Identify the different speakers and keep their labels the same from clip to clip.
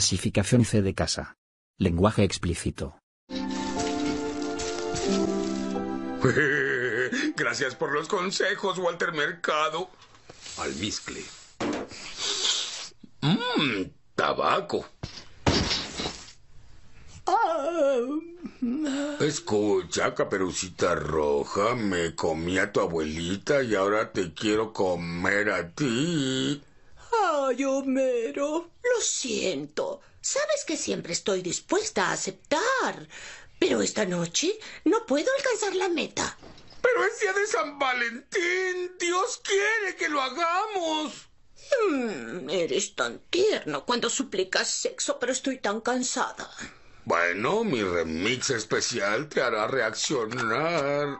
Speaker 1: Clasificación C de casa. Lenguaje explícito.
Speaker 2: Gracias por los consejos, Walter Mercado.
Speaker 3: Almizcle.
Speaker 2: Mmm, tabaco.
Speaker 3: Escucha, caperucita roja, me comí a tu abuelita y ahora te quiero comer a ti.
Speaker 4: Ay, Homero, lo siento. Sabes que siempre estoy dispuesta a aceptar. Pero esta noche no puedo alcanzar la meta.
Speaker 2: Pero es día de San Valentín. Dios quiere que lo hagamos.
Speaker 4: Mm, eres tan tierno cuando suplicas sexo, pero estoy tan cansada.
Speaker 3: Bueno, mi remix especial te hará reaccionar.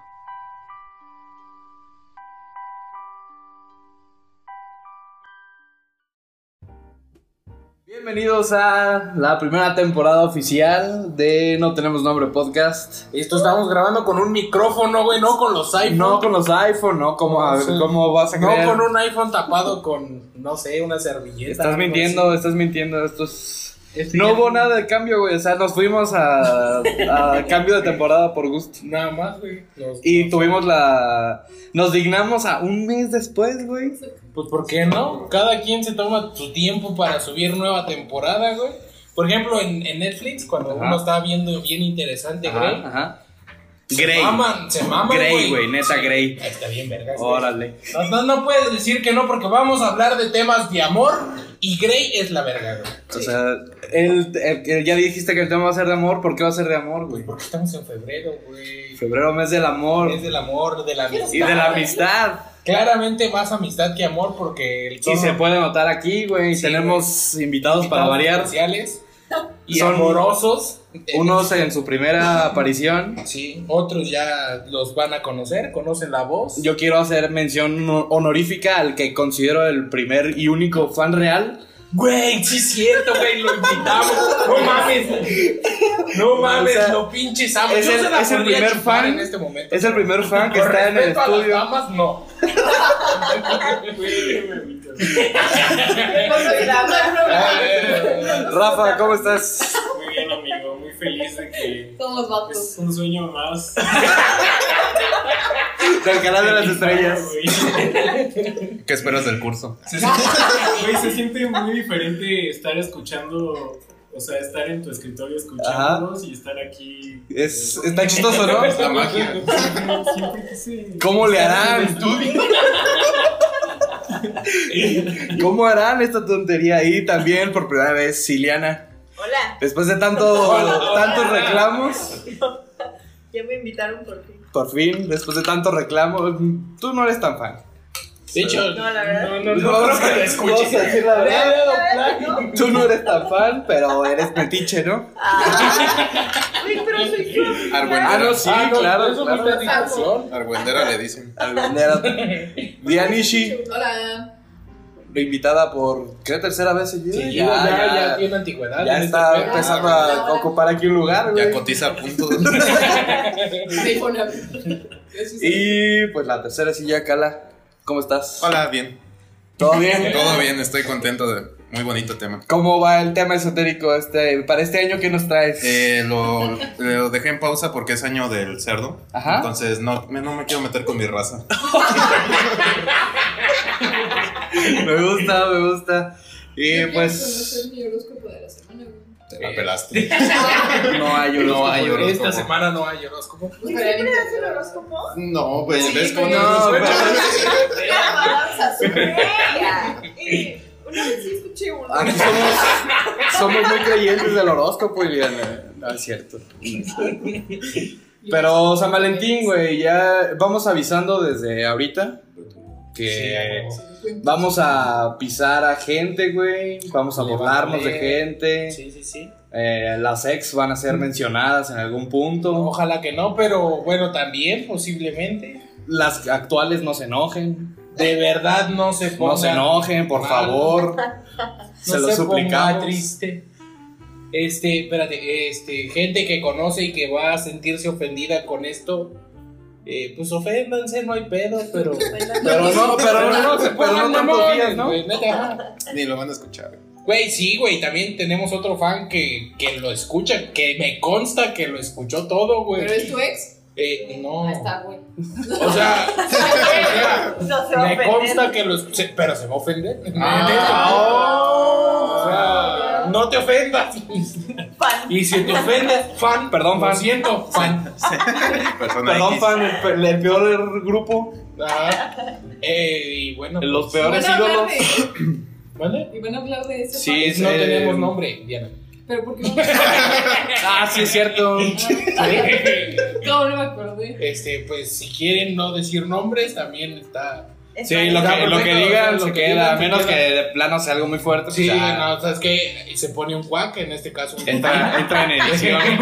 Speaker 5: Bienvenidos a la primera temporada oficial de No Tenemos Nombre Podcast.
Speaker 6: Esto estamos grabando con un micrófono, güey, no con los iPhones.
Speaker 5: No con los iPhone, no como a ver,
Speaker 6: Sí.
Speaker 5: cómo vas a creer.
Speaker 6: No con un iPhone tapado con, no sé, una servilleta.
Speaker 5: Estás
Speaker 6: algo
Speaker 5: mintiendo,
Speaker 6: así.
Speaker 5: estás mintiendo. Esto es-
Speaker 6: Este
Speaker 5: No
Speaker 6: ya-
Speaker 5: hubo nada de cambio, güey. O sea, nos fuimos a, a cambio de temporada por gusto.
Speaker 6: Nada más, güey. Los-
Speaker 5: Y tuvimos la. Nos dignamos a un mes después, güey.
Speaker 6: Pues, ¿por qué no? Cada quien se toma su tiempo para subir nueva temporada, güey. Por ejemplo, en, en Netflix, cuando
Speaker 5: Ajá.
Speaker 6: uno está viendo bien interesante,
Speaker 5: Ajá,
Speaker 6: güey.
Speaker 5: ajá.
Speaker 6: Se
Speaker 5: Grey.
Speaker 6: maman, se maman,
Speaker 5: Grey, güey, neta Grey.
Speaker 6: Ahí Está bien, verga.
Speaker 5: Órale.
Speaker 6: No, no, no puedes decir que no porque vamos a hablar de temas de amor y Grey es la verga, güey.
Speaker 5: O sea, el- el- el- ya dijiste que el tema va a ser de amor. ¿Por qué va a ser de amor, güey?
Speaker 6: Porque estamos en febrero, güey.
Speaker 5: Febrero, mes del amor.
Speaker 6: Es del amor, de la amistad.
Speaker 5: Y de la amistad.
Speaker 6: Claramente más amistad que amor porque el
Speaker 5: Sí, se puede notar aquí, güey.
Speaker 6: Sí,
Speaker 5: Tenemos invitados para
Speaker 6: invitados
Speaker 5: variar.
Speaker 6: especiales y
Speaker 5: Son-
Speaker 6: amorosos.
Speaker 5: Unos en su primera aparición.
Speaker 6: sí, otros ya los van a conocer, conocen la voz.
Speaker 5: Yo quiero hacer mención no- honorífica al que considero el primer y único fan real.
Speaker 6: Güey, sí es cierto, güey, lo invitamos. No mames. No mames,
Speaker 5: O sea,
Speaker 6: lo pinches amo.
Speaker 5: es
Speaker 6: Yo
Speaker 5: el-
Speaker 6: se la
Speaker 5: es el
Speaker 6: podría
Speaker 5: primer
Speaker 6: chupar
Speaker 5: fan-
Speaker 6: en este momento.
Speaker 5: Es el primer fan que
Speaker 6: Con
Speaker 5: está en el
Speaker 6: respeto a las
Speaker 5: estudio.
Speaker 6: damas, no.
Speaker 5: Rafa, ¿cómo estás?
Speaker 7: Muy bien, amigo, muy feliz de que
Speaker 8: Somos
Speaker 7: es
Speaker 8: vatos.
Speaker 7: un sueño más.
Speaker 5: Del canal de las estrellas.
Speaker 7: Güey,
Speaker 9: ¿Qué esperas del curso?
Speaker 7: Güey, se siente muy diferente estar escuchando, o sea, estar en tu escritorio escuchándonos y estar aquí.
Speaker 5: Es, está chistoso, ¿no?
Speaker 9: La magia.
Speaker 7: Siempre- Siempre quise.
Speaker 5: ¿Cómo le harán? ¿Cómo harán esta tontería? Y también por primera vez, Siliana.
Speaker 8: Hola,
Speaker 5: Después de tanto, tantos reclamos.
Speaker 8: ya me invitaron por fin.
Speaker 5: Por fin, después de tanto reclamo, tú no eres tan fan.
Speaker 6: De hecho,
Speaker 8: No, la verdad.
Speaker 6: no, no, no, creo que lo escuche.
Speaker 5: Vamos a decir la verdad.
Speaker 8: ¿No?
Speaker 5: Tú no eres tan fan, pero eres metiche, ¿no?
Speaker 8: Ah. Uy, pero soy su
Speaker 9: Argüendera.
Speaker 5: Ah, no, sí,
Speaker 6: Ah, no,
Speaker 5: claro,
Speaker 6: eso
Speaker 5: claro.
Speaker 6: no está en discusión.
Speaker 9: Argüendera le dicen.
Speaker 5: Almendera. Dianishi,
Speaker 8: Hola.
Speaker 5: invitada por, ¿qué? Tercera vez seguida.
Speaker 6: Sí, ya, ya, ya, tiene antigüedad.
Speaker 5: ya
Speaker 6: en
Speaker 5: está
Speaker 6: este pedo.
Speaker 5: empezando a ocupar aquí un lugar,
Speaker 9: Ya
Speaker 5: güey.
Speaker 9: cotiza puntos.
Speaker 8: Me pone a Gracias.
Speaker 5: Y pues la tercera sí ya, Cala. ¿Cómo estás?
Speaker 9: Hola, bien.
Speaker 5: ¿Todo bien?
Speaker 9: Todo bien, estoy contento de muy bonito tema.
Speaker 5: ¿Cómo va el tema esotérico este para este año que nos traes?
Speaker 9: Eh, lo, lo dejé en pausa porque es año del cerdo.
Speaker 5: Ajá.
Speaker 9: Entonces no me, no me quiero meter con mi raza.
Speaker 5: Me gusta, me gusta. Y pues
Speaker 8: mi horóscopo de la semana, güey.
Speaker 9: Te la pelaste.
Speaker 5: no hay un
Speaker 9: No hay horóscopo.
Speaker 6: Este, Esta semana no hay horóscopo.
Speaker 8: ¿Siempre das el horóscopo?
Speaker 9: No, pues
Speaker 8: Sí,
Speaker 9: ves cómo
Speaker 8: güey.
Speaker 9: no,
Speaker 5: No,
Speaker 9: nos
Speaker 5: pero-
Speaker 9: escuchan?
Speaker 8: La balanza sumeria. Y una vez sí escuché uno.
Speaker 5: Aquí somos, somos muy creyentes del horóscopo, Liliana. No es cierto. Pero San Valentín, güey, ya vamos avisando desde ahorita
Speaker 6: Eh,
Speaker 5: que vamos a pisar a gente, güey. Vamos a
Speaker 6: Le va a
Speaker 5: burlarnos de
Speaker 6: doler.
Speaker 5: gente.
Speaker 6: Sí, sí, sí.
Speaker 5: Eh, las ex van a ser mencionadas en algún punto.
Speaker 6: Ojalá que no, pero bueno, también posiblemente.
Speaker 5: Las actuales no se enojen.
Speaker 6: De verdad no se pongan.
Speaker 5: No se enojen, por
Speaker 6: mal,
Speaker 5: favor.
Speaker 6: No
Speaker 5: Se lo
Speaker 6: ponga
Speaker 5: suplicamos.
Speaker 6: triste. Este, espérate, este, gente que conoce y que va a sentirse ofendida con esto, eh, pues oféndanse, no hay pedo, pero.
Speaker 5: Pero no, pero no, pero no tantos
Speaker 6: pongan mamones,
Speaker 5: días, ¿no?
Speaker 6: güey, neta.
Speaker 9: Ni lo van a escuchar.
Speaker 6: Güey, sí, güey, también tenemos otro fan que, que lo escucha, que me consta que lo escuchó todo, güey.
Speaker 8: ¿Pero es tu ex?
Speaker 6: Eh, no.
Speaker 8: Ah, está, güey.
Speaker 6: O sea, o
Speaker 8: No se
Speaker 6: sea,
Speaker 8: va a
Speaker 6: me
Speaker 8: ofender.
Speaker 6: consta que lo escuché, pero se va a ofender.
Speaker 5: Ah.
Speaker 6: O sea, no te ofendas.
Speaker 8: Fan.
Speaker 6: Y si te ofendes, fan,
Speaker 5: Perdón,
Speaker 6: perdón,
Speaker 5: fan.
Speaker 6: fan, siento, fan.
Speaker 9: Persona
Speaker 5: Perdón,
Speaker 9: X.
Speaker 5: fan, el, pe- el peor grupo,
Speaker 6: Ah, eh, y bueno,
Speaker 8: Y
Speaker 5: los
Speaker 8: van
Speaker 5: peores
Speaker 8: a hablar
Speaker 5: ídolos.
Speaker 8: de-
Speaker 6: ¿vale?
Speaker 8: Y van a hablar de eso.
Speaker 5: Sí,
Speaker 6: No
Speaker 5: Eh,
Speaker 6: tenemos nombre, Diana.
Speaker 8: Pero porque no me acuerdo.
Speaker 5: Ah, sí, es cierto.
Speaker 8: ¿Cómo no me acordé?
Speaker 6: Este, pues si quieren no decir nombres, también está.
Speaker 5: Sí, lo que, lo que digan se queda, a menos que de plano sea algo muy fuerte. pues
Speaker 6: Sí,
Speaker 5: ya.
Speaker 6: no, o sea, es que se pone un cuac, en este caso un
Speaker 5: entra, entra en edición.
Speaker 8: Ay,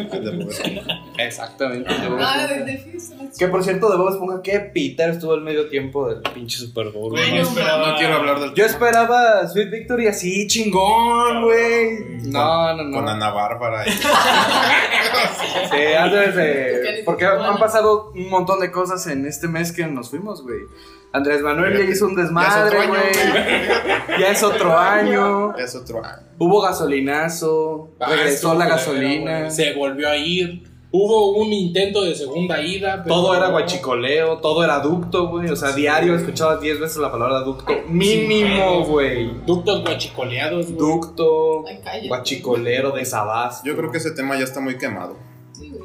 Speaker 8: güey.
Speaker 5: Exactamente.
Speaker 8: Ah, desde Houston.
Speaker 5: Que por cierto, de Bob Esponja, que Peter estuvo el medio tiempo del pinche Super Bowl.
Speaker 7: Güey,
Speaker 8: Ay,
Speaker 7: no
Speaker 8: no
Speaker 7: esperaba.
Speaker 9: No quiero hablar del
Speaker 5: Yo esperaba Sweet Victory así, chingón, güey. No, no,
Speaker 9: con
Speaker 5: no.
Speaker 9: Ana Bárbara. y-
Speaker 5: Sí, antes de.
Speaker 8: Porque
Speaker 5: Porque
Speaker 8: Tijuana.
Speaker 5: han pasado un montón de cosas en este mes que nos fuimos, güey. Andrés Manuel ya hizo un
Speaker 9: otro
Speaker 5: desmadre,
Speaker 9: año,
Speaker 5: güey. Ya es otro año.
Speaker 9: Es otro año.
Speaker 5: Hubo gasolinazo.
Speaker 6: Ah,
Speaker 5: Regresó
Speaker 6: estuvo
Speaker 5: la
Speaker 6: culero,
Speaker 5: gasolina.
Speaker 6: güey. Se volvió a ir. Hubo un intento de segunda ida. pero
Speaker 5: Todo era
Speaker 6: no.
Speaker 5: guachicoleo, todo era ducto, güey. O sea, diario escuchaba 10 veces la palabra ducto. Mínimo, güey.
Speaker 6: Ductos guachicoleados, güey.
Speaker 5: Ducto,
Speaker 8: Ay, cállate.
Speaker 5: guachicolero, desabasto.
Speaker 9: Yo creo que ese tema ya está muy quemado.
Speaker 8: Sí, güey.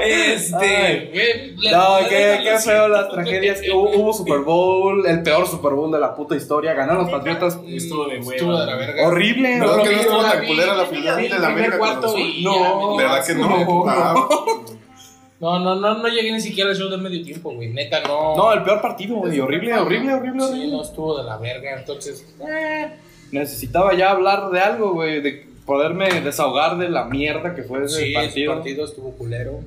Speaker 6: Este.
Speaker 5: No,
Speaker 6: güey, la- la
Speaker 5: qué,
Speaker 6: neta,
Speaker 5: qué
Speaker 6: lo
Speaker 5: feo
Speaker 6: siento.
Speaker 5: las tragedias. Hubo, hubo Super Bowl, el peor Super Bowl de la puta historia. Ganaron los Patriotas.
Speaker 7: Estuvo de hueva.
Speaker 6: Estuvo de la verga.
Speaker 5: Horrible.
Speaker 9: ¿Verdad
Speaker 6: lo
Speaker 9: que no
Speaker 6: vi,
Speaker 9: estuvo
Speaker 6: no lo
Speaker 9: tan
Speaker 6: vi.
Speaker 9: culera la
Speaker 8: Yo
Speaker 9: final
Speaker 8: vi
Speaker 9: de
Speaker 8: el
Speaker 9: la
Speaker 6: primer
Speaker 9: América? con
Speaker 6: cuarto
Speaker 9: Cruz Azul?
Speaker 6: y-
Speaker 5: No,
Speaker 9: ¿Verdad que no?
Speaker 5: No,
Speaker 9: Ah,
Speaker 6: No, no, no, no llegué ni siquiera al show del medio tiempo, güey. Neta, no.
Speaker 5: No, el peor partido, güey. Horrible, horrible, horrible,
Speaker 6: Sí,
Speaker 5: horrible.
Speaker 6: no estuvo de la verga. Entonces,
Speaker 5: Necesitaba ya hablar de algo, güey. De poderme desahogar de la mierda que fue ese
Speaker 6: sí,
Speaker 5: partido.
Speaker 6: partido. partido estuvo culero.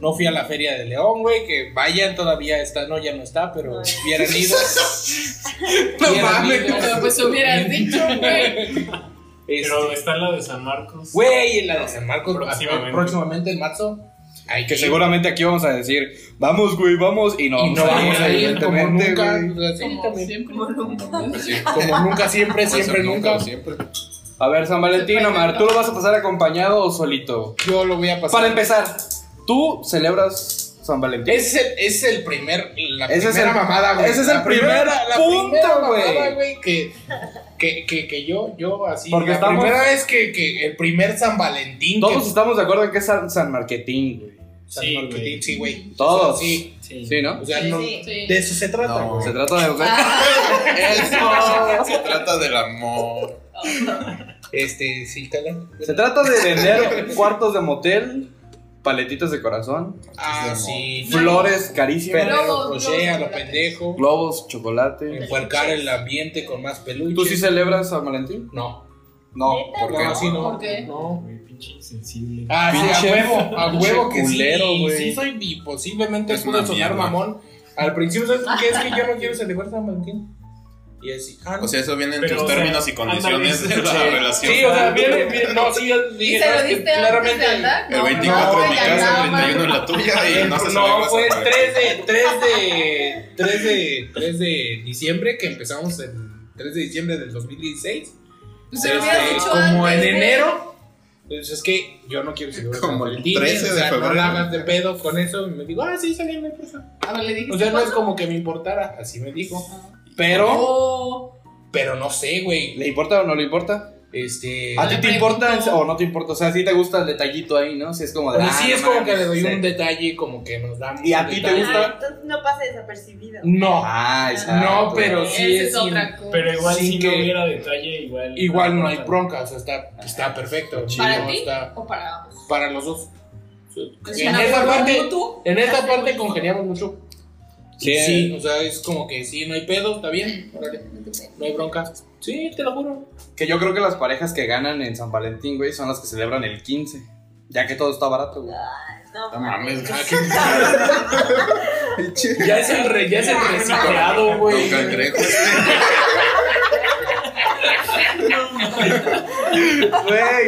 Speaker 6: No fui a la Feria de León, güey, que vayan todavía está, no, ya no está, pero hubieran ido.
Speaker 9: No
Speaker 6: Hubieran
Speaker 9: mames.
Speaker 6: ido.
Speaker 8: Pero pues hubieras dicho, güey.
Speaker 6: Este,
Speaker 7: Pero está la de San Marcos.
Speaker 6: Güey, en la de San Marcos,
Speaker 7: Próximamente.
Speaker 6: próximamente, en marzo. Hay
Speaker 5: Que seguramente aquí vamos a decir, vamos, güey, vamos. Y no,
Speaker 6: Y no vamos a ir como
Speaker 5: evidentemente,
Speaker 6: nunca.
Speaker 5: güey.
Speaker 6: o sea, sí,
Speaker 8: Como
Speaker 6: también.
Speaker 8: siempre. Como
Speaker 6: Como nunca, siempre, siempre, nunca.
Speaker 9: Siempre.
Speaker 5: A ver, San Valentín, Omar, ¿tú lo vas a pasar acompañado o solito?
Speaker 6: Yo lo voy a pasar.
Speaker 5: Para empezar, tú celebras San Valentín.
Speaker 6: Ese es el, es el primer. La
Speaker 5: Ese es
Speaker 6: primera
Speaker 5: el-
Speaker 6: mamada, güey.
Speaker 5: ese es el
Speaker 6: La
Speaker 5: primer
Speaker 6: primera- la
Speaker 5: punto,
Speaker 6: primera
Speaker 5: güey.
Speaker 6: mamada, güey. Que, que, que, que yo, yo así.
Speaker 5: Porque
Speaker 6: la
Speaker 5: estamos-
Speaker 6: primera vez que, que el primer San Valentín. que-
Speaker 5: Todos estamos de acuerdo en que es San, San Marquetín, güey.
Speaker 6: San
Speaker 7: Sí,
Speaker 6: Valentín,
Speaker 7: güey.
Speaker 6: sí, güey.
Speaker 5: Todos.
Speaker 6: Sí.
Speaker 5: Sí, ¿no?
Speaker 6: O sea, no-
Speaker 8: Sí, sí.
Speaker 6: de eso se trata,
Speaker 9: No.
Speaker 6: güey.
Speaker 5: Se trata de...
Speaker 6: Ah.
Speaker 9: Eso. Se trata del amor.
Speaker 6: Este, sí, cala.
Speaker 5: Se trata de vender cuartos de motel, paletitas de corazón,
Speaker 6: Ah, sí.
Speaker 5: flores carísimas,
Speaker 8: Pero-
Speaker 6: Ferrero
Speaker 8: Globos,
Speaker 6: Rocher a lo
Speaker 8: globos,
Speaker 6: pendejo.
Speaker 5: globos, chocolate.
Speaker 6: Enfuercar el ambiente con más peluches.
Speaker 5: ¿Tú sí celebras San Valentín?
Speaker 6: No.
Speaker 5: No.
Speaker 8: ¿Por
Speaker 6: No, sí, no.
Speaker 8: ¿Por qué?
Speaker 6: No.
Speaker 7: Güey, pinche insensible.
Speaker 6: Ah, sí,
Speaker 5: Pinche-
Speaker 6: a huevo, a huevo que
Speaker 5: culero,
Speaker 6: sí.
Speaker 5: güey.
Speaker 6: Sí, soy pues, y posiblemente
Speaker 9: Es
Speaker 6: pude
Speaker 9: una
Speaker 6: sonar
Speaker 9: mierda.
Speaker 6: mamón. Al principio, ¿sabes qué? Es que yo no quiero celebrar San Valentín. Y así. Ah, no.
Speaker 9: O sea, eso viene en
Speaker 7: Pero,
Speaker 9: tus
Speaker 7: o sea,
Speaker 9: términos y
Speaker 7: ándale,
Speaker 9: condiciones de la
Speaker 7: sí.
Speaker 9: relación.
Speaker 6: sí, o sea, viene, viene- no, sí, yo
Speaker 8: ¿Y
Speaker 6: dije,
Speaker 8: se
Speaker 6: no,
Speaker 8: lo
Speaker 6: es que
Speaker 8: diste antes de andar?
Speaker 9: El
Speaker 8: No,
Speaker 9: 24 en mi
Speaker 8: ya
Speaker 9: casa, el
Speaker 8: andaba.
Speaker 9: 31 en la tuya y no se
Speaker 6: Eh, no,
Speaker 9: celebra
Speaker 6: fue
Speaker 9: San
Speaker 6: 3 de, 3 de, 3 de, 3 de diciembre que empezamos el 3 de diciembre del 2016.
Speaker 8: Pues se lo hubieras dicho
Speaker 6: Este, como
Speaker 8: antes,
Speaker 6: en
Speaker 8: güey.
Speaker 6: enero. Pues es que yo no quiero celebrar
Speaker 9: Como
Speaker 6: San
Speaker 9: el
Speaker 6: Valentín,
Speaker 9: 13
Speaker 6: o
Speaker 9: de
Speaker 6: sea, No
Speaker 9: febrero.
Speaker 6: la hagas de pedo con eso. Y me digo, ah, sí, salí me puse.
Speaker 8: A ver, le dijiste.
Speaker 6: O sea, no es
Speaker 8: ¿cuándo?
Speaker 6: como que me importara, así me dijo. Pero,
Speaker 8: Oh,
Speaker 6: pero no sé, güey.
Speaker 5: ¿Le importa o no le importa?
Speaker 6: Este.
Speaker 5: ¿A ti
Speaker 8: le
Speaker 5: te importa
Speaker 8: pregunto.
Speaker 5: o no te importa? O sea, si te gusta el detallito ahí, ¿no? Si es como de...
Speaker 6: pues
Speaker 5: ah,
Speaker 6: sí,
Speaker 5: no
Speaker 6: es como
Speaker 5: mames,
Speaker 6: que le doy
Speaker 5: sí.
Speaker 6: un detalle, como que nos da.
Speaker 5: ¿Y a
Speaker 6: un
Speaker 5: ti te
Speaker 6: detalle.
Speaker 5: gusta?
Speaker 10: Ah, entonces no pasa desapercibido.
Speaker 6: No,
Speaker 5: Ah,
Speaker 6: no,
Speaker 5: exacto.
Speaker 6: pero
Speaker 8: esa
Speaker 6: sí
Speaker 8: es
Speaker 6: es. in-
Speaker 8: otra cosa.
Speaker 7: Pero igual
Speaker 6: Sí
Speaker 7: si
Speaker 6: que-
Speaker 7: no hubiera detalle, igual.
Speaker 6: Igual no hay bronca, o sea, está, está
Speaker 5: Ah,
Speaker 6: perfecto.
Speaker 8: ¿Para
Speaker 6: no
Speaker 8: ti
Speaker 6: está-
Speaker 8: o para ambos?
Speaker 6: para los dos.
Speaker 8: Es
Speaker 6: En
Speaker 8: una
Speaker 6: esa
Speaker 8: pregunta
Speaker 6: parte,
Speaker 8: mutua.
Speaker 6: en esa parte congeniamos mucho.
Speaker 5: Sí. eh.
Speaker 6: Sí, o sea, es como que sí, no hay pedo, está bien, órale, no hay bronca. Sí, te lo juro.
Speaker 5: Que yo creo que las parejas que ganan en San Valentín, güey, son las que celebran el 15. Ya que todo está barato, güey.
Speaker 8: No,
Speaker 9: No mames,
Speaker 6: Ah, qué- ya es el re, ya es el reciclado,
Speaker 9: Don
Speaker 6: güey.
Speaker 9: Cangrejo.
Speaker 5: Güey,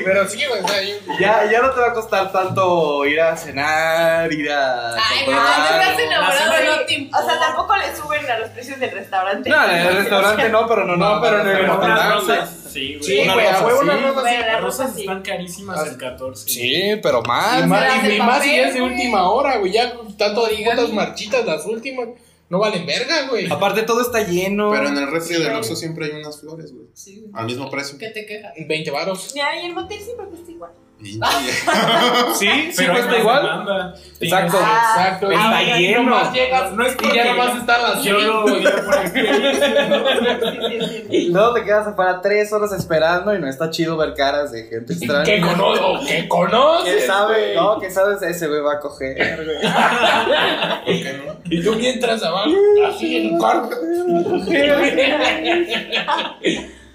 Speaker 5: pero
Speaker 6: Pero sí, güey, o sea, yo-
Speaker 5: ya, ya no te va a costar tanto ir a cenar, ir a.
Speaker 8: Ay, no,
Speaker 5: comprar.
Speaker 8: cuando estás enamorado no
Speaker 7: Las-
Speaker 8: te
Speaker 10: O sea,
Speaker 8: importa.
Speaker 10: tampoco le suben a los precios del restaurante.
Speaker 5: No, en el restaurante no, pero no,
Speaker 6: No,
Speaker 5: no,
Speaker 6: pero en el
Speaker 5: restaurante.
Speaker 7: Unas rosas. Sí, güey.
Speaker 6: Sí,
Speaker 5: Una
Speaker 6: güey, a
Speaker 5: rosa,
Speaker 6: huevo
Speaker 5: sí.
Speaker 6: una rosa sí.
Speaker 10: Bueno,
Speaker 7: Las
Speaker 10: las
Speaker 7: rosas
Speaker 10: rosas sí.
Speaker 7: están carísimas el 14.
Speaker 5: Sí, pero
Speaker 6: Y
Speaker 5: más.
Speaker 8: Sí,
Speaker 6: más,
Speaker 8: las
Speaker 6: y
Speaker 8: de
Speaker 6: más si
Speaker 8: papel,
Speaker 6: es de
Speaker 8: güey.
Speaker 6: última hora, güey. Ya tanto digo las marchitas, las últimas, no valen verga, güey.
Speaker 5: Aparte, todo está lleno.
Speaker 9: Pero en el refri del Oxxo siempre hay unas flores, güey. Al mismo precio.
Speaker 8: Que te quejas.
Speaker 6: 20 varos.
Speaker 10: Mira, y el motel siempre cuesta igual.
Speaker 9: Y-
Speaker 5: sí, sí,
Speaker 7: Pero hay
Speaker 5: cuesta
Speaker 7: más
Speaker 5: igual.
Speaker 7: demanda. Sí,
Speaker 5: Exacto.
Speaker 6: Exacto.
Speaker 5: Está
Speaker 6: y ahí
Speaker 5: lleno.
Speaker 6: nomás llegas
Speaker 7: No es
Speaker 6: Ah, y
Speaker 7: porque
Speaker 6: ya nomás están las
Speaker 7: Yo lo odio por experiencia.
Speaker 5: Y luego te quedas afuera tres horas esperando y no está chido ver caras de gente extraña.
Speaker 6: que conozco, que
Speaker 5: ¿Quién
Speaker 6: conoces.
Speaker 5: sabe?
Speaker 6: güey.
Speaker 5: No, que sabes? Ese güey va a coger, güey.
Speaker 6: Y tú que entras abajo, así en un cuarto.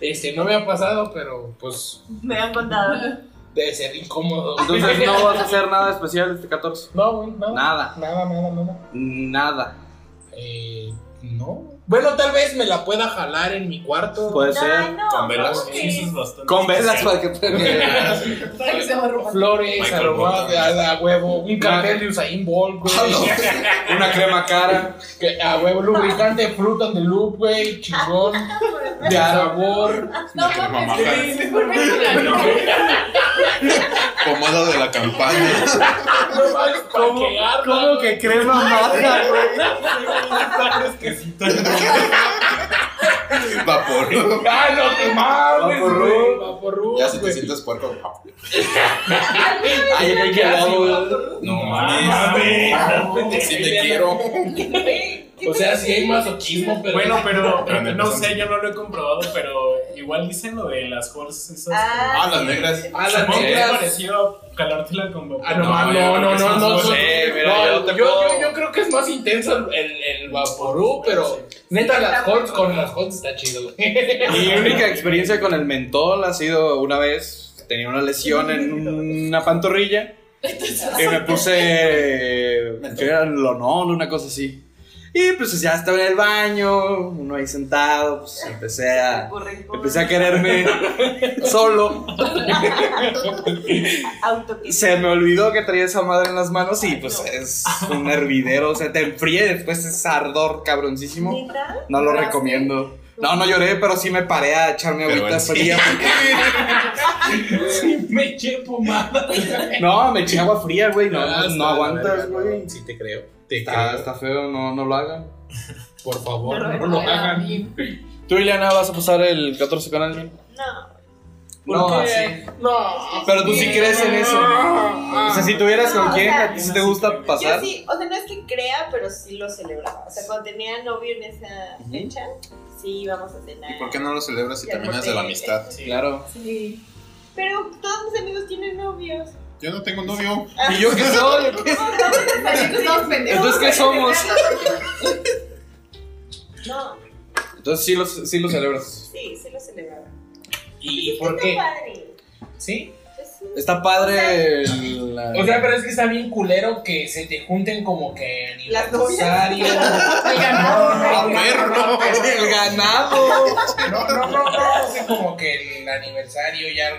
Speaker 6: este, no me ha pasado, pero pues
Speaker 10: Me han contado.
Speaker 6: debe ser incómodo.
Speaker 5: Entonces no vas a hacer nada especial este 14.
Speaker 6: No, güey, no.
Speaker 5: Nada.
Speaker 6: Nada, nada, nada.
Speaker 5: Nada.
Speaker 6: Eh, no. Bueno, tal vez me la pueda jalar en mi cuarto.
Speaker 5: Puede
Speaker 10: Ay,
Speaker 5: ser.
Speaker 10: no.
Speaker 7: Con velas.
Speaker 10: ¿cómo
Speaker 7: Sí, eso
Speaker 10: que?
Speaker 7: es bastante.
Speaker 5: Con velas para que
Speaker 8: Para que se borró.
Speaker 6: Flores,
Speaker 9: Michael
Speaker 6: aromas de
Speaker 9: Bolton.
Speaker 6: a, a huevo, un cartel
Speaker 5: Ma-
Speaker 6: de Usain Bolt, güey.
Speaker 5: Una crema cara.
Speaker 6: Que- a huevo, lubricante, fruta de loop, güey, chingón, de sabor.
Speaker 8: No,
Speaker 9: Crema
Speaker 8: no,
Speaker 9: maja.
Speaker 8: sí, mejor me con la
Speaker 9: Pomada de la campaña.
Speaker 6: Ah, ¿Cómo,
Speaker 5: ¿Cómo que crema maja, güey?
Speaker 9: Vapor.
Speaker 6: ¡Ah, no te mames,
Speaker 5: Vaporru.
Speaker 6: güey! Vaporru,
Speaker 9: Ya si te
Speaker 6: güey.
Speaker 9: sientes puerco.
Speaker 5: Ay, yo que hago.
Speaker 9: No
Speaker 7: mames.
Speaker 9: Si te quiero.
Speaker 6: O sea, sí hay masoquismo, pero...
Speaker 7: Bueno, pero
Speaker 9: Pero en el
Speaker 7: no
Speaker 9: pasado.
Speaker 7: sé, yo no lo he comprobado, pero igual dicen lo de las horses esas.
Speaker 9: Ah,
Speaker 10: Ah,
Speaker 9: las negras.
Speaker 6: a las
Speaker 7: Supongo que es
Speaker 6: negras...
Speaker 7: parecido a calártela con vapor.
Speaker 6: Ah, no, mames, no, no, no, no,
Speaker 5: No
Speaker 6: no,
Speaker 5: sé, mira, yo no
Speaker 6: yo,
Speaker 5: te
Speaker 6: yo,
Speaker 5: puedo-
Speaker 6: yo creo que es más intenso el, el vaporú, pero neta, las hots con las hots está chido, güey.
Speaker 5: Mi única experiencia con el mentol ha sido una vez. Tenía una lesión en una pantorrilla. Y me puse. Que era lonón, una cosa así. Y pues ya estaba en el baño, uno ahí sentado, pues empecé a.
Speaker 10: corre, corre.
Speaker 5: Empecé a quererme solo.
Speaker 10: Auto que-
Speaker 5: Se me olvidó que traía esa madre en las manos y pues es un hervidero. O sea, te enfríe después es ardor cabroncísimo.
Speaker 10: ¿Neta?
Speaker 5: No lo
Speaker 10: ¿Lloraste?
Speaker 5: recomiendo. No, no lloré, pero sí me paré a echarme
Speaker 9: Pero
Speaker 5: agüita
Speaker 9: en sí.
Speaker 5: fría.
Speaker 6: Me eché pomada.
Speaker 5: No, me eché agua fría, güey. No,
Speaker 6: Ah,
Speaker 5: no,
Speaker 6: está
Speaker 5: no
Speaker 6: la
Speaker 5: aguantas,
Speaker 6: verga,
Speaker 5: güey.
Speaker 6: no, Sí, te creo. Te
Speaker 5: Está,
Speaker 6: creo.
Speaker 5: está feo, no, no lo hagan.
Speaker 6: Por favor,
Speaker 10: Pero
Speaker 6: no
Speaker 10: bueno,
Speaker 6: lo
Speaker 10: bueno,
Speaker 6: hagan.
Speaker 5: ¿Tú, Ileana, vas a pasar el 14 con alguien?
Speaker 10: No.
Speaker 6: ¿Por
Speaker 5: no,
Speaker 6: qué?
Speaker 5: así.
Speaker 6: No.
Speaker 5: Pero tú sí Ah, crees en eso.
Speaker 6: No.
Speaker 5: O sea, si tuvieras con
Speaker 10: No, o
Speaker 5: quién,
Speaker 10: sea,
Speaker 5: ¿a ti sí te gusta
Speaker 10: Ah. Yo
Speaker 5: pasar?
Speaker 10: sí, o sea, no es que crea, pero sí lo celebraba. O sea, cuando tenía novio en esa fecha, sí íbamos a cenar.
Speaker 9: ¿Y por qué no lo celebras si también es de la amistad?
Speaker 5: Claro.
Speaker 10: Sí. Pero todos mis amigos tienen novios.
Speaker 9: Yo no tengo novio.
Speaker 10: Ah.
Speaker 5: ¿Y yo qué soy? ¿Qué?
Speaker 10: No, no, no,
Speaker 8: Estamos pendejos.
Speaker 5: Entonces, ¿qué somos?
Speaker 10: No,
Speaker 5: Entonces sí lo, sí lo celebras.
Speaker 10: sí, sí lo celebraba.
Speaker 6: ¿Y
Speaker 10: Es
Speaker 6: por
Speaker 10: que
Speaker 6: qué?
Speaker 10: Está padre.
Speaker 6: ¿Sí?
Speaker 10: Pues sí.
Speaker 5: Está padre el- la-
Speaker 6: O sea, pero es que está bien culero que se te junten como que
Speaker 10: Las novias.
Speaker 6: aniversario.
Speaker 8: El
Speaker 9: A
Speaker 8: ganado.
Speaker 9: ver, no.
Speaker 5: el ganado.
Speaker 6: No, no, no, no. O sea, como que el aniversario ya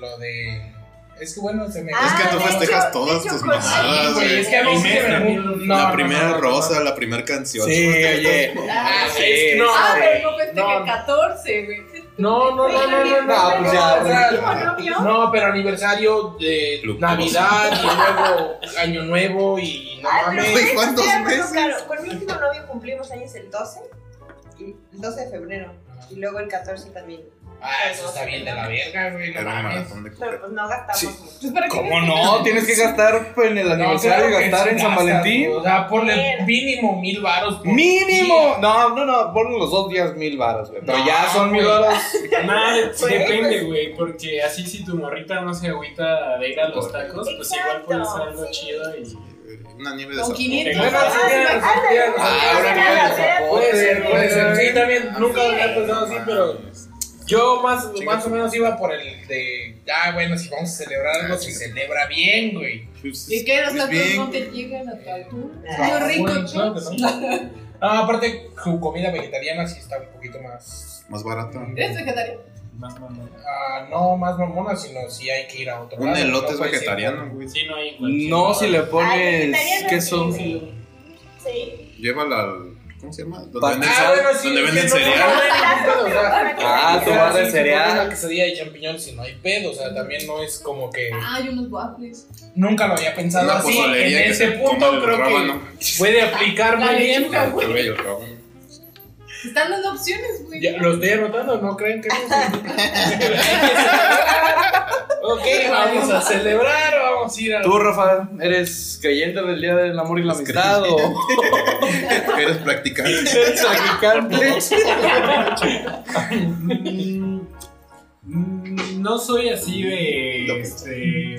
Speaker 6: lo de. Es que bueno, se me.
Speaker 10: Ah,
Speaker 9: Es que tú
Speaker 10: de
Speaker 9: festejas
Speaker 10: hecho-
Speaker 9: todas
Speaker 10: de
Speaker 9: tus
Speaker 10: hecho, con-
Speaker 9: mamadas,
Speaker 6: Güey,
Speaker 9: güey.
Speaker 6: es que a mí sí que me- no,
Speaker 9: La
Speaker 6: no,
Speaker 9: primera
Speaker 6: no, no,
Speaker 9: rosa, la primera canción.
Speaker 5: Sí, oye.
Speaker 6: Ah, sí, es que no.
Speaker 8: Ah,
Speaker 6: güey.
Speaker 8: pero no festeja el 14, güey.
Speaker 6: No, no, no, no, no, no,
Speaker 5: No, pues ya,
Speaker 6: o sea,
Speaker 10: ¿Tengo novio?
Speaker 6: No, pero aniversario de
Speaker 9: Luctuoso.
Speaker 6: Navidad y luego Año Nuevo y no
Speaker 10: Ay, Ah, pero
Speaker 6: mames.
Speaker 9: Güey,
Speaker 10: eso
Speaker 9: ¿cuántos
Speaker 10: era muy
Speaker 9: meses?
Speaker 10: caro. Con mi último novio cumplimos años el 12, y- el 12 de febrero, y luego el 14 también.
Speaker 6: Ah, eso está bien de la verga, güey, no
Speaker 9: Era un
Speaker 6: mames.
Speaker 9: maratón de
Speaker 10: Pero
Speaker 9: coca.
Speaker 10: pues no gastamos
Speaker 5: Sí.
Speaker 10: mucho.
Speaker 8: Pues, ¿para qué
Speaker 5: ¿Cómo
Speaker 8: me-
Speaker 5: no? Tienes que gastar en el aniversario y
Speaker 6: claro que
Speaker 5: gastar en
Speaker 6: sí
Speaker 5: San
Speaker 6: gastas,
Speaker 5: Valentín.
Speaker 6: O sea, ponle mínimo mil varos. por
Speaker 5: ¡Mínimo!
Speaker 6: día.
Speaker 5: No, no, no, ponle los dos días mil varos, güey. Pero
Speaker 6: No,
Speaker 5: ya son
Speaker 6: güey.
Speaker 5: mil varos.
Speaker 7: Nada, sí, depende, güey, porque así si tu morrita no se agüita de ir a los tacos, pues igual puede ser algo
Speaker 10: Exacto, sí.
Speaker 7: chido y
Speaker 9: Una nieve de
Speaker 8: Con
Speaker 9: sabor.
Speaker 8: 500.
Speaker 6: Bueno,
Speaker 7: Ah,
Speaker 6: sí,
Speaker 8: Ay,
Speaker 6: tiene razón,
Speaker 8: ándale,
Speaker 6: tiene razón.
Speaker 8: ándale,
Speaker 5: Ah, ahora que
Speaker 8: ándale,
Speaker 5: me
Speaker 8: ándale.
Speaker 6: Puede ser, puede ser. Sí, también
Speaker 9: Ah,
Speaker 6: nunca lo había
Speaker 8: sí.
Speaker 6: pensado así, pero yo más, más o menos iba por el de. Ah, bueno, si vamos a celebrar algo,
Speaker 9: Ah,
Speaker 6: se
Speaker 9: sí.
Speaker 6: celebra bien, güey.
Speaker 8: Y que los
Speaker 9: Pues
Speaker 8: tacos
Speaker 9: bien.
Speaker 8: no te llegan a tu altura.
Speaker 6: Ah,
Speaker 8: Lo rico,
Speaker 6: bueno, claro que
Speaker 8: chos.
Speaker 6: no. Ah, aparte, su comida vegetariana sí está un poquito más.
Speaker 9: Más barato.
Speaker 8: ¿Eres vegetariano?
Speaker 7: Más mamón.
Speaker 6: Ah, no más mamona, sino si hay que ir a otro
Speaker 9: Un
Speaker 6: lado,
Speaker 9: elote
Speaker 6: no
Speaker 9: es
Speaker 6: puede ser-
Speaker 9: vegetariano, güey.
Speaker 7: Sí, no hay en cualquier
Speaker 5: No,
Speaker 7: lado.
Speaker 5: si le
Speaker 10: Ay,
Speaker 5: pones
Speaker 10: vegetariano,
Speaker 5: queso.
Speaker 10: Sí. sí.
Speaker 9: Llévala al. ¿Cómo se llama? Donde
Speaker 5: Pa-
Speaker 9: venden,
Speaker 6: Ah,
Speaker 9: sal-
Speaker 6: bueno, sí.
Speaker 9: donde
Speaker 6: sí,
Speaker 9: venden
Speaker 6: no,
Speaker 9: cereal.
Speaker 6: no hay ningún pedo, o sea,
Speaker 5: Ah,
Speaker 6: o sea,
Speaker 5: tomar de
Speaker 6: sí,
Speaker 5: cereal.
Speaker 6: pones la quesadilla de champiñón si no hay pedo, o sea, también no es como que
Speaker 5: Ah.
Speaker 8: Ay, Ah, unos waffles.
Speaker 6: nunca lo había pensado
Speaker 9: Una
Speaker 6: así.
Speaker 9: pozolería
Speaker 6: En
Speaker 9: que
Speaker 6: ese
Speaker 9: se coma
Speaker 6: punto
Speaker 9: el
Speaker 6: creo
Speaker 9: rábano.
Speaker 6: que puede aplicar muy
Speaker 8: La
Speaker 6: bien.
Speaker 8: lechuga,
Speaker 9: Tal vez el rábano.
Speaker 8: Te Están dando opciones, güey.
Speaker 6: Ya, lo estoy anotando, ¿no creen que no? ok, vamos a celebrar, vamos a ir a...
Speaker 5: ¿Tú, Rafa, eres creyente del Día del Amor y la Amistad o
Speaker 9: Eres practicante.
Speaker 5: eres practicante?
Speaker 7: Mm, mm, No soy así
Speaker 9: Lo
Speaker 7: de.
Speaker 9: pensó.
Speaker 7: este,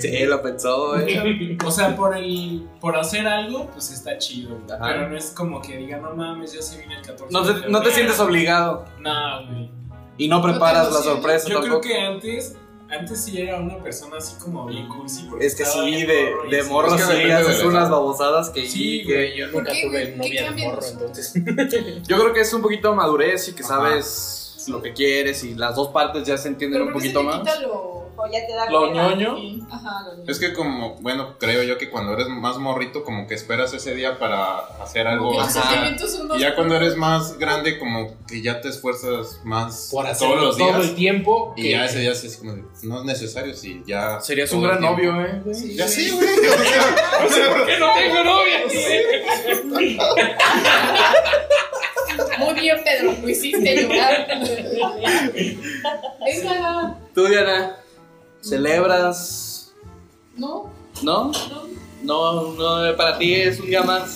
Speaker 5: Sí, lo pensó, eh.
Speaker 7: O sea, por el por hacer algo, pues está chido. güey.
Speaker 5: Ajá.
Speaker 7: Pero no es como que diga, no mames, ya se viene el 14.
Speaker 5: No
Speaker 7: de
Speaker 5: te, no te
Speaker 7: febrero".
Speaker 5: sientes obligado
Speaker 7: No, güey.
Speaker 5: y no preparas la
Speaker 8: emociones.
Speaker 5: sorpresa
Speaker 7: Yo creo
Speaker 5: tampoco.
Speaker 7: que antes, antes sí era una persona así como bien cursi. porque
Speaker 5: Es que
Speaker 7: estaba
Speaker 5: sí,
Speaker 7: bien
Speaker 5: de,
Speaker 7: morro y
Speaker 5: de
Speaker 7: así.
Speaker 5: morro
Speaker 9: Es que
Speaker 5: sí
Speaker 9: depende
Speaker 5: haces
Speaker 9: de la
Speaker 5: unas
Speaker 9: edad.
Speaker 5: babosadas que
Speaker 6: Sí,
Speaker 5: sí, que...
Speaker 6: güey, yo
Speaker 8: ¿Por
Speaker 6: nunca
Speaker 8: qué, güey?
Speaker 6: tuve
Speaker 8: ¿Qué
Speaker 6: novia de
Speaker 8: cambian?
Speaker 6: morro, entonces...
Speaker 5: Yo creo que es un poquito de madurez y que
Speaker 7: Ajá.
Speaker 5: sabes lo que quieres y las dos partes ya se entienden
Speaker 8: Pero
Speaker 5: un
Speaker 8: ¿por qué se
Speaker 5: poquito
Speaker 8: te quita
Speaker 5: más.
Speaker 8: lo.
Speaker 10: O ya te da
Speaker 5: Lo
Speaker 10: hueva.
Speaker 5: ñoño.
Speaker 8: Ajá, lo.
Speaker 9: Es que como, bueno, creo yo que cuando eres más morrito como que esperas ese día para hacer algo.
Speaker 8: Porque los
Speaker 5: Ajá.
Speaker 8: sentimientos son dos.
Speaker 9: Y ya cuando eres más grande como que ya te esfuerzas más
Speaker 6: Por hacerlo
Speaker 9: todos los
Speaker 6: todo
Speaker 9: días.
Speaker 6: el tiempo.
Speaker 9: Y
Speaker 6: que-
Speaker 9: ya ese día es así como de, no es necesario si ya...
Speaker 5: Serías
Speaker 9: todo
Speaker 5: un
Speaker 9: el
Speaker 5: gran
Speaker 9: tiempo".
Speaker 5: novio, eh. güey.
Speaker 9: Ya sí, güey. o sea,
Speaker 6: No sé por qué no tengo novia.
Speaker 8: Muy bien, Pedro, lo hiciste llorar. Venga,
Speaker 5: Tú, Diana, celebras,
Speaker 8: ¿no?
Speaker 5: ¿no?
Speaker 8: No.
Speaker 5: No, no, para ti es un día más.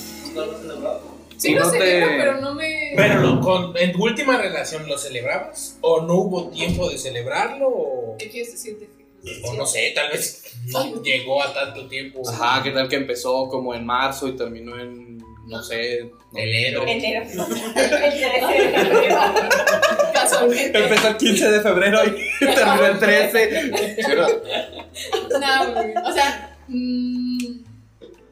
Speaker 8: Sí,
Speaker 5: Y
Speaker 8: lo
Speaker 5: no te-
Speaker 8: celebro, pero no me.
Speaker 6: Pero lo- con, en tu última relación, ¿lo celebrabas? ¿O no hubo tiempo de celebrarlo? ¿O,
Speaker 8: ¿Qué quieres decir? de-
Speaker 6: o no sé, tal vez no llegó a tanto tiempo?
Speaker 5: Ajá, ¿qué tal que empezó como en marzo y terminó en, no sé,
Speaker 6: Enero.
Speaker 10: Enero. Enero.
Speaker 8: Casualmente.
Speaker 5: Empezó el 15 de febrero y terminó el 13.
Speaker 8: No, güey. O sea, mm,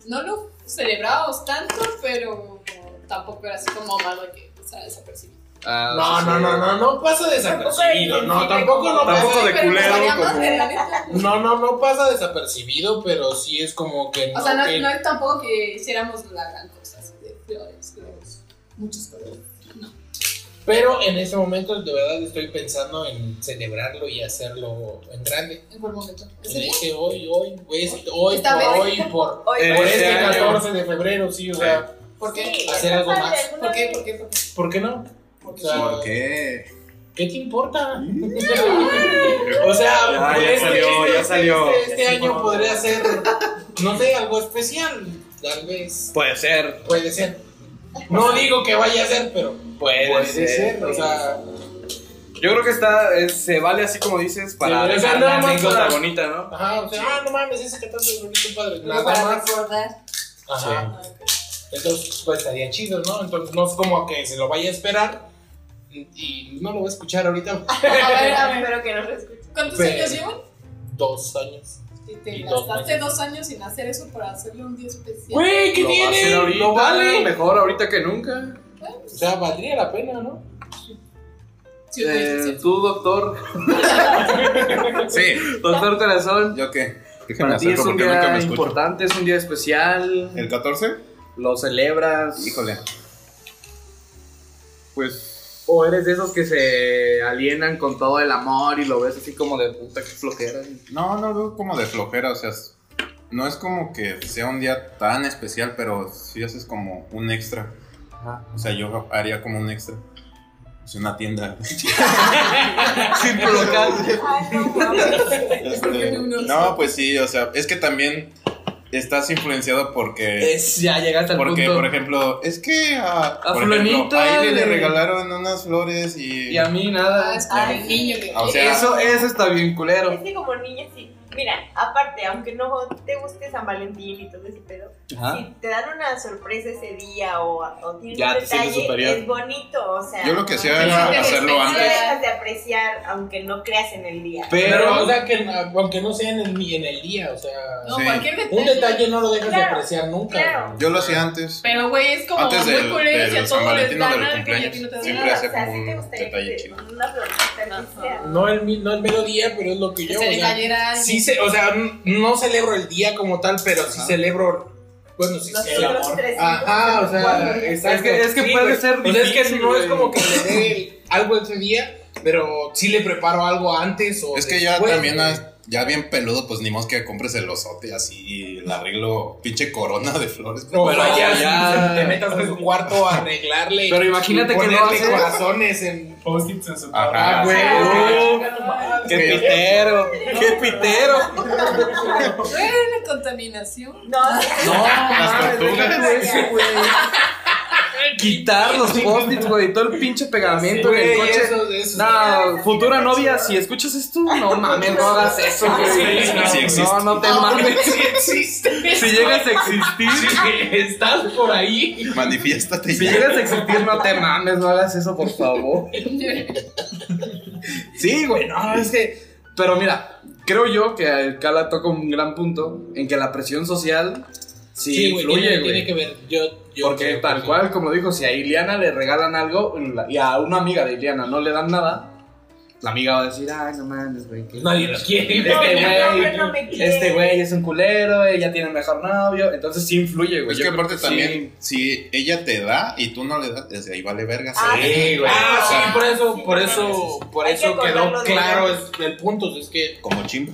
Speaker 8: no lo celebrábamos tanto, pero tampoco era así como malo que pasara desapercibido.
Speaker 5: Ah,
Speaker 6: No,
Speaker 5: sí.
Speaker 6: no, no, no, no pasa desapercibido. No, tampoco no pasa.
Speaker 5: Tampoco de
Speaker 8: Pero nos
Speaker 5: culero,
Speaker 8: valíamos
Speaker 5: como-
Speaker 8: de la neta.
Speaker 6: No, no, no pasa desapercibido, pero sí es como que no.
Speaker 8: O sea, no,
Speaker 6: que-
Speaker 8: no es tampoco que hiciéramos la gran cosa así de flores, globos, muchos colores.
Speaker 6: Pero en ese momento de verdad estoy pensando en celebrarlo y hacerlo en grande.
Speaker 8: En buen momento. ¿Ese
Speaker 6: En
Speaker 8: día?
Speaker 6: este hoy, hoy, pues, hoy,
Speaker 8: Esta
Speaker 6: por
Speaker 8: vez.
Speaker 6: hoy, por,
Speaker 10: Hoy,
Speaker 5: Eh,
Speaker 6: por
Speaker 5: este
Speaker 6: este
Speaker 5: año.
Speaker 6: 14 de febrero, sí, o sea,
Speaker 8: ¿Por qué?
Speaker 10: Sí,
Speaker 6: hacer algo
Speaker 10: ¿sabes?
Speaker 6: más.
Speaker 8: ¿Por qué? ¿Por qué? ¿Por qué?
Speaker 6: ¿Por qué no?
Speaker 8: ¿Por qué?
Speaker 6: O sea,
Speaker 9: ¿Por qué?
Speaker 6: ¿Qué te importa? o sea,
Speaker 5: Ah, Ya, ya
Speaker 6: este-
Speaker 5: salió, ya salió.
Speaker 6: Este, este año podría ser, no sé, algo especial, tal vez.
Speaker 5: Puede ser.
Speaker 6: Puede ser. No digo que vaya a ser, pero
Speaker 5: Puede,
Speaker 6: puede
Speaker 5: ser.
Speaker 6: ser. O sea,
Speaker 5: Yo creo que está, es- se vale así como dices para
Speaker 6: Sí, o sea,
Speaker 5: dejar
Speaker 6: nada
Speaker 5: la
Speaker 6: más
Speaker 5: anécdota
Speaker 6: para-
Speaker 5: bonita, ¿no?
Speaker 6: ajá, o sea, ah, no mames, ese que tanto es bonito, padre.
Speaker 8: Pero
Speaker 6: Nada
Speaker 8: para
Speaker 6: más.
Speaker 8: recordar.
Speaker 6: Ajá. Entonces, pues estaría chido, ¿no? Entonces, no es como que se lo vaya a esperar y no lo voy a escuchar ahorita.
Speaker 8: A ver, a ver.
Speaker 10: Espero que no lo escuchen.
Speaker 8: ¿Cuántos
Speaker 6: Pero-
Speaker 8: años llevan?
Speaker 6: Dos años.
Speaker 8: Y te
Speaker 6: Y dos
Speaker 8: gastaste dos años sin hacer eso para hacerle un día especial.
Speaker 6: Güey, ¿qué
Speaker 5: Lo va a hacer
Speaker 6: tiene?
Speaker 5: ahorita,
Speaker 6: Lo vale.
Speaker 5: Mejor ahorita que nunca.
Speaker 6: O sea, valdría la pena, ¿no?
Speaker 8: Sí, güey, sí,
Speaker 5: Eh,
Speaker 8: sí.
Speaker 5: tú, doctor,
Speaker 9: Sí,
Speaker 5: doctor corazón.
Speaker 9: ¿yo qué? Déjenme
Speaker 5: Para ti es
Speaker 9: hacerlo
Speaker 5: un
Speaker 9: porque nunca me
Speaker 5: día
Speaker 9: escucho.
Speaker 5: importante, es un día especial.
Speaker 9: ¿El 14?
Speaker 5: Lo celebras.
Speaker 9: Híjole. Pues...
Speaker 5: O eres de esos que se alienan con todo el amor y lo ves así como de puta que flojera.
Speaker 9: No, no veo como de flojera, o sea, es- no es como que sea un día tan especial, pero sí haces como un extra. O sea, yo haría como un extra. Es una tienda.
Speaker 5: Sin provocar.
Speaker 10: Ay, no, mames.
Speaker 9: Este, no, pues sí, o sea, es que también estás influenciado porque...
Speaker 5: Es- ya llegaste al
Speaker 9: Porque,
Speaker 5: punto.
Speaker 9: por ejemplo, es que Eh, a,
Speaker 5: A
Speaker 9: por ejemplo,
Speaker 5: fulanita
Speaker 9: a Aile
Speaker 5: le-
Speaker 9: le regalaron unas flores y...
Speaker 5: y a mí nada.
Speaker 8: Ah, es como el niño que
Speaker 9: O sea,
Speaker 5: Eso, eso está bien culero.
Speaker 10: Es que como niña sí. Mira, aparte, aunque no te guste San Valentín y todo ese pedo,
Speaker 5: Ajá.
Speaker 10: si te dan una sorpresa ese día o, o tienes
Speaker 5: Ya
Speaker 10: un
Speaker 5: te sientes
Speaker 10: detalle,
Speaker 5: superior.
Speaker 10: es bonito, o sea.
Speaker 9: Yo lo que
Speaker 10: no-
Speaker 9: hacía
Speaker 10: no
Speaker 9: era
Speaker 10: dejas-
Speaker 9: hacerlo
Speaker 10: no
Speaker 9: antes.
Speaker 10: dejas de apreciar, aunque no creas en el día.
Speaker 6: Pero, o
Speaker 5: Pero,
Speaker 6: sea, que aunque no sea en el, ni en el día, o sea.
Speaker 8: No,
Speaker 9: Sí.
Speaker 8: cualquier detalle.
Speaker 6: Un detalle no lo dejas de
Speaker 10: Claro,
Speaker 6: apreciar nunca.
Speaker 10: claro.
Speaker 6: güey.
Speaker 9: Yo lo hacía antes.
Speaker 8: Pero, güey, es como
Speaker 9: Antes
Speaker 8: muy
Speaker 9: del-
Speaker 8: culero si a
Speaker 9: del San
Speaker 8: todos les
Speaker 9: Valentín o
Speaker 8: dan
Speaker 9: del
Speaker 8: algo y a ti no te
Speaker 9: cumpleaños.
Speaker 8: dan
Speaker 9: Siempre
Speaker 8: nada.
Speaker 9: hace
Speaker 10: o sea,
Speaker 9: como
Speaker 10: sí
Speaker 9: un
Speaker 10: te gustaría
Speaker 9: detalle
Speaker 10: que te-
Speaker 9: chido.
Speaker 10: una florcita, así sea.
Speaker 6: No el, mi- no el mediodía, pero es lo que yo.
Speaker 8: se
Speaker 6: o
Speaker 8: le
Speaker 6: sea,
Speaker 8: cayera alguien.
Speaker 6: sí se, o sea, n- no celebro el día como tal, pero sí celebro. Bueno, sí
Speaker 10: Los
Speaker 6: celebro.
Speaker 10: otros tres.
Speaker 6: Ajá, o sea, exacto.
Speaker 5: Es que- es que
Speaker 6: Sí,
Speaker 5: puede
Speaker 6: güey.
Speaker 5: ser
Speaker 6: O sea, es que
Speaker 5: difícil,
Speaker 6: no es
Speaker 5: güey.
Speaker 6: como que le dé algo ese día, pero sí le preparo algo antes o.
Speaker 9: Es que ya
Speaker 6: después,
Speaker 9: también,
Speaker 6: güey.
Speaker 9: has- ya bien peludo, pues ni más que compres el osote así y le arreglo pinche corona de flores.
Speaker 6: O
Speaker 5: Pero
Speaker 6: vayas
Speaker 5: ya-
Speaker 6: y te metas a su cuarto a arreglarle.
Speaker 5: pero imagínate que no
Speaker 6: ponerle
Speaker 5: haces.
Speaker 6: corazones en.
Speaker 7: Post-its en su
Speaker 9: Ajá.
Speaker 6: Ah, güey.
Speaker 5: ¡Qué pitero! ¡Qué pitero!
Speaker 8: Güey, la contaminación.
Speaker 10: No,
Speaker 5: No, mames,
Speaker 9: tortugas.
Speaker 5: deja de eso, güey. Quitar los post-its, güey, todo el pinche pegamento en el
Speaker 6: Güey,
Speaker 5: coche.
Speaker 6: eso- eso-
Speaker 5: No, futura novia, si escuchas esto, no mames, no hagas eso, güey.
Speaker 9: Sí, sí existe.
Speaker 5: No, no te mames.
Speaker 6: Sí existe.
Speaker 5: Si llegas a existir,
Speaker 6: Estás por ahí.
Speaker 9: Manifiéstate
Speaker 5: si
Speaker 9: ya.
Speaker 5: llegas a existir, no te mames, no hagas eso, por favor. Sí, güey, no, es que. Pero mira, creo yo que el Cala toca un gran punto en que la presión social sí,
Speaker 6: Sí, güey,
Speaker 5: influye,
Speaker 6: tiene,
Speaker 5: güey.
Speaker 6: tiene que ver. Yo, yo
Speaker 5: Porque
Speaker 6: creo que
Speaker 5: tal
Speaker 6: sí.
Speaker 5: cual, como dijo, si a Iliana le regalan algo la- y a una amiga de Iliana no le dan nada, la amiga va a decir, ay, no mames, güey. que-
Speaker 6: Nadie lo quiere.
Speaker 5: Este güey,
Speaker 10: no me quiere.
Speaker 5: este güey es un culero, ella tiene mejor novio, entonces sí influye, güey.
Speaker 9: Es
Speaker 5: Yo
Speaker 9: que
Speaker 5: creo
Speaker 9: aparte
Speaker 5: sí.
Speaker 9: también, si ella te da y tú no le das, desde ahí vale verga.
Speaker 10: Ah,
Speaker 9: sí.
Speaker 5: Sí, güey.
Speaker 6: Ah,
Speaker 10: Ah,
Speaker 6: sí, por eso,
Speaker 10: sí,
Speaker 6: por
Speaker 10: no
Speaker 6: eso,
Speaker 10: mames.
Speaker 6: por
Speaker 10: Hay que
Speaker 6: eso quedó
Speaker 10: acordarlo de
Speaker 6: claro
Speaker 10: antes.
Speaker 6: es- el punto. Es que
Speaker 9: Como chimba,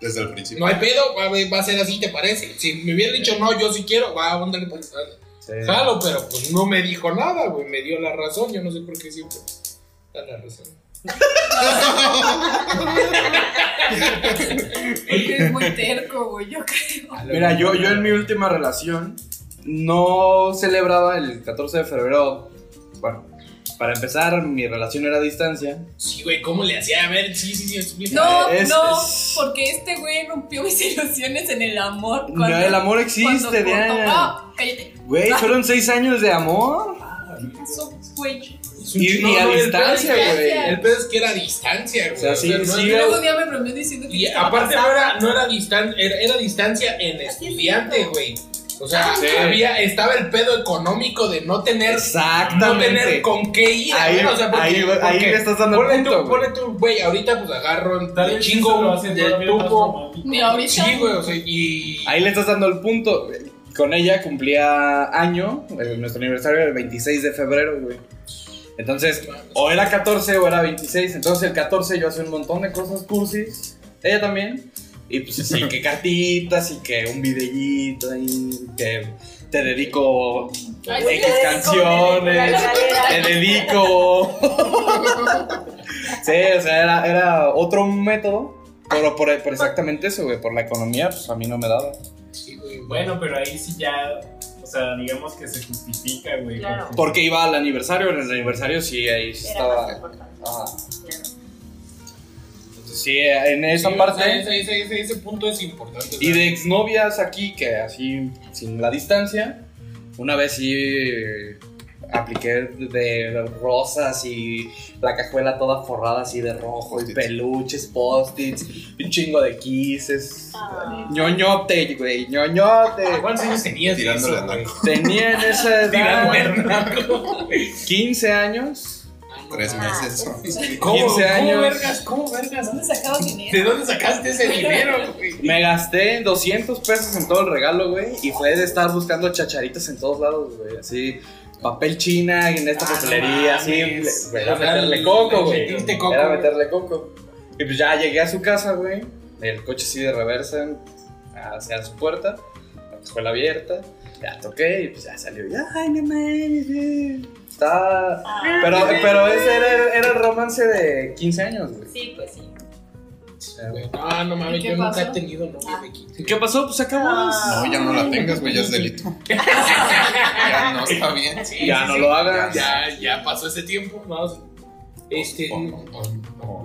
Speaker 9: desde el principio.
Speaker 6: no hay pedo, va a, ver, va a ser así, ¿te parece? Si me hubiera dicho no, yo sí quiero, va, ándale, pues, ándale.
Speaker 5: Sí.
Speaker 6: Jalo, pero pues no me dijo nada, güey. Me dio la razón. Yo no sé por qué siempre da la razón.
Speaker 8: Porque es muy terco, güey, yo creo.
Speaker 5: Mira, yo, yo en mi última relación no celebraba el 14 de febrero. Bueno, para empezar, mi relación era a distancia.
Speaker 6: Sí, güey, ¿cómo le hacía? A ver, sí, sí, sí, explica.
Speaker 8: No,
Speaker 5: Es-
Speaker 8: no,
Speaker 5: es-
Speaker 8: porque este güey rompió mis ilusiones en el amor.
Speaker 5: No, el amor existe,
Speaker 8: cuando cortó-
Speaker 5: Diana.
Speaker 8: No, cállate.
Speaker 5: Güey, fueron seis años de amor.
Speaker 8: ¿Qué pasó, güey?
Speaker 6: Es un
Speaker 5: y-
Speaker 6: chingo,
Speaker 5: y a
Speaker 6: güey, el
Speaker 5: distancia,
Speaker 6: pedo es-
Speaker 8: güey.
Speaker 6: El pedo es que era a distancia, güey.
Speaker 5: O sea, sí,
Speaker 6: no
Speaker 5: sí,
Speaker 8: Y
Speaker 6: era-
Speaker 8: luego un día me bromeó diciendo que
Speaker 6: Y
Speaker 8: yo estaba
Speaker 6: aparte no
Speaker 8: casada.
Speaker 6: era, no era distancia, era, era distancia en
Speaker 10: Así es
Speaker 6: estudiante,
Speaker 10: cierto.
Speaker 6: güey. O sea,
Speaker 5: Sí.
Speaker 6: había, estaba el pedo económico de no tener, no tener
Speaker 5: Exactamente.
Speaker 6: con qué ir.
Speaker 5: Ahí-
Speaker 6: güey, o sea, porque-
Speaker 5: ahí- ahí
Speaker 6: porque
Speaker 5: le estás dando el
Speaker 6: ponle
Speaker 5: punto,
Speaker 6: tú,
Speaker 5: güey.
Speaker 6: ponle tú, güey, ahorita pues agarro en
Speaker 7: Tal
Speaker 6: tal
Speaker 7: vez
Speaker 6: chingo
Speaker 7: eso lo
Speaker 6: un-
Speaker 7: hace
Speaker 6: del
Speaker 7: todavía más
Speaker 6: tubo.
Speaker 7: romántico.
Speaker 8: Ni ahorita.
Speaker 6: Sí, güey, o sea, y...
Speaker 5: Ahí le estás dando el punto. güey. Con ella cumplía año, eh, nuestro aniversario era el 26 de febrero, güey. Entonces, o era 14 o era 26. Entonces, el 14 yo hacía un montón de cosas cursis. Ella también. Y pues así que cartitas y que un videíto y que te dedico
Speaker 8: Ay,
Speaker 5: X
Speaker 10: te dedico
Speaker 5: canciones.
Speaker 10: videíto.
Speaker 5: Te dedico. sí, o sea, era, era otro método. Pero por, por exactamente eso, güey. Por la economía, pues a mí no me daba.
Speaker 6: Sí, güey,
Speaker 7: Bueno, pero ahí sí ya, o sea, digamos que se justifica, güey.
Speaker 10: Claro.
Speaker 7: porque-
Speaker 5: Porque iba al aniversario, en el aniversario sí, ahí sí
Speaker 10: Era más
Speaker 5: estaba.
Speaker 10: importante.
Speaker 5: Ajá.
Speaker 10: Claro.
Speaker 5: Entonces, sí, en esa
Speaker 6: sí, o sea,
Speaker 5: parte.
Speaker 6: ese, ese- ese- ese punto es importante.
Speaker 5: Y
Speaker 6: o sea.
Speaker 5: de exnovias aquí, que así, sin la distancia, una vez sí eh, apliqué de rosas y la cajuela toda forrada así de rojo, y
Speaker 9: Post-its.
Speaker 5: peluches, post-its, un chingo de kisses.
Speaker 10: Ah.
Speaker 5: ñoñote, güey, ñoñote.
Speaker 6: ¿Cuántos años tenías? de
Speaker 9: Tirándole
Speaker 6: eso,
Speaker 9: a
Speaker 6: Ah, güey?
Speaker 5: Tenía en esa
Speaker 6: Tirándole a
Speaker 5: edad
Speaker 6: narco.
Speaker 5: 15 años.
Speaker 9: Tres meses.
Speaker 10: Ah,
Speaker 9: son.
Speaker 6: ¿Cómo,
Speaker 5: 15
Speaker 6: ¿Cómo
Speaker 5: años.
Speaker 6: vergas? ¿Cómo vergas?
Speaker 8: ¿Dónde sacabas dinero?
Speaker 6: ¿De dónde sacaste ese dinero, güey?
Speaker 5: Me gasté 200 pesos en todo el regalo, güey. Y fue de estar buscando chacharitas en todos lados, güey. Así, papel china en esta
Speaker 6: Ah, no
Speaker 5: papelería,
Speaker 6: mames.
Speaker 5: así. le- Era
Speaker 6: O sea,
Speaker 5: meterle
Speaker 6: le-
Speaker 5: coco,
Speaker 6: le
Speaker 5: güey.
Speaker 6: metiste coco,
Speaker 5: Era
Speaker 6: güey.
Speaker 5: meterle coco. Y pues ya llegué a su casa, güey. El coche así de reversa hacia su puerta. La cajuela abierta. Ya toqué y pues ya salió. Y, Ay, no mames, güey. Estaba. Pero, pero ese era, era el romance de 15 años, güey.
Speaker 10: Sí, pues sí.
Speaker 6: Ah, No, no mames,
Speaker 8: ¿Y qué
Speaker 6: yo nunca he
Speaker 8: pasó?
Speaker 6: tenido novia de 15.
Speaker 5: ¿Qué pasó? Pues se acabó.
Speaker 9: No, ya no la tengas, güey, ya es delito. ya no está bien.
Speaker 5: ya no lo hagas.
Speaker 6: Ya, ya pasó ese tiempo, no. Este.
Speaker 9: Oh, oh,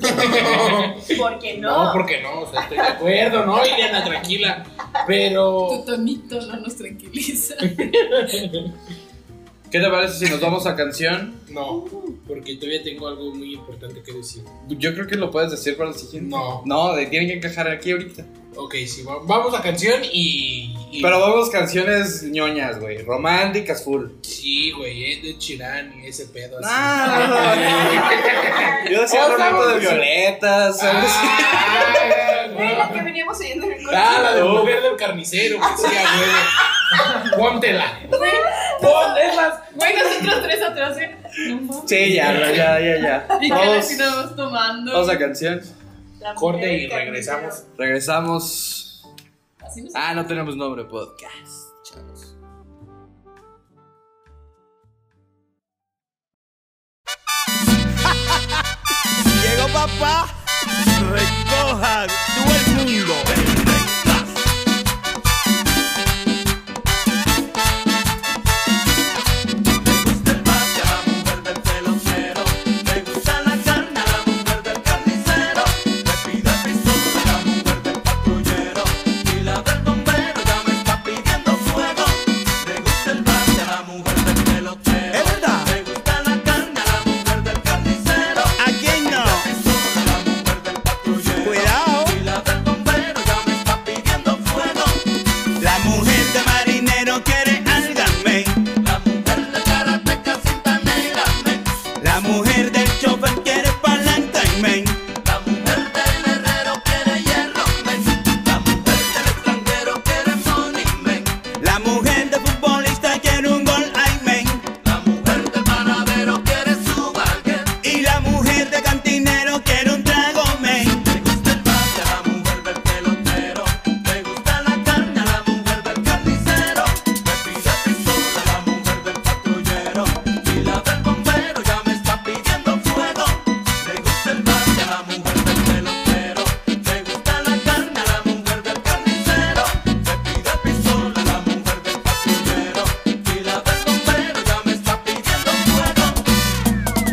Speaker 9: oh, oh, oh, oh.
Speaker 10: ¿Por qué no?
Speaker 6: No, porque no, o sea, estoy de acuerdo, ¿no? Liliana, tranquila. Pero.
Speaker 8: Tu tonito no nos tranquiliza.
Speaker 5: ¿Qué te parece si nos vamos a canción?
Speaker 6: No, porque todavía tengo algo muy importante que decir.
Speaker 5: Yo creo que lo puedes decir para el siguiente.
Speaker 6: No.
Speaker 5: No, de- tienen que encajar aquí ahorita.
Speaker 6: Ok, sí, va- vamos a canción y. y-
Speaker 5: Pero vamos canciones ñoñas, güey. Románticas full.
Speaker 6: Eh, Sí, güey, es de Chirán y ese pedo así.
Speaker 5: Ah, Yo decía
Speaker 6: Otra
Speaker 5: romántico de
Speaker 6: canción.
Speaker 5: violetas. ¿sabes?
Speaker 6: Ah,
Speaker 10: Güey, la que veníamos oyendo en el coche.
Speaker 6: Ah, la de mujer del carnicero, que sí, a huevo. Póntela. Póntela.
Speaker 8: Güey, nosotros tres atrás, ¿eh? No mames.
Speaker 5: Sí, ya, ya, ya, ya, ya.
Speaker 8: Y que la
Speaker 5: Vamos,
Speaker 8: sigamos tomando.
Speaker 5: vamos a canción.
Speaker 10: La mujer
Speaker 6: Corte y
Speaker 10: del carnicero.
Speaker 6: regresamos.
Speaker 5: Regresamos.
Speaker 8: Así nos
Speaker 5: Ah, no tenemos nombre, podcast. Chavos.
Speaker 11: Llegó papá, recojan todo el mundo. en rectas. Me gusta el pase a la mujer del pelotero, me gusta la carne a la mujer del carnicero, me pide pistola a la mujer del patrullero y la del bombero ya me está pidiendo fuego. Me gusta el pase a la mujer del pelotero, me gusta la carne a la mujer del carnicero.
Speaker 12: ¿A quién no? Cuidado. La mujer de marinero quiere álgame. La mujer del chofer quiere palanca y men. La mujer del futbolista quiere un gol ay men. Y la mujer de cantinero quiere un trago men.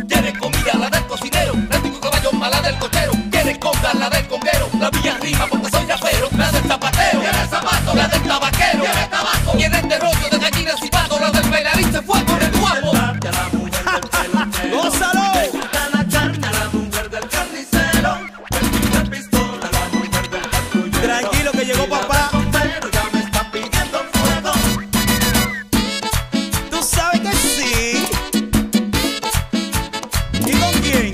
Speaker 11: Quiere comida la del cocinero, el pico caballo mala del cochero, quiere compra la del conguero, la villa rima porque soy rapero, la del zapateo, quiere zapato, la del tabaquero, quiere tabaco, quiere este rollo de gallinas y pato, la del bailarín se fue con el guapo.
Speaker 12: ¡Gózalo! Tranquilo que llegó papá. Tú sabes que sí. ¿Y con quién?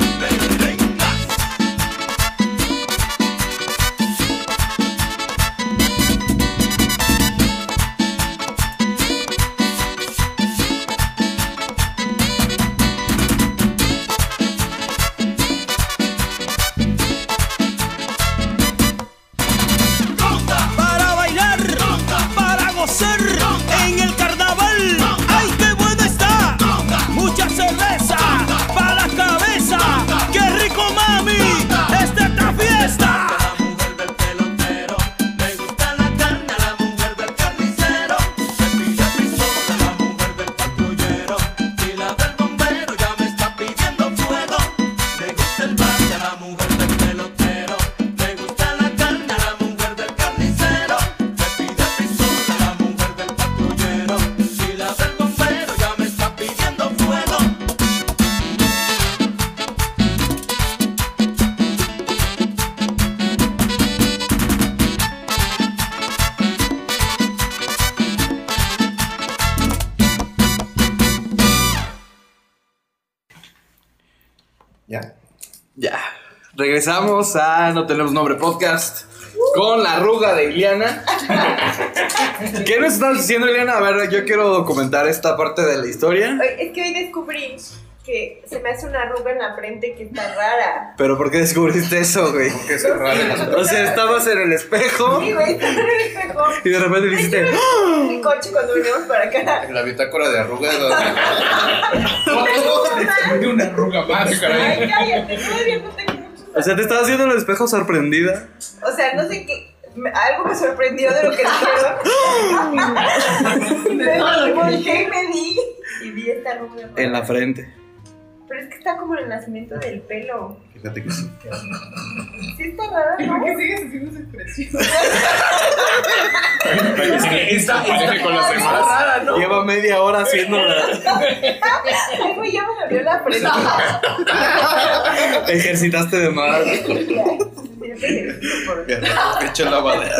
Speaker 12: Para bailar, para gozar en el carnaval. ¡Ay, qué bueno está! Mucha cerveza para la cabeza. ¡Qué rico, mami! ¡Esta es la fiesta!
Speaker 5: Ya. Ya. Regresamos a No Tenemos Nombre Podcast con la arruga de Iliana. ¿Qué nos estás diciendo, Iliana? A ver, yo quiero documentar esta parte de la historia.
Speaker 10: Oye, Es que hoy descubrí que se me hace una arruga en la frente que está rara.
Speaker 5: Pero ¿por qué descubriste eso, güey? O sea, estabas en el espejo
Speaker 10: Sí, güey, está en el espejo.
Speaker 5: y de repente dijiste,
Speaker 10: En el coche cuando veníamos para acá.
Speaker 9: La bitácora de arrugas.
Speaker 6: De una arruga más, caray.
Speaker 10: Ay, cállate, todavía no tengo muchos.
Speaker 5: o sea, te estabas viendo en el espejo sorprendida.
Speaker 10: O sea, no sé qué. me- Algo me sorprendió de lo que dijeron. me volteé y me vi. Y vi esta arruga.
Speaker 5: En la frente.
Speaker 10: Pero es que está como en el nacimiento del pelo.
Speaker 9: Fíjate que sí.
Speaker 10: Sí, está raro,
Speaker 8: ¿Y por
Speaker 10: ¿no?
Speaker 8: qué sigues haciendo esa expresión?
Speaker 5: Es que esta- esta-
Speaker 10: Ah,
Speaker 5: Lleva media hora haciendo
Speaker 10: Ay, güey, ya me abrió la frente.
Speaker 5: Te ejercitaste de más.
Speaker 11: Hecho lavadero.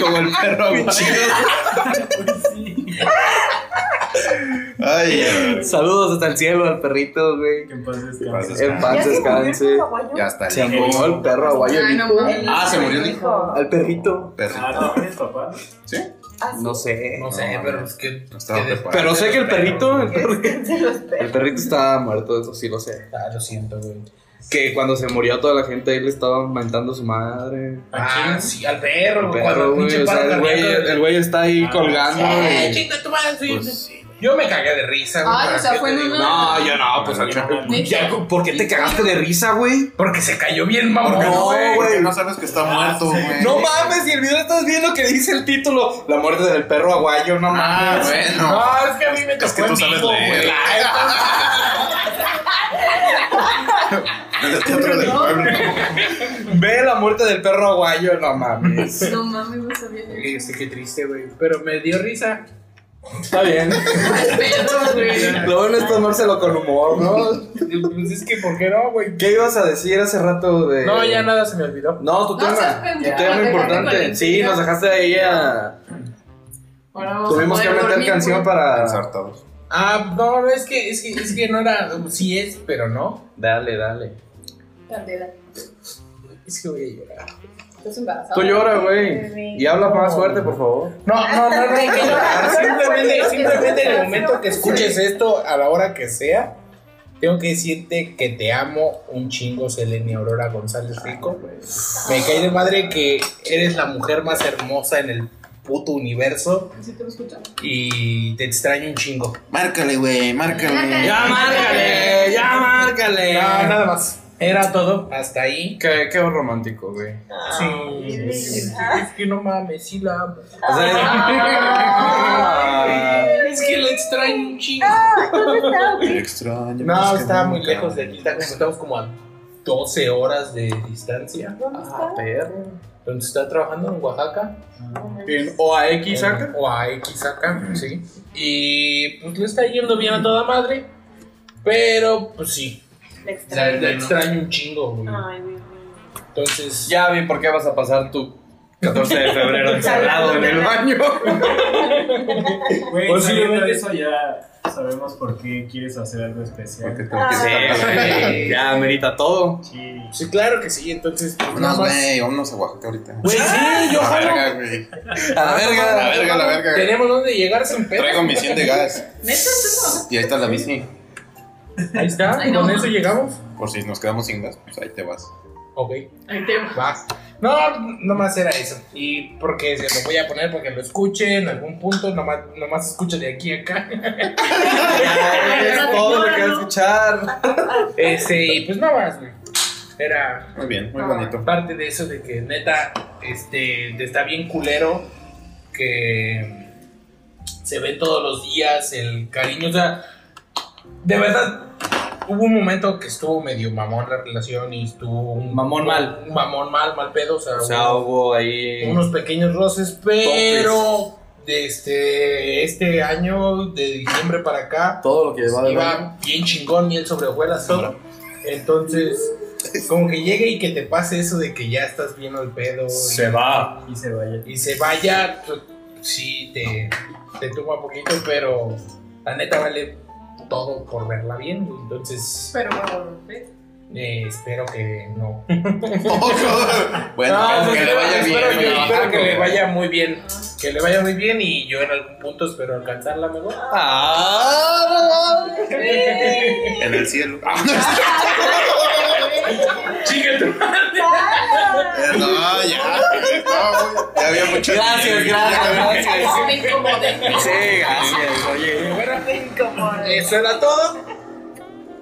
Speaker 5: Como el perro Ay, saludos hasta el cielo al perrito, güey. Que en paz descanse.
Speaker 9: Ah.
Speaker 5: En paz descanse.
Speaker 9: Ya está.
Speaker 5: Se murió el perro aguayo. el hijo.
Speaker 9: Ah, se murió el
Speaker 10: hijo.
Speaker 5: Al perrito.
Speaker 6: Ah.
Speaker 9: Perrito.
Speaker 7: Ah, papá?
Speaker 9: Pues, ¿Sí?
Speaker 5: No sé.
Speaker 6: No sé, pero es que.
Speaker 9: No estaba preparado.
Speaker 5: Pero sé que el perrito, el perrito,
Speaker 10: Pero
Speaker 5: el perrito estaba muerto, eso sí lo sé.
Speaker 6: Ah, lo siento, güey.
Speaker 5: Que cuando se murió toda la gente ahí le estaba mentando su madre.
Speaker 6: Ah, sí, al perro,
Speaker 5: El
Speaker 6: güey.
Speaker 5: perro, güey. O sea, el güey, el güey está ahí colgando.
Speaker 6: Eh,
Speaker 5: y-
Speaker 6: chinga tu madre, sí. Yo me cagué de risa, güey.
Speaker 8: Ay,
Speaker 6: ¿para
Speaker 8: o sea,
Speaker 6: qué
Speaker 8: fue
Speaker 6: te
Speaker 8: en
Speaker 6: digo?
Speaker 8: una-
Speaker 5: No, yo no, pues al- ya, ¿Por qué te cagaste de risa, güey?
Speaker 6: Porque se cayó bien, mamón.
Speaker 5: No, güey.
Speaker 9: No sabes que está
Speaker 6: Ah,
Speaker 9: muerto, güey.
Speaker 5: No mames, y el video estás viendo que dice el título La muerte del perro aguayo, no mames.
Speaker 9: Ah, bueno.
Speaker 6: Ah, No, es que a mí me tocó
Speaker 9: Es que tú
Speaker 6: en
Speaker 9: sabes
Speaker 6: vivo,
Speaker 9: leer.
Speaker 6: güey.
Speaker 9: En el teatro del pueblo.
Speaker 5: Ve la muerte del perro aguayo, no mames.
Speaker 8: No mames, no sabía yo.
Speaker 6: Yo sé qué triste, güey. Pero me dio risa.
Speaker 5: Está bien.
Speaker 8: Pero, güey.
Speaker 5: Lo bueno es tomárselo con humor, ¿no?
Speaker 6: Pues es que, ¿por qué no, güey?
Speaker 5: ¿Qué ibas a decir hace rato de.?
Speaker 6: No, ya nada se me olvidó.
Speaker 5: No, tu
Speaker 8: No seas
Speaker 5: tema.
Speaker 8: pendejo,
Speaker 5: Tu tema
Speaker 8: déjate con
Speaker 5: importante.
Speaker 8: el
Speaker 5: Sí,
Speaker 8: tema.
Speaker 5: nos dejaste ahí a.
Speaker 8: Ahora vamos a
Speaker 5: Tuvimos que
Speaker 8: poder
Speaker 5: meter
Speaker 8: dormir,
Speaker 5: canción
Speaker 8: güey.
Speaker 5: para.
Speaker 9: Ensartados.
Speaker 6: Ah, no, no, es que, es que, es que no era. Sí es, pero no.
Speaker 5: Dale, dale.
Speaker 8: Candela,
Speaker 6: Es que voy a llorar.
Speaker 8: estás embarazada.
Speaker 5: Tú llora, güey. Y habla
Speaker 8: Oh.
Speaker 5: más fuerte, por favor.
Speaker 6: No, no, no, no hay que llorar. Simplemente, simplemente en el momento que escuches esto, a la hora que sea, tengo que decirte que te amo un chingo, Selene Aurora González Rico. Me cae de madre que eres la mujer más hermosa en el puto universo
Speaker 8: ¿Sí te lo escuchas?
Speaker 6: y te extraño un chingo.
Speaker 9: Márcale, güey, márcale.
Speaker 8: Ya,
Speaker 5: márcale, ya márcale.
Speaker 6: No, nada más. Era todo. Hasta ahí.
Speaker 5: Qué, qué romántico, güey.
Speaker 6: Sí. Es que no mames, sí la amo.
Speaker 5: O sea,
Speaker 6: Es que la extraño un chingo.
Speaker 9: Te extraño.
Speaker 6: No,
Speaker 9: más que
Speaker 6: estaba muy
Speaker 9: nunca.
Speaker 6: lejos de aquí. Está como, estamos como a 12 horas de distancia. Ah, perro. Donde está trabajando en Oaxaca.
Speaker 5: en OAX saca.
Speaker 6: O a Oaxaca, sí. Y pues le está yendo bien a toda madre. Pero, pues sí. La
Speaker 10: Le extraño.
Speaker 6: verdad, extraño un chingo, güey.
Speaker 8: Ah.
Speaker 10: Ay, mi amor.
Speaker 6: Entonces.
Speaker 5: Ya vi por qué vas a pasar tu 14 de febrero encerrado en el baño.
Speaker 7: Güey,
Speaker 6: Pues sí,
Speaker 7: sabiendo
Speaker 6: güey.
Speaker 7: eso ya sabemos por qué quieres hacer algo especial.
Speaker 9: Porque tengo que
Speaker 10: Ah.
Speaker 5: Sí, ya merita todo.
Speaker 7: Sí.
Speaker 6: Sí, claro que sí. Entonces, pues, nada
Speaker 9: Vámonos,
Speaker 6: más.
Speaker 9: güey. Vámonos a Oaxaca ahorita.
Speaker 6: Güey, sí, yo
Speaker 9: A la
Speaker 6: jalo. Ah,
Speaker 9: verga, güey.
Speaker 5: A la
Speaker 9: A la
Speaker 5: verga.
Speaker 9: verga, a la verga.
Speaker 6: Tenemos donde llegar sin pedo.
Speaker 9: Traigo mi 100 de gas.
Speaker 8: ¿Neta? ¿Tú
Speaker 9: Y ahí está la bici.
Speaker 6: Ahí está,
Speaker 8: Ay, no.
Speaker 6: con eso llegamos.
Speaker 9: Por si nos quedamos sin gas, pues ahí te vas.
Speaker 6: Ok,
Speaker 8: no? Ahí te va.
Speaker 6: vas. No, nomás era eso. Y porque se lo voy a poner porque lo escuche en algún punto. Nomás, nomás escucha de aquí a acá.
Speaker 8: Ah,
Speaker 5: Es todo lo que vas a escuchar.
Speaker 6: Este, y pues nada más, güey. Era
Speaker 9: Muy bien, muy bonito.
Speaker 6: parte de eso de que neta, este, de está bien culero que se ve todos los días el cariño, o sea, de verdad hubo un momento que estuvo medio mamón la relación y estuvo un
Speaker 5: Mamón mal.
Speaker 6: un mamón mal, mal pedo, o sea,
Speaker 5: O sea,
Speaker 6: hubo
Speaker 5: hubo ahí.
Speaker 6: unos pequeños roces, pero de este este año de diciembre para acá
Speaker 5: Todo lo que lleva del baño.
Speaker 6: iba bien chingón, miel sobre hojuelas, todo. Entonces, como que llegue y que te pase eso de que ya estás bien al pedo. y-
Speaker 5: va.
Speaker 7: Y se vaya.
Speaker 6: Y se vaya, pues, sí, te, te tumba un poquito, pero la neta vale todo por verla bien. güey. Entonces,
Speaker 8: Pero bueno, ¿ves?
Speaker 6: eh, espero que no.
Speaker 9: Oh, bueno,
Speaker 6: No,
Speaker 9: que le
Speaker 6: espero-
Speaker 9: vaya bien.
Speaker 6: Ah, espero que-
Speaker 9: güey.
Speaker 6: espero que le vaya muy bien. Que le vaya muy bien y yo en algún punto espero alcanzarla mejor.
Speaker 9: En el cielo. no, ya. No, güey. Ya había mucho.
Speaker 5: Gracias, gracias, gracias.
Speaker 8: Me incomodé.
Speaker 5: Sí, gracias, oye.
Speaker 10: Me incomoda.
Speaker 6: Eh, Eso era todo. Eh,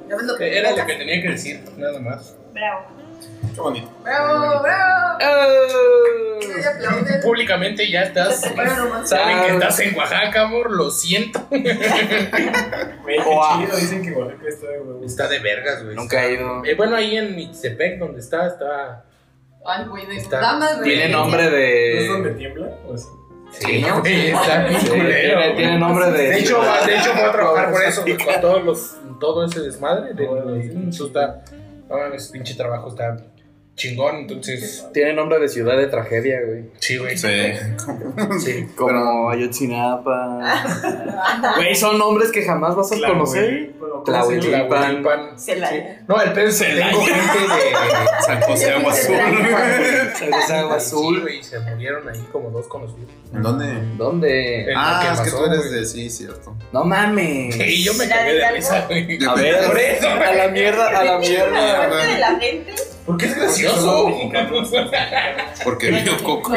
Speaker 8: Ya ves lo que
Speaker 6: Era lo
Speaker 8: pasa.
Speaker 6: que tenía que decir, nada más.
Speaker 10: Bravo.
Speaker 9: Qué bonito.
Speaker 10: Bravo, bravo.
Speaker 5: Ah.
Speaker 6: Públicamente ya estás. Saben que estás en Oaxaca, amor. Lo siento.
Speaker 7: Güey, qué chido, dicen que Oaxaca está de huevo.
Speaker 6: Está de vergas, güey.
Speaker 5: Nunca he ido.
Speaker 6: Eh, bueno, ahí en Mixtepec, donde está, está.
Speaker 8: Ay, güey, de
Speaker 6: Está-
Speaker 8: damas, güey.
Speaker 5: Tiene nombre
Speaker 7: ¿No es
Speaker 5: de.
Speaker 7: donde tiembla? ¿O sí?
Speaker 6: Sí, güey, está bien
Speaker 5: Sí,
Speaker 6: culero,
Speaker 5: tiene,
Speaker 6: güey.
Speaker 5: tiene nombre de.
Speaker 6: De hecho, va- de hecho voy a trabajar por eso, güey, con todos los, todo ese desmadre. De, eso está, no mames, pinche trabajo está chingón, entonces.
Speaker 5: Tiene nombre de ciudad de tragedia, güey.
Speaker 6: Sí, güey.
Speaker 9: Sí.
Speaker 5: Sí, como Ayotzinapa. Güey, son nombres que jamás vas a conocer. Tlahuelipan.
Speaker 6: Tlahuelipan.
Speaker 10: Se la.
Speaker 6: No, el pedo es que tengo gente de
Speaker 9: San José Agua Azul.
Speaker 5: San José Agua
Speaker 6: Sí,
Speaker 5: Azul.
Speaker 6: güey, se murieron ahí como dos conocidos.
Speaker 9: ¿En dónde?
Speaker 5: ¿Dónde?
Speaker 6: En la
Speaker 9: Ah, es que
Speaker 6: quemazón,
Speaker 9: tú eres
Speaker 6: güey.
Speaker 9: de. Sí, cierto.
Speaker 5: No mames.
Speaker 6: Sí, yo me
Speaker 10: ¿La
Speaker 6: cagué
Speaker 10: de
Speaker 6: de
Speaker 10: Hidalgo?
Speaker 6: risa, güey.
Speaker 5: A ver,
Speaker 6: Por eso,
Speaker 5: a la mierda, a la
Speaker 10: La
Speaker 5: mierda.
Speaker 10: muerte de la gente.
Speaker 6: ¿Por qué es gracioso?
Speaker 9: Porque vio Coco.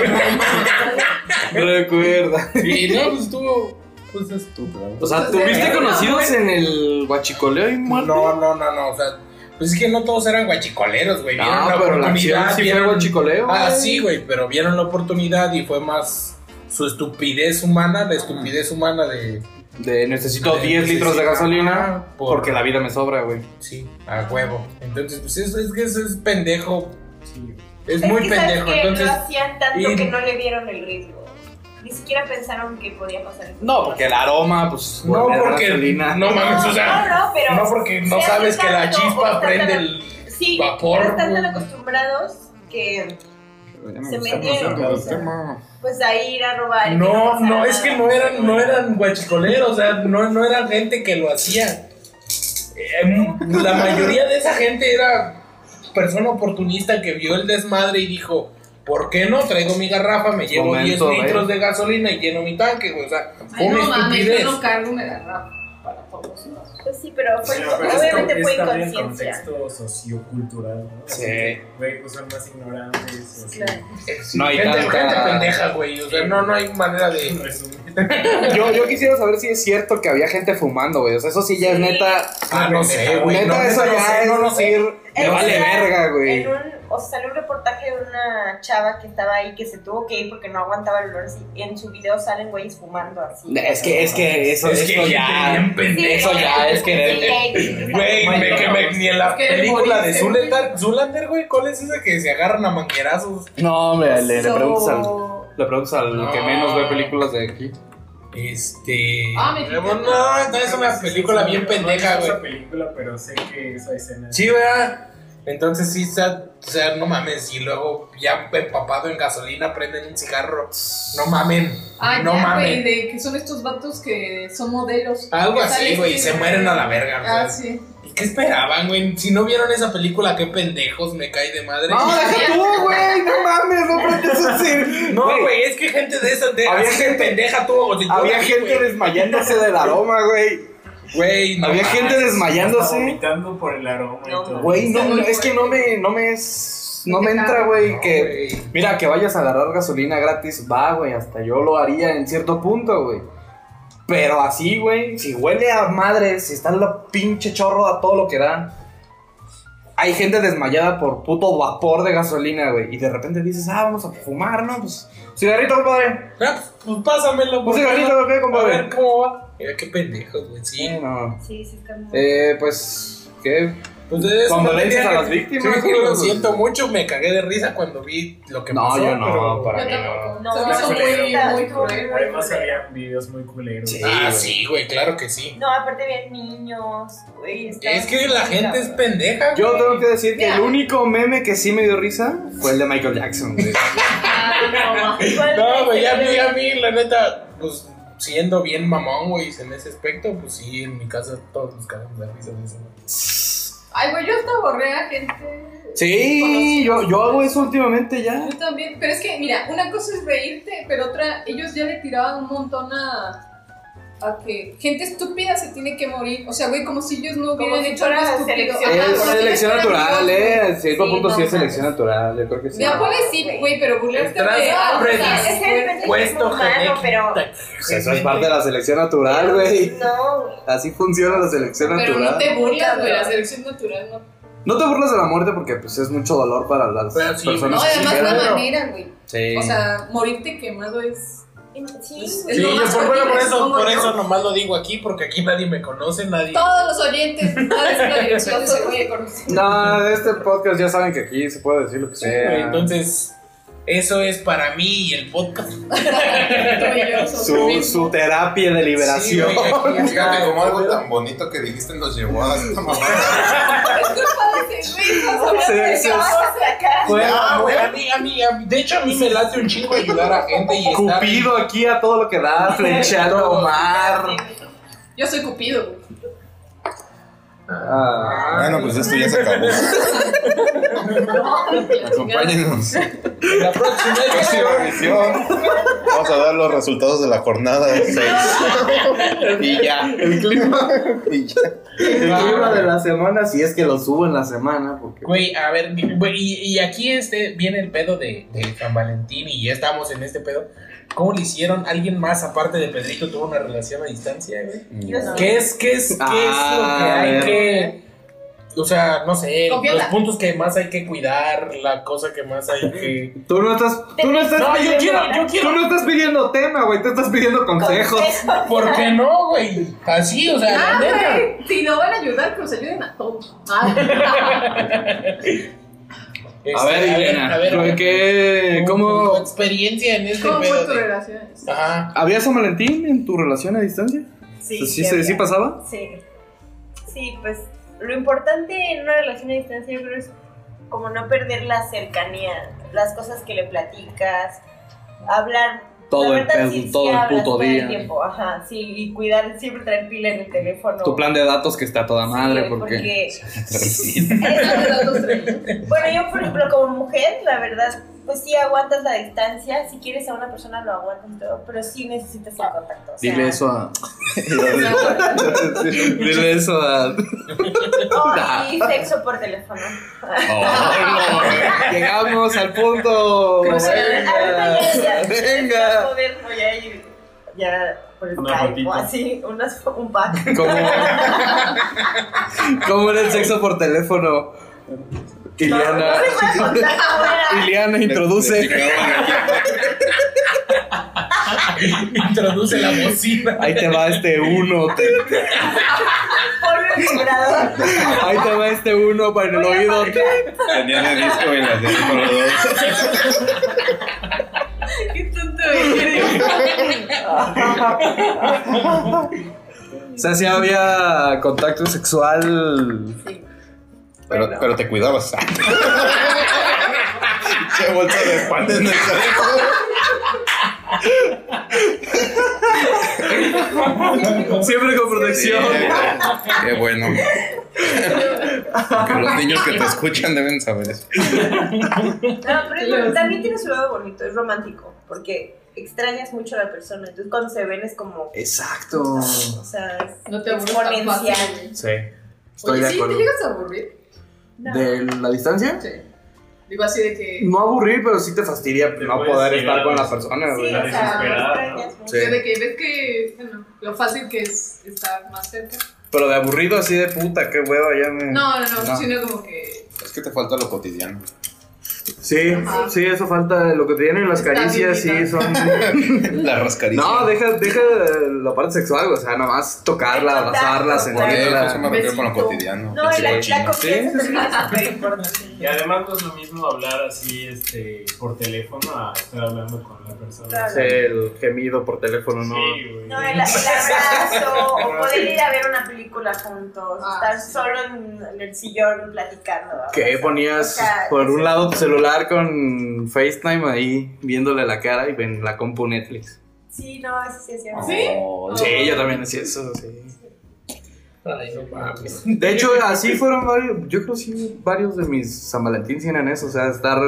Speaker 5: Recuerda.
Speaker 6: Y no, pues estuvo. Pues estúpido.
Speaker 5: O sea, ¿tuviste conocidos en el guachicoleo y
Speaker 6: No,
Speaker 5: muerte?
Speaker 6: no, no, no. O sea, pues es que no todos eran guachicoleros, güey. Vieron la
Speaker 5: Ah, pero la acción
Speaker 6: oportunidad.
Speaker 5: sí fue
Speaker 6: vieron-
Speaker 5: guachicoleo.
Speaker 6: Ah,
Speaker 5: güey.
Speaker 6: sí, güey, pero vieron la oportunidad y fue más su estupidez humana, la estupidez humana de.
Speaker 5: De necesito
Speaker 6: De
Speaker 5: 10 litros de
Speaker 6: necesito-
Speaker 5: gasolina
Speaker 6: Ah, por-
Speaker 5: porque la vida me sobra, güey.
Speaker 6: Sí, a huevo. Entonces, pues es, es que eso es pendejo.
Speaker 7: Sí.
Speaker 6: Es muy
Speaker 10: que, ¿sabes
Speaker 6: pendejo.
Speaker 10: qué?
Speaker 6: Entonces,
Speaker 10: No hacían tanto
Speaker 6: y-
Speaker 10: que no le dieron el riesgo. Ni siquiera pensaron que podía pasar.
Speaker 5: No, porque el aroma, pues.
Speaker 6: no
Speaker 5: volver a
Speaker 6: porque.
Speaker 5: gasolina.
Speaker 6: No mames, o sea.
Speaker 10: no, no, pero.
Speaker 6: No porque no
Speaker 10: se
Speaker 6: sabes que la
Speaker 10: hacen tanto,
Speaker 6: chispa
Speaker 10: o sea,
Speaker 6: prende
Speaker 10: tan-
Speaker 6: el.
Speaker 10: Sí,
Speaker 6: vapor,
Speaker 10: pero están tan
Speaker 6: güey.
Speaker 10: acostumbrados que. Se metieron.
Speaker 9: metieron.
Speaker 10: Pues a ir a robar. y que
Speaker 6: No,
Speaker 10: pasara
Speaker 6: no, es
Speaker 10: nada.
Speaker 6: que no eran, no eran guachicoleros, o sea, no, no era gente que lo hacía. Eh, La mayoría de esa gente era persona oportunista que vio el desmadre y dijo, ¿por qué no? Traigo mi garrafa, me llevo
Speaker 5: Momento,
Speaker 6: 10 litros
Speaker 5: ¿eh?
Speaker 6: de gasolina y lleno mi tanque, güey, o sea, fue
Speaker 8: pues, Ay,
Speaker 6: una
Speaker 8: no mames,
Speaker 6: estupidez.
Speaker 8: yo no cargo una garrafa para todos lados.
Speaker 10: Pues sí, pero fue.
Speaker 7: Pero es
Speaker 10: obviamente
Speaker 7: con-
Speaker 10: fue
Speaker 7: es también el
Speaker 10: inconsciencia.
Speaker 7: contexto sociocultural, ¿no?
Speaker 5: Sí.
Speaker 7: Güey, pues son más ignorantes. así.
Speaker 10: Claro.
Speaker 5: No hay
Speaker 6: gente,
Speaker 5: tanta-
Speaker 6: gente pendeja, güey, o sea, no, no hay manera
Speaker 7: En
Speaker 6: de...
Speaker 7: resumen.
Speaker 5: Yo, yo quisiera saber si es cierto que había gente fumando, güey. O sea, eso sí ya es
Speaker 10: Sí.
Speaker 5: neta.
Speaker 6: Ah, no sé, güey,
Speaker 5: neta,
Speaker 6: no,
Speaker 5: eso
Speaker 6: no
Speaker 5: ya
Speaker 6: sé,
Speaker 5: es
Speaker 6: no, no sé.
Speaker 5: decir. Me
Speaker 10: En
Speaker 5: vale
Speaker 10: una-
Speaker 5: verga, güey.
Speaker 10: En un, o sea, salió un reportaje de una chava que estaba ahí que se tuvo que ir porque no aguantaba el olor. así, y En su video salen güeyes fumando así.
Speaker 5: Es que, es que eso,
Speaker 6: Es que
Speaker 5: eso
Speaker 6: gente
Speaker 5: ya.
Speaker 6: bien pendeja.
Speaker 5: eso ya es que-
Speaker 6: Güey, me- que me- ni en la
Speaker 8: Que
Speaker 6: película de
Speaker 8: morirse,
Speaker 6: Zulander, Zulander, güey, ¿cuál es esa que se agarran a manguerazos?
Speaker 5: No, hombre, le, le preguntas al.
Speaker 10: al.
Speaker 5: Le preguntas al que menos ve películas de aquí.
Speaker 6: Este.
Speaker 8: Ah, mexicana.
Speaker 6: no, no, es una película bien pendeja,
Speaker 7: No he visto
Speaker 6: güey.
Speaker 7: esa película, pero sé que esa escena.
Speaker 6: Sí, ¿verdad? Entonces sí, está- o sea, no mames. Y luego ya empapado en gasolina prenden un cigarro. No mamen.
Speaker 8: Ah,
Speaker 6: no
Speaker 8: ya, güey,
Speaker 6: mamen.
Speaker 8: de que son estos vatos que son modelos.
Speaker 6: Algo
Speaker 8: Que
Speaker 6: así,
Speaker 8: salen
Speaker 6: güey.
Speaker 8: sin-
Speaker 6: Se mueren a la verga. o sea.
Speaker 8: Ah, sí.
Speaker 6: ¿Qué esperaban, güey? Si no vieron esa película, qué pendejos me cae de madre.
Speaker 5: No, deja tú, güey. No mames, no pretendes decir.
Speaker 6: No, güey, es que gente de esa. De,
Speaker 5: Había
Speaker 6: así de pendeja tú. o sea, yo
Speaker 5: Había
Speaker 6: la vi,
Speaker 5: gente
Speaker 6: güey.
Speaker 5: desmayándose del aroma, güey.
Speaker 6: Güey, no
Speaker 5: Había
Speaker 6: mames.
Speaker 5: gente
Speaker 7: Está
Speaker 5: desmayándose.
Speaker 7: vomitando por el aroma y
Speaker 10: No,
Speaker 7: todo.
Speaker 5: Güey, no,
Speaker 8: Está muy
Speaker 5: es que no me, no me, es- no me entra, güey.
Speaker 6: No,
Speaker 5: Que,
Speaker 6: güey.
Speaker 5: mira, que vayas a agarrar gasolina gratis, va, güey. Hasta yo lo haría en cierto punto, güey. Pero así, güey, si huele a madre, si está en la pinche chorro a todo lo que da. Hay gente desmayada por puto vapor de gasolina, güey. Y de repente dices, ah, vamos a fumar, ¿no? Pues, cigarrito, compadre.
Speaker 6: Ah, pues pásamelo,
Speaker 5: Un
Speaker 6: ¿por qué
Speaker 5: cigarrito, ¿qué,
Speaker 6: no? A
Speaker 5: compadre?
Speaker 6: ver cómo va. Mira, qué pendejos, güey. Sí,
Speaker 5: Sí, no.
Speaker 10: Sí, sí, está muy.
Speaker 5: Eh, pues, ¿qué?
Speaker 6: Pues es
Speaker 5: Cuando
Speaker 6: como
Speaker 5: le dices
Speaker 6: tenía
Speaker 5: a
Speaker 6: que-
Speaker 5: las víctimas,
Speaker 6: Sí,
Speaker 5: güey,
Speaker 6: lo
Speaker 5: pues-
Speaker 6: siento mucho, me cagué de risa cuando vi lo que
Speaker 5: No,
Speaker 6: pasó.
Speaker 5: yo no,
Speaker 6: pero-
Speaker 5: para
Speaker 8: Yo
Speaker 5: mí
Speaker 8: tampoco.
Speaker 10: No,
Speaker 8: Se me hizo
Speaker 10: no,
Speaker 8: muy,
Speaker 10: no,
Speaker 8: muy
Speaker 10: no,
Speaker 8: cruel.
Speaker 7: Además, había videos muy culeros.
Speaker 5: Sí.
Speaker 6: Ah,
Speaker 5: güey.
Speaker 6: sí, güey, claro que sí.
Speaker 10: No, aparte bien niños, güey. estaba
Speaker 6: Es que
Speaker 10: muy
Speaker 6: la
Speaker 10: bonita,
Speaker 6: gente es
Speaker 10: güey.
Speaker 6: pendeja,
Speaker 5: Yo
Speaker 6: güey.
Speaker 5: tengo que decir que el
Speaker 8: Mira.
Speaker 5: único meme que sí me dio risa fue el de Michael Jackson, güey.
Speaker 10: Ah, no,
Speaker 6: No, güey, ya vi a mí, la neta, pues siendo bien mamón, güey, en ese aspecto, pues sí, en mi casa todos nos cagamos de risa de eso. güey.
Speaker 8: Ay, güey, yo hasta borré a gente.
Speaker 5: Sí, yo, yo hago eso últimamente ya.
Speaker 8: Yo también, pero es que, mira, una cosa es reírte, pero otra, ellos ya le tiraban un montón a, a que gente estúpida se tiene que morir. O sea, güey, como si ellos no hubieran
Speaker 10: si
Speaker 8: hecho algo
Speaker 10: fuera
Speaker 8: estúpido.
Speaker 10: selección
Speaker 8: Ajá,
Speaker 10: Ah,
Speaker 5: Es
Speaker 8: como si fueran
Speaker 5: selección
Speaker 8: amigos.
Speaker 5: natural, eh. En cierto
Speaker 10: Sí,
Speaker 5: punto
Speaker 10: no
Speaker 5: sí es
Speaker 10: mames.
Speaker 5: selección natural, yo creo que sí.
Speaker 8: Me apoyes, sí, güey, pero burlarte de
Speaker 6: Tras-
Speaker 8: algo
Speaker 6: hombre,
Speaker 8: tan
Speaker 10: Es el
Speaker 8: fuerte.
Speaker 6: Puesto
Speaker 10: humano,
Speaker 6: genético.
Speaker 10: pero.
Speaker 5: Pues eso es parte de la selección natural, güey.
Speaker 10: No, güey.
Speaker 5: Así funciona la selección
Speaker 8: pues, Pero no
Speaker 5: natural.
Speaker 8: te burlas, güey, la selección natural no.
Speaker 5: No te burlas de la muerte porque pues es mucho dolor para las personas
Speaker 8: No,
Speaker 5: que
Speaker 8: además
Speaker 5: sufrieron.
Speaker 8: la manera, güey.
Speaker 5: Sí.
Speaker 8: O sea, morirte quemado es.
Speaker 10: Sí,
Speaker 8: es,
Speaker 6: Sí,
Speaker 8: lo
Speaker 6: yo
Speaker 8: más
Speaker 6: por, bueno, por
Speaker 8: horrible,
Speaker 6: eso,
Speaker 8: ¿cómo
Speaker 6: por
Speaker 8: no?
Speaker 6: eso nomás lo digo aquí, porque aquí nadie me conoce, nadie.
Speaker 8: Todos los oyentes, nadie es maravilloso, güey, con-
Speaker 5: No, de este podcast ya saben que aquí se puede decir lo que sea.
Speaker 6: güey, entonces, eso es para mí y el podcast.
Speaker 5: su, su terapia de liberación.
Speaker 9: Fíjate cómo algo tan bonito que dijiste nos llevó a
Speaker 6: Ah.
Speaker 9: esta
Speaker 8: Es culpa de ese güey, no sabes
Speaker 6: Sí,
Speaker 8: qué
Speaker 6: sí,
Speaker 8: vas a sacar.
Speaker 6: Fue-
Speaker 8: No,
Speaker 6: fue
Speaker 8: güey.
Speaker 6: Ah, a mí, a mí, a mí- de hecho, a mí me late un chingo ayudar a gente y estar-
Speaker 5: Cupido aquí a todo lo que da, flechando a Omar.
Speaker 8: Yo soy Cupido, güey.
Speaker 5: Ah.
Speaker 9: Bueno, pues esto ya se acabó. Acompáñenos.
Speaker 6: La próxima
Speaker 9: edición. Vamos a dar los resultados de la jornada 6. Y ya.
Speaker 5: El clima.
Speaker 9: Y ya.
Speaker 5: El clima de la semana, si es que lo subo en la semana, porque.
Speaker 6: Güey, a ver, mi- güey, y, y aquí este viene el pedo de, de San Valentín y ya estamos en este pedo. ¿Cómo le hicieron? ¿Alguien más aparte de Pedrito tuvo una relación a distancia, güey?
Speaker 10: No.
Speaker 6: ¿Qué es, qué es, qué
Speaker 5: Ah,
Speaker 6: es lo que
Speaker 5: a
Speaker 6: hay que... O sea, no sé,
Speaker 8: Confiesa.
Speaker 6: los puntos que más hay que cuidar, la cosa que más hay que...
Speaker 5: Tú no estás, tú no estás
Speaker 6: No, yo
Speaker 5: pidiendo.
Speaker 6: quiero, yo quiero.
Speaker 5: Tú no estás pidiendo tema, güey. Tú estás pidiendo consejos.
Speaker 6: ¿Por qué no, güey? Así, o sea, la
Speaker 8: Ah,
Speaker 6: neta.
Speaker 8: güey, Si no van a ayudar, que nos ayuden a todos. Ah,
Speaker 6: Este, a ver,
Speaker 5: ¿con qué-
Speaker 6: tu-
Speaker 5: ¿Cómo
Speaker 6: tu experiencia en este
Speaker 8: ¿Cómo
Speaker 6: pedo?
Speaker 8: fue tu
Speaker 6: de-
Speaker 8: relación?
Speaker 6: Ajá.
Speaker 5: había San Valentín en tu relación a distancia?
Speaker 10: Sí,
Speaker 5: pues ¿Sí, se- sí
Speaker 10: había.
Speaker 5: pasaba?
Speaker 10: Sí. Sí, pues lo importante en una relación a distancia yo creo es como no perder la cercanía, las cosas que le platicas, hablar
Speaker 5: Todo
Speaker 10: la
Speaker 5: el
Speaker 10: verdad,
Speaker 5: pedo,
Speaker 10: sí, sí
Speaker 5: todo el
Speaker 10: hablas
Speaker 5: puto
Speaker 10: todo el
Speaker 5: día.
Speaker 10: tiempo, ajá, sí, y cuidar siempre traer pila en el teléfono.
Speaker 5: Tu plan de datos que está toda
Speaker 10: Sí,
Speaker 5: madre, porque.
Speaker 10: porque
Speaker 8: Esa de las dos, tres.
Speaker 10: Bueno, yo por ejemplo como mujer, la verdad, pues sí aguantas la distancia, si quieres a una persona lo aguantas y todo, pero sí necesitas el contacto. o sea,
Speaker 5: Dile eso a. Dile eso a.
Speaker 10: oh, y sexo por teléfono.
Speaker 5: Llegamos al punto.
Speaker 10: Pero bueno,
Speaker 5: Venga.
Speaker 10: ahorita ya- ya-
Speaker 5: Venga.
Speaker 10: Joder, voy a ir ya por
Speaker 5: Una
Speaker 10: Skype
Speaker 5: fotito.
Speaker 10: o pues, así, unas, un pack.
Speaker 5: ¿Cómo? ¿Cómo era el sexo por teléfono? Iliana.
Speaker 10: No, no les voy a contar cómo era.
Speaker 5: Iliana
Speaker 9: Este,
Speaker 5: introduce.
Speaker 6: Introduce la bocina.
Speaker 5: Ahí te va este uno. te-
Speaker 10: Ponme el vibrador.
Speaker 5: ahí te va este uno para el oído.
Speaker 9: Tenían el disco y las de número 2.
Speaker 8: Qué tonto eres.
Speaker 5: O sea, si había contacto sexual.
Speaker 9: Pero, pero te cuidabas. Che bolsa de pan en el
Speaker 5: Siempre con protección.
Speaker 9: Qué bueno. Que los niños que te escuchan deben saber eso.
Speaker 10: No, pero también tiene su lado bonito, es romántico, porque extrañas mucho a la persona, entonces cuando se ven es como,
Speaker 5: Exacto.
Speaker 10: o sea, es
Speaker 8: No te aburres tan fácil.
Speaker 10: exponencial.
Speaker 5: Sí. Estoy
Speaker 8: Oye,
Speaker 5: de
Speaker 8: ¿sí te
Speaker 5: acuerdo.
Speaker 8: llegas a aburrir?
Speaker 5: ¿De la distancia?
Speaker 8: Digo así de que.
Speaker 5: No aburrir, pero sí te fastidia no
Speaker 7: puedes
Speaker 5: poder
Speaker 7: llegar
Speaker 5: estar con
Speaker 7: a-
Speaker 5: la persona,
Speaker 10: Sí,
Speaker 5: güey.
Speaker 10: o sea, lo
Speaker 7: pues, desesperada,
Speaker 10: extrañas mucho.
Speaker 5: Sí.
Speaker 8: De que ves que. Bueno, lo fácil que es estar más cerca.
Speaker 5: Pero de aburrido así de puta, qué hueva, ya me.
Speaker 8: No, no, no,
Speaker 5: No.
Speaker 8: sino como que.
Speaker 9: Es que te falta lo cotidiano.
Speaker 5: Sí,
Speaker 8: Ajá.
Speaker 5: sí, eso falta. Lo que te tienen las
Speaker 8: Está
Speaker 5: caricias, sí,
Speaker 8: limitado.
Speaker 5: son.
Speaker 9: La rascarilla.
Speaker 5: No, deja, deja la parte sexual, güey, o sea, nomás tocarla,
Speaker 10: Contacto,
Speaker 5: abrazarla,
Speaker 9: Por eso me
Speaker 5: sentirla.
Speaker 9: refiero con lo
Speaker 8: Besito.
Speaker 9: cotidiano.
Speaker 10: No, y la, la
Speaker 9: Cochino.
Speaker 10: confianza también es súper importante.
Speaker 7: Y además no es lo mismo hablar así este, por teléfono a estar hablando con la persona.
Speaker 10: Claro.
Speaker 5: Sí, El gemido por teléfono, no.
Speaker 7: Sí, güey.
Speaker 10: No, eh. el, el abrazo, o poder ir a ver una película juntos,
Speaker 8: Ah,
Speaker 10: estar solo en, en el sillón platicando.
Speaker 5: Que
Speaker 10: abrazado.
Speaker 5: ponías
Speaker 10: O sea,
Speaker 5: por un
Speaker 10: ese-
Speaker 5: lado tu celular con FaceTime ahí, viéndole la cara y ven la compu Netflix.
Speaker 10: Sí, no, eso sí es cierto.
Speaker 8: ¿Sí?
Speaker 5: Oh, Sí, yo también hacía eso, sí.
Speaker 6: Ay, no mames.
Speaker 5: De hecho, así fueron varios, yo creo sí, varios de mis San Valentín sí eran eso, o sea, estar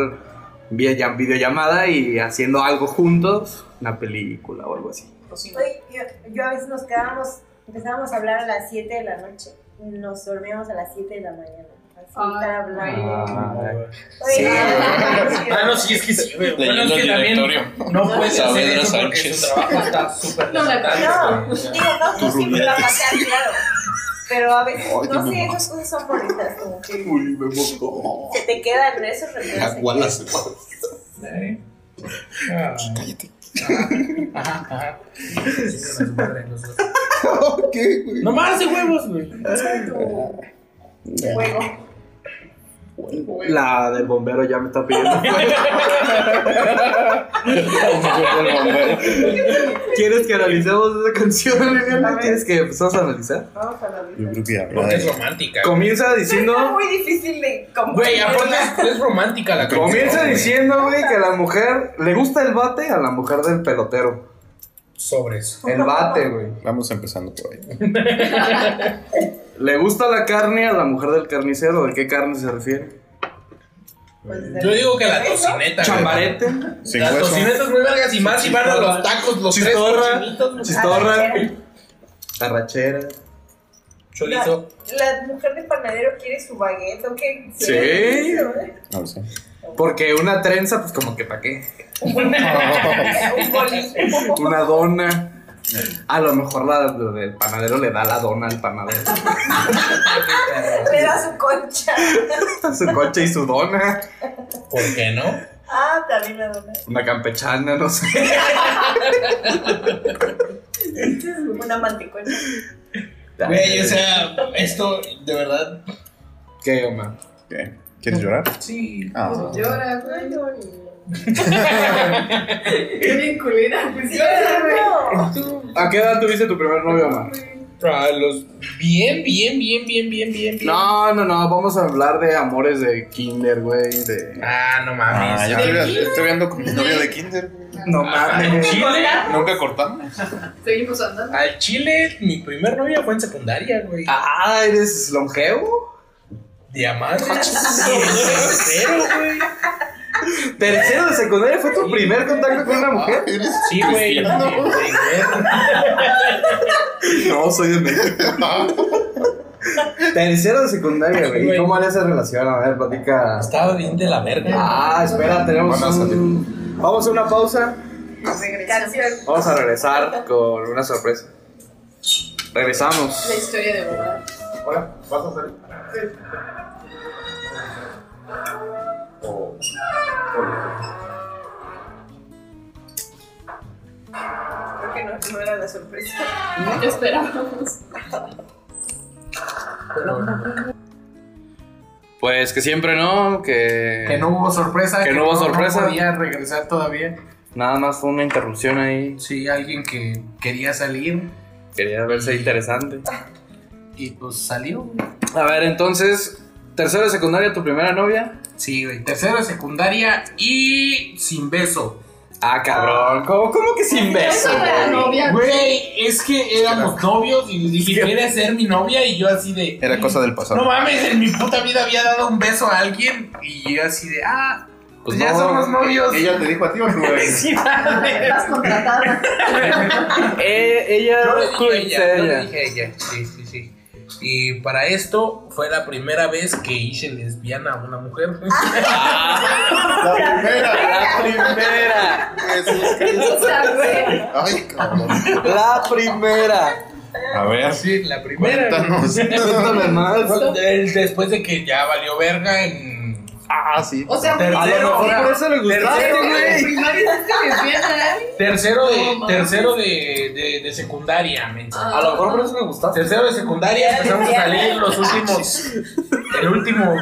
Speaker 5: vía llam- videollamada y haciendo algo juntos, una película o algo así.
Speaker 10: Oye, yo, yo a veces nos quedábamos, empezábamos a hablar a las 7 de la noche, nos dormíamos a las 7 de la mañana. Así,
Speaker 8: Ay,
Speaker 10: estar hablando. Oye,
Speaker 5: sí.
Speaker 6: Ah, no, sí, es que sí, güey. Bueno, es que
Speaker 9: Leyendo el
Speaker 6: también
Speaker 9: directorio.
Speaker 6: no puedes hacer
Speaker 9: Saavedra
Speaker 6: eso porque
Speaker 9: Sánchez.
Speaker 6: su trabajo está súper
Speaker 8: No, la-
Speaker 6: demandante,
Speaker 10: No,
Speaker 6: güey.
Speaker 10: pues, digo, no, tú siempre lo vas a hacer, claro. Pero a veces,
Speaker 11: Ay,
Speaker 10: no
Speaker 11: me
Speaker 10: sé,
Speaker 11: moco.
Speaker 10: esas cosas son bonitas, como que
Speaker 11: Uy, me mocó.
Speaker 10: se te quedan esos recuerdos.
Speaker 11: Agua la sopa.
Speaker 6: Cállate. Ajá, ajá. No más de huevos, güey.
Speaker 10: Fuego.
Speaker 5: La del bombero ya me está pidiendo. ¿Quieres que analicemos esa canción, Liliana? ¿Quieres que empezamos a analizar?
Speaker 10: Vamos a la vida.
Speaker 9: Yo creo que ya.
Speaker 6: Porque es romántica.
Speaker 5: Comienza diciendo.
Speaker 10: Está muy difícil de
Speaker 6: Güey, aparte es- es romántica la canción.
Speaker 5: Comienza
Speaker 6: güey.
Speaker 5: diciendo, güey, que a la mujer le gusta el bate a la mujer del pelotero.
Speaker 6: Sobres.
Speaker 5: El bate, güey.
Speaker 9: Vamos empezando por ahí.
Speaker 5: Le gusta la carne a la mujer del carnicero. ¿De qué carne se refiere?
Speaker 6: Yo digo que la tocineta. güey.
Speaker 5: Chambarete.
Speaker 9: Sin
Speaker 6: Las
Speaker 9: hueso.
Speaker 6: tocinetas muy largas y más si van a los tacos, los tres
Speaker 5: Chistorra.
Speaker 6: tocinitos, güey.
Speaker 5: Chistorra. Arrachera.
Speaker 10: La,
Speaker 6: Ah, Chorizo.
Speaker 10: la mujer del panadero quiere su baguette, ¿o qué?
Speaker 5: Sí.
Speaker 9: No lo sé.
Speaker 5: Porque una trenza, pues como que pa' qué.
Speaker 10: Un bolillo.
Speaker 5: Una dona. A lo mejor la la del panadero le da la dona al panadero.
Speaker 10: Le da su concha.
Speaker 5: su coche y su dona.
Speaker 6: ¿Por qué no?
Speaker 10: Ah, también la dona.
Speaker 5: Una campechana, no sé.
Speaker 10: Una mantecuela.
Speaker 6: Güey, o sea, esto de verdad.
Speaker 5: ¿Qué, Omar?
Speaker 9: ¿Qué? ¿Quieres llorar?
Speaker 6: Sí.
Speaker 9: Ah.
Speaker 8: Llora, güey. Qué bien culera, pues llora, güey.
Speaker 5: ¿A qué edad tuviste tu primer novio, Omar?
Speaker 6: A los bien, bien, bien, bien, bien, bien. bien.
Speaker 5: No, no, no. Vamos a hablar de amores de kinder, güey. De...
Speaker 6: Ah, no mames.
Speaker 9: Ah, yo
Speaker 6: Ah,
Speaker 9: estoy, yo estoy viendo con mi novia de kinder.
Speaker 5: No mames.
Speaker 6: ¿En Chile?
Speaker 9: Nunca cortamos.
Speaker 8: Seguimos andando.
Speaker 6: Al Chile, mi primer novia fue en secundaria, güey.
Speaker 5: Ah, ¿eres longevo?
Speaker 6: Diamante. Tercero, güey.
Speaker 5: ¿Tercero de secundaria fue tu primer contacto con una mujer?
Speaker 6: Sí, güey.
Speaker 5: No, soy de México. Tercero de secundaria, güey. ¿Y
Speaker 6: Güey.
Speaker 5: cómo era esa relación? A ver, platica.
Speaker 6: Estaba bien de la verga.
Speaker 5: Ah, espera, tenemos
Speaker 9: Van a salir.
Speaker 5: un... Vamos a una pausa.
Speaker 10: Canción.
Speaker 5: Vamos a regresar con una sorpresa. Regresamos.
Speaker 8: La historia de verdad.
Speaker 5: Hola, ¿vas a salir? Oh.
Speaker 10: Creo que no, no era la sorpresa.
Speaker 8: ¿Qué esperábamos?
Speaker 5: Pues que siempre no, que...
Speaker 6: Que no hubo sorpresa.
Speaker 5: Que no hubo sorpresa.
Speaker 6: No podía regresar todavía.
Speaker 5: Nada más fue una interrupción ahí.
Speaker 6: Sí, alguien que quería salir
Speaker 5: Quería verse interesante.
Speaker 6: y pues salió. güey.
Speaker 5: A ver, entonces, tercero de secundaria, tu primera novia.
Speaker 6: Sí, güey. Tercero de secundaria y sin beso.
Speaker 5: Ah, cabrón. ¿Cómo, cómo que sin beso?
Speaker 8: Esa era la novia.
Speaker 6: Güey, es que éramos novios y le dije, ¿quieres ser mi novia? Y yo así de...
Speaker 9: Era cosa del
Speaker 6: No
Speaker 9: pasado.
Speaker 6: mames, en mi puta vida había dado un beso a alguien y yo así de, ah,
Speaker 5: Pues
Speaker 6: pues ya
Speaker 5: no.
Speaker 6: somos novios.
Speaker 9: ¿Ella te dijo a ti o tú?
Speaker 6: Sí, madre.
Speaker 8: Estás contratada.
Speaker 5: Eh, ella,
Speaker 6: Yo le dije a ella, yo
Speaker 5: ella.
Speaker 6: le dije a ella, sí, sí, sí. Y para esto fue la primera vez que hice lesbiana a una mujer.
Speaker 8: Ah.
Speaker 9: La primera.
Speaker 5: La primera.
Speaker 9: Jesús Cristo.
Speaker 8: O sea, güey.
Speaker 9: Ay, cabrón.
Speaker 5: La primera.
Speaker 9: A ver.
Speaker 6: Sí, la primera.
Speaker 9: Cuéntanos.
Speaker 5: Cuéntame más.
Speaker 6: Él, Después de que ya valió verga en...
Speaker 9: Ah, sí.
Speaker 8: O sea,
Speaker 5: A lo mejor por eso le gustaste,
Speaker 8: En
Speaker 5: güey.
Speaker 8: primaria sí te desviaste, ¿eh?
Speaker 6: Tercero de,
Speaker 8: No, mames.
Speaker 6: tercero de, de, de secundaria, mensa.
Speaker 8: Ah.
Speaker 5: A lo mejor por eso le gustaste.
Speaker 6: Tercero de secundaria empezamos a salir los últimos. El último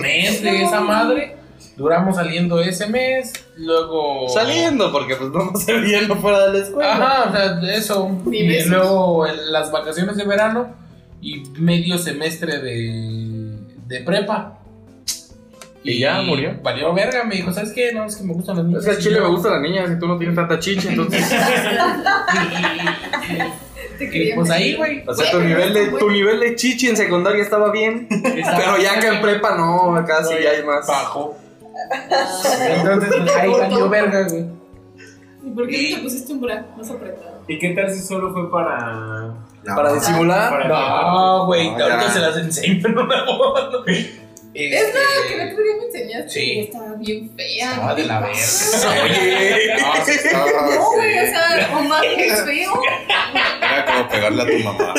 Speaker 6: mes de esa madre. Duramos saliendo ese mes. Luego.
Speaker 5: Saliendo, porque pues no se veía no fuera de la escuela.
Speaker 6: Ajá, o sea, eso.
Speaker 8: Ni
Speaker 6: Y
Speaker 8: besos.
Speaker 6: luego el- las vacaciones de verano y medio semestre de, de prepa.
Speaker 5: Y ya, murió.
Speaker 6: Valió verga, me dijo, ¿sabes qué? No, es que me gustan las niñas.
Speaker 5: Es que al
Speaker 6: Y
Speaker 5: chile
Speaker 6: yo-
Speaker 5: me gusta la niña, si tú no tienes tanta chicha, entonces.
Speaker 8: Te
Speaker 6: Y
Speaker 8: quería
Speaker 6: pues ahí,
Speaker 8: decir.
Speaker 6: güey.
Speaker 5: O sea, tu nivel de, tu nivel de chichi en secundaria estaba bien. Pero ya acá en prepa no, acá sí ya hay más.
Speaker 6: Bajo. Entonces, pues, ahí valió verga, güey.
Speaker 8: ¿Y por qué te pusiste un bra más apretado?
Speaker 7: ¿Y qué tal si solo fue para.?
Speaker 5: Para disimular.
Speaker 7: Para-
Speaker 6: No, güey,
Speaker 9: No,
Speaker 6: ahorita
Speaker 9: ya.
Speaker 6: se las enseño en una boda.
Speaker 8: Es
Speaker 6: Este,
Speaker 8: la que el otro día me enseñaste.
Speaker 6: Sí.
Speaker 8: y Estaba bien fea.
Speaker 6: Estaba de la verga.
Speaker 9: Oye. Ah,
Speaker 8: No, güey, o sea, o más que feo.
Speaker 9: Era como pegarle a tu mamá.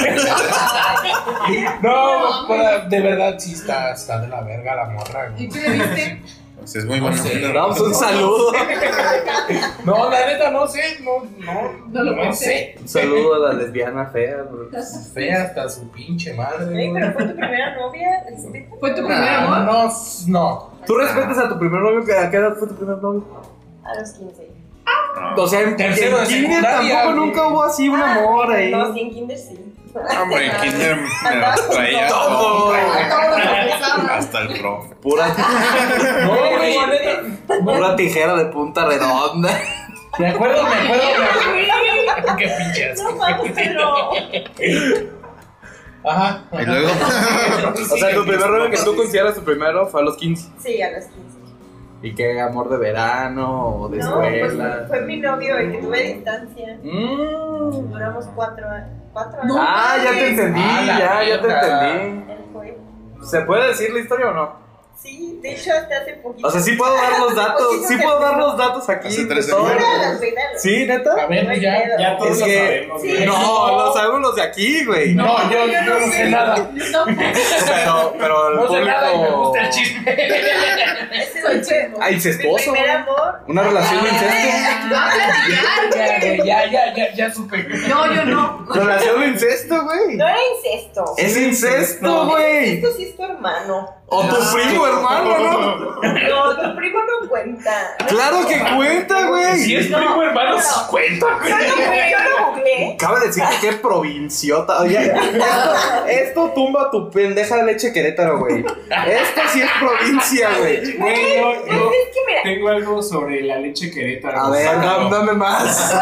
Speaker 6: No, para- de verdad sí está, está de la verga la morra. güey.
Speaker 8: ¿Y tú le viste?
Speaker 9: Pues es muy bueno.
Speaker 5: Damos un saludo.
Speaker 6: No, la neta no sé, no, no,
Speaker 8: No lo pensé.
Speaker 5: Un saludo a la lesbiana fea. bro.
Speaker 6: Fea hasta su pinche madre.
Speaker 10: Ey,
Speaker 6: güey.
Speaker 10: pero fue tu primera novia. respeta.
Speaker 8: ¿Fue tu
Speaker 6: No,
Speaker 8: primer amor?
Speaker 6: No, no.
Speaker 5: ¿Tú respetas a tu primer novio? ¿A qué edad fue tu primer novio?
Speaker 10: A los 15.
Speaker 5: O sea, en
Speaker 6: Tercero de
Speaker 5: en kinder
Speaker 6: secundaria,
Speaker 5: tampoco
Speaker 6: güey.
Speaker 5: nunca hubo así un amor ahí.
Speaker 10: No, sí, en kinder sí.
Speaker 9: Ah, Hombre, en kinder me las traía
Speaker 5: Todo.
Speaker 9: hasta el pro.
Speaker 5: Pura,
Speaker 6: No, güey, la neta.
Speaker 5: pura tijera de punta redonda.
Speaker 6: Me acuerdo, me acuerdo, me acuerdo. Qué pinche
Speaker 10: No
Speaker 6: asco.
Speaker 10: mames, pero.
Speaker 6: Ajá.
Speaker 9: Y luego,
Speaker 5: O sea, tu primer novio que tú consideras tu primero fue a los 15.
Speaker 10: Sí, a los 15.
Speaker 5: ¿Y qué amor de verano o de
Speaker 10: No, pues
Speaker 5: escuela?
Speaker 10: fue mi novio el que tuve a distancia.
Speaker 5: Mm.
Speaker 10: Duramos cuatro, a- cuatro años.
Speaker 8: No.
Speaker 5: Ah, ya te entendí,
Speaker 6: Ah, la
Speaker 5: ya, ya te
Speaker 6: neta.
Speaker 5: entendí.
Speaker 10: Él fue.
Speaker 5: ¿Se puede decir la historia o no?
Speaker 10: Sí, de hecho hasta hace poquito.
Speaker 5: O sea, sí puedo dar los datos, sí puedo dar los datos aquí.
Speaker 9: Hace
Speaker 5: de
Speaker 9: tres
Speaker 5: todo.
Speaker 9: semanas.
Speaker 10: Las venas.
Speaker 5: ¿Sí,
Speaker 6: A
Speaker 5: neta?
Speaker 6: ver, ya.
Speaker 7: Ya todos
Speaker 5: Es
Speaker 7: lo
Speaker 5: que-
Speaker 7: sabemos, güey.
Speaker 5: No, lo sabemos los de aquí, güey.
Speaker 6: No, yo, yo no sé nada.
Speaker 8: No,
Speaker 5: Pero, pero el
Speaker 6: No sé nada y me
Speaker 5: público.
Speaker 6: gusta el chisme.
Speaker 10: Ese fue
Speaker 5: Ah, ¿y su esposo?
Speaker 10: Mi primer amor.
Speaker 5: Una
Speaker 10: Ah,
Speaker 5: relación de incesto.
Speaker 6: Ya, güey, ya, ya, ya, ya supe.
Speaker 8: No, yo no.
Speaker 5: Relación de incesto, güey.
Speaker 10: No era incesto.
Speaker 5: Es incesto,
Speaker 10: No,
Speaker 5: güey.
Speaker 10: Incesto sí es tu hermano.
Speaker 5: O tu primo, hermano, ¿no?
Speaker 10: No, tu primo no cuenta.
Speaker 5: Claro que cuenta,
Speaker 6: Si
Speaker 5: güey.
Speaker 6: es primo hermano,
Speaker 10: No.
Speaker 6: sí cuenta, güey.
Speaker 10: Yo lo- yo lo googleé.
Speaker 5: Cabe decir que qué provinciota. Oye, esto, esto tumba tu pendeja de leche querétaro, güey. Esto sí es provincia, güey.
Speaker 7: Güey, yo-
Speaker 10: Pues
Speaker 7: yo
Speaker 10: es que mira,
Speaker 7: tengo algo sobre la leche querétaro.
Speaker 5: A ver, dam- dame más.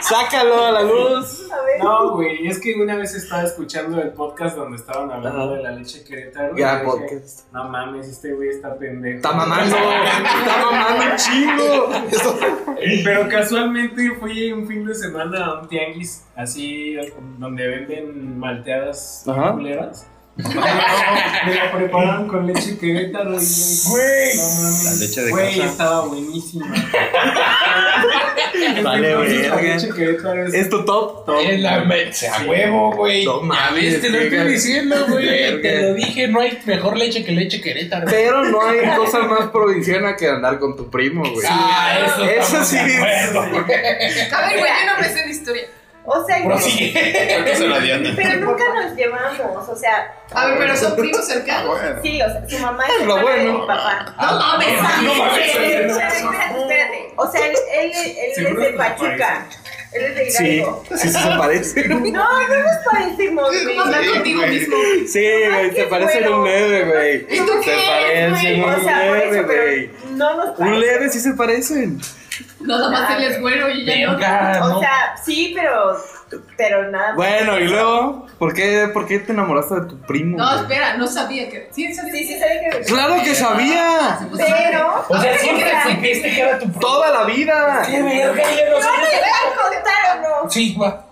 Speaker 5: Sácalo a la luz.
Speaker 10: a ver.
Speaker 7: No, güey, es que una vez estaba escuchando el podcast donde estaban hablando
Speaker 5: Ajá.
Speaker 7: de la leche querétaro. y
Speaker 5: Gran
Speaker 7: dije,
Speaker 5: podcast.
Speaker 7: No mames, este güey está pendejo.
Speaker 5: Está mamando. Está mamando un chingo.
Speaker 7: Pero casualmente fui un fin de semana a un tianguis, así donde venden malteadas
Speaker 5: Ajá.
Speaker 7: culeras. Me la prepararon con leche querétaro y yo dije,
Speaker 6: Güey.
Speaker 7: "No mames,
Speaker 9: La leche de
Speaker 7: güey,
Speaker 9: casa".
Speaker 7: estaba buenísima.
Speaker 5: Vale,
Speaker 7: Entonces, la
Speaker 5: verga.
Speaker 7: leche querétaro es
Speaker 5: Es tu top.
Speaker 7: top,
Speaker 6: Es la
Speaker 7: güey.
Speaker 6: me- a huevo, güey.
Speaker 5: No
Speaker 6: A
Speaker 5: mames,
Speaker 6: ver, te lo estoy
Speaker 5: verga.
Speaker 6: diciendo, güey.
Speaker 5: Verga.
Speaker 6: Te lo dije, no hay mejor leche que leche querétaro.
Speaker 5: Pero no hay cosa más provinciana que andar con tu primo, güey.
Speaker 6: Ah, eso,
Speaker 5: Eso
Speaker 6: estamos
Speaker 5: sí
Speaker 6: de
Speaker 5: es-
Speaker 6: acuerdo.
Speaker 8: A ver, güey, yo no me sé la historia.
Speaker 10: O sea,
Speaker 6: Prosigue.
Speaker 9: ¿cuánto se la dieron?
Speaker 10: pero nunca nos llevamos. O sea,
Speaker 8: A ver, pero son primos cercanos.
Speaker 9: Bueno,
Speaker 10: sí, o sea, su mamá es
Speaker 5: Es lo
Speaker 10: hermana de
Speaker 5: bueno.
Speaker 10: mi papá.
Speaker 8: No mames.
Speaker 6: No mames.
Speaker 10: Espérate, espérate, espérate. O sea, él, él, él es
Speaker 7: Seguro
Speaker 10: de
Speaker 7: nos
Speaker 10: Pachuca. Él es de
Speaker 5: Sí,
Speaker 10: Hidalgo.
Speaker 5: sí se parece.
Speaker 10: No, no nos parecimos,
Speaker 8: ¿Cómo andar
Speaker 10: güey.
Speaker 8: contigo mismo?
Speaker 5: Sí, güey, se
Speaker 10: qué
Speaker 5: parecen
Speaker 10: bueno.
Speaker 5: un leve, güey.
Speaker 8: ¿Y tú
Speaker 5: Se
Speaker 8: qué eres,
Speaker 5: parecen
Speaker 8: güey?
Speaker 5: un
Speaker 10: O sea, por
Speaker 5: leve,
Speaker 10: eso,
Speaker 5: güey.
Speaker 10: pero no nos
Speaker 5: Un
Speaker 10: parecimos.
Speaker 5: leve sí se parecen.
Speaker 8: Nada más él es güero y ya no.
Speaker 6: Venga,
Speaker 9: Ah,
Speaker 10: O
Speaker 6: no.
Speaker 10: sea, sí, pero, pero nada. más.
Speaker 5: Bueno, y luego, ¿por qué, por qué te enamoraste de tu primo?
Speaker 8: No,
Speaker 5: güey?
Speaker 8: espera, no sabía que. Sí, sabía.
Speaker 10: Sí, sí, sabía que.
Speaker 5: Claro que sabía.
Speaker 10: Pero.
Speaker 6: O
Speaker 8: Ah,
Speaker 6: sea, siempre supiste que era tu primo.
Speaker 5: Toda la vida.
Speaker 6: Qué verga, yo no
Speaker 10: No
Speaker 6: sé.
Speaker 10: le voy a contar o no.
Speaker 6: Sí, va.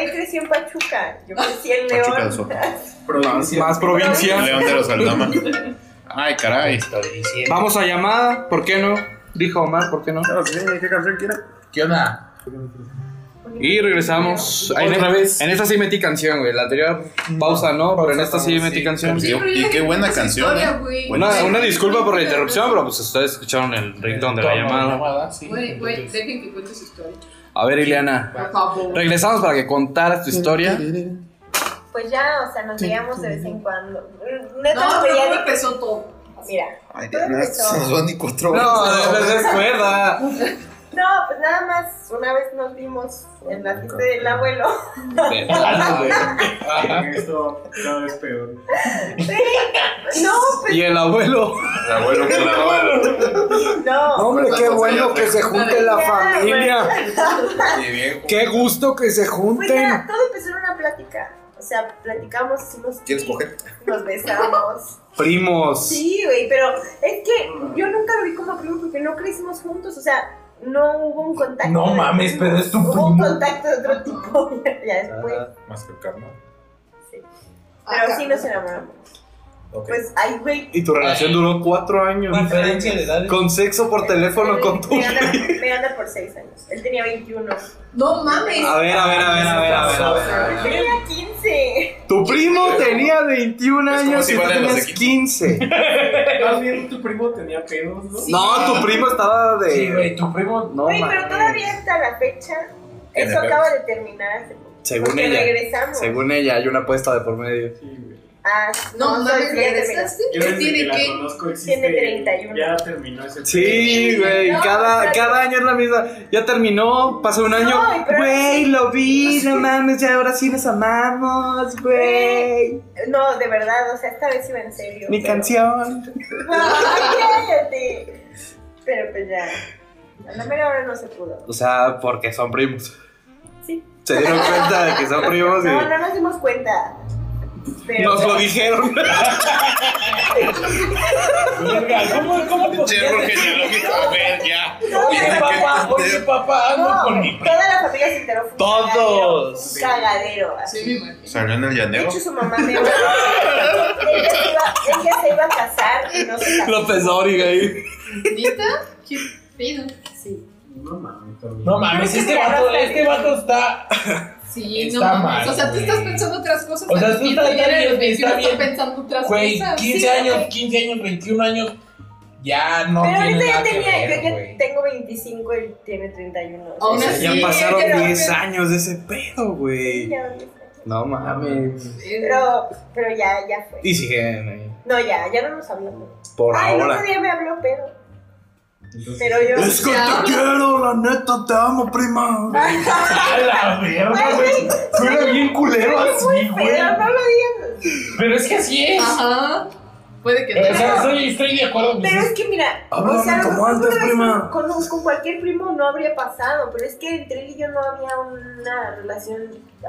Speaker 10: Él creció en Pachuca. Yo crecí en León.
Speaker 9: Pachuca del Sur.
Speaker 5: Más, más provincia.
Speaker 9: León de los Aldama. Ay, caray.
Speaker 6: Estoy diciendo.
Speaker 5: Vamos a llamada, ¿por qué no? Dijo Omar, ¿por qué no?
Speaker 9: ¿Qué canción quiera?
Speaker 6: ¿Qué onda?
Speaker 5: Y regresamos. En, e-
Speaker 6: Otra vez.
Speaker 5: en esta sí metí canción, güey. La anterior pausa no, pero en esta sí metí canción.
Speaker 9: Sí, y qué buena canción, ¿eh?
Speaker 5: Una, una disculpa por la interrupción, pero pues ustedes escucharon el ringtone de la llamada.
Speaker 6: sí.
Speaker 8: Güey, güey, dejen que cuente su historia.
Speaker 5: A ver, Ileana.
Speaker 8: Por favor.
Speaker 5: Regresamos para que contaras tu historia.
Speaker 10: Pues ya, o sea, nos veíamos de vez en cuando. Neta,
Speaker 8: No,
Speaker 10: nos
Speaker 8: pero
Speaker 10: veía
Speaker 8: ¿cómo
Speaker 10: de que.
Speaker 8: empezó todo?
Speaker 10: Mira.
Speaker 9: Ay,
Speaker 10: todo
Speaker 9: Diana,
Speaker 10: empezó-
Speaker 9: se nos van ni cuatro
Speaker 5: No, de de- de escuela.
Speaker 10: No, pues nada más. Una vez nos vimos en la fiesta del abuelo.
Speaker 7: Esto cada vez peor.
Speaker 10: No,
Speaker 5: Y el abuelo.
Speaker 9: El abuelo que la
Speaker 10: pues no.
Speaker 5: Hombre,
Speaker 9: qué bueno que
Speaker 5: se
Speaker 8: junte la
Speaker 10: familia.
Speaker 9: Y bien,
Speaker 5: Qué gusto que se
Speaker 10: Pues nada, todo empezó en una plática. O sea, platicamos, hicimos.
Speaker 9: ¿Quieres coger?
Speaker 10: Nos besamos.
Speaker 5: Primos.
Speaker 10: Sí, güey, pero es que yo nunca lo vi como primo porque no crecimos juntos, o sea, no hubo un contacto.
Speaker 6: No
Speaker 10: de
Speaker 6: mames,
Speaker 10: primo,
Speaker 6: pero es tu
Speaker 10: Hubo un
Speaker 6: primo.
Speaker 10: contacto de otro tipo, ya, ya después.
Speaker 9: Más que el carnal.
Speaker 10: Pero sí nos enamoramos. Pues, ay, güey.
Speaker 5: Y tu relación duró cuatro años.
Speaker 10: Diferencia de edades.
Speaker 5: Con sexo por teléfono con tu.
Speaker 10: Me anda, me anda por 6 años. Él tenía 21.
Speaker 8: No mames.
Speaker 5: A ver, a ver, a ver, a ver, a ver, a ver, a ver.
Speaker 10: Yo tenía 15.
Speaker 5: Tu primo tenía 21
Speaker 7: Es como
Speaker 5: años
Speaker 7: si
Speaker 5: y tú
Speaker 7: fueran los
Speaker 5: tenías 15.
Speaker 7: Más bien tu primo tenía pedos, ¿no?
Speaker 5: No, tu primo estaba de.
Speaker 7: Sí, güey,
Speaker 5: tu primo. No,
Speaker 10: Güey,
Speaker 5: mames.
Speaker 10: pero todavía hasta la fecha.
Speaker 5: Tiene
Speaker 10: Eso
Speaker 5: pedos.
Speaker 10: acaba de terminar hace poco.
Speaker 5: Según
Speaker 10: porque
Speaker 5: ella.
Speaker 10: regresamos.
Speaker 5: Según ella, hay una apuesta de por medio.
Speaker 10: Ah,
Speaker 8: No,
Speaker 10: no,
Speaker 8: mames,
Speaker 10: estoy bien
Speaker 8: ¿regresaste?
Speaker 10: terminado.
Speaker 8: Yo desde ¿Tiene que la qué?
Speaker 7: conozco
Speaker 10: Tiene 31.
Speaker 7: Ya terminó ese
Speaker 5: Sí, güey,
Speaker 10: No,
Speaker 5: cada,
Speaker 10: pero-
Speaker 5: cada año es la misma. Ya terminó, pasa un año.
Speaker 10: No, pero-
Speaker 5: Güey, lo vi, no mames, ya ahora sí nos amamos, güey.
Speaker 10: Ah, No, de verdad, o sea, esta vez iba en serio.
Speaker 5: Mi
Speaker 10: pero-
Speaker 5: canción.
Speaker 10: Ay, cállate. Pero pues ya. A la mera hora no se pudo.
Speaker 5: O sea, porque son primos.
Speaker 10: Sí.
Speaker 5: Se dieron cuenta de que son primos
Speaker 10: No,
Speaker 5: y
Speaker 10: no nos dimos cuenta. Pero.
Speaker 5: nos lo dijeron.
Speaker 6: ¿Cómo, cómo
Speaker 11: Sí, porque genealógico, a ver, ya.
Speaker 10: Oye,
Speaker 6: papá, oye, papá, ando
Speaker 10: No,
Speaker 6: con mi.
Speaker 10: toda la familia se enteró. Fue un
Speaker 9: Todos.
Speaker 10: Cagadero. un cagadero, así.
Speaker 9: ¿Salió en el
Speaker 10: De
Speaker 9: llanero?
Speaker 10: hecho, su mamá me ella, se iba, ella se iba a casar y no se casó.
Speaker 5: López Origa ahí.
Speaker 8: ¿Neta? ¿Qué pedo? Sí.
Speaker 7: No mames, también.
Speaker 6: No mames, este vato, este vato está.
Speaker 8: Sí,
Speaker 6: Está
Speaker 8: no
Speaker 6: mal,
Speaker 8: mames. O sea, tú
Speaker 6: güey.
Speaker 8: estás pensando otras cosas.
Speaker 6: O sea,
Speaker 8: a los
Speaker 6: tú
Speaker 8: 15
Speaker 6: estás
Speaker 8: y a los
Speaker 6: bien, está
Speaker 8: 21 estás
Speaker 6: bien.
Speaker 8: pensando otras
Speaker 6: Güey,
Speaker 8: cosas.
Speaker 6: 15
Speaker 8: Sí,
Speaker 6: años,
Speaker 8: güey.
Speaker 6: 15 años, 21 años. Ya no
Speaker 10: Pero ahorita
Speaker 6: tiene
Speaker 10: ya
Speaker 6: nada que
Speaker 10: tenía,
Speaker 6: ver,
Speaker 10: yo ya
Speaker 6: güey.
Speaker 10: tengo 25 y tiene 31.
Speaker 8: Aún
Speaker 5: O sea,
Speaker 8: así,
Speaker 5: ya pasaron
Speaker 10: pero-
Speaker 5: 10 años de ese pedo, güey. No mames.
Speaker 10: Pero, pero ya, ya fue.
Speaker 5: Y siguen ahí.
Speaker 10: No, ya, ya no nos hablamos.
Speaker 5: Por
Speaker 10: Ay, el
Speaker 5: ahora.
Speaker 10: otro día me habló, pero. Pero yo.
Speaker 5: te quiero, la neta, te amo, prima.
Speaker 6: A la verga, güey. Suena bien culero así, güey.
Speaker 10: Pero no lo digas.
Speaker 6: Pero es que así es.
Speaker 8: Ajá. Puede que no.
Speaker 6: O sea, estoy, estoy de acuerdo.
Speaker 10: Ah. Pero es que mira,
Speaker 6: Háblame
Speaker 10: o sea,
Speaker 6: como
Speaker 10: nosotros
Speaker 6: antes,
Speaker 10: una vez
Speaker 6: prima.
Speaker 10: Con, con- con cualquier primo no habría pasado, pero es que entre él y yo no había una relación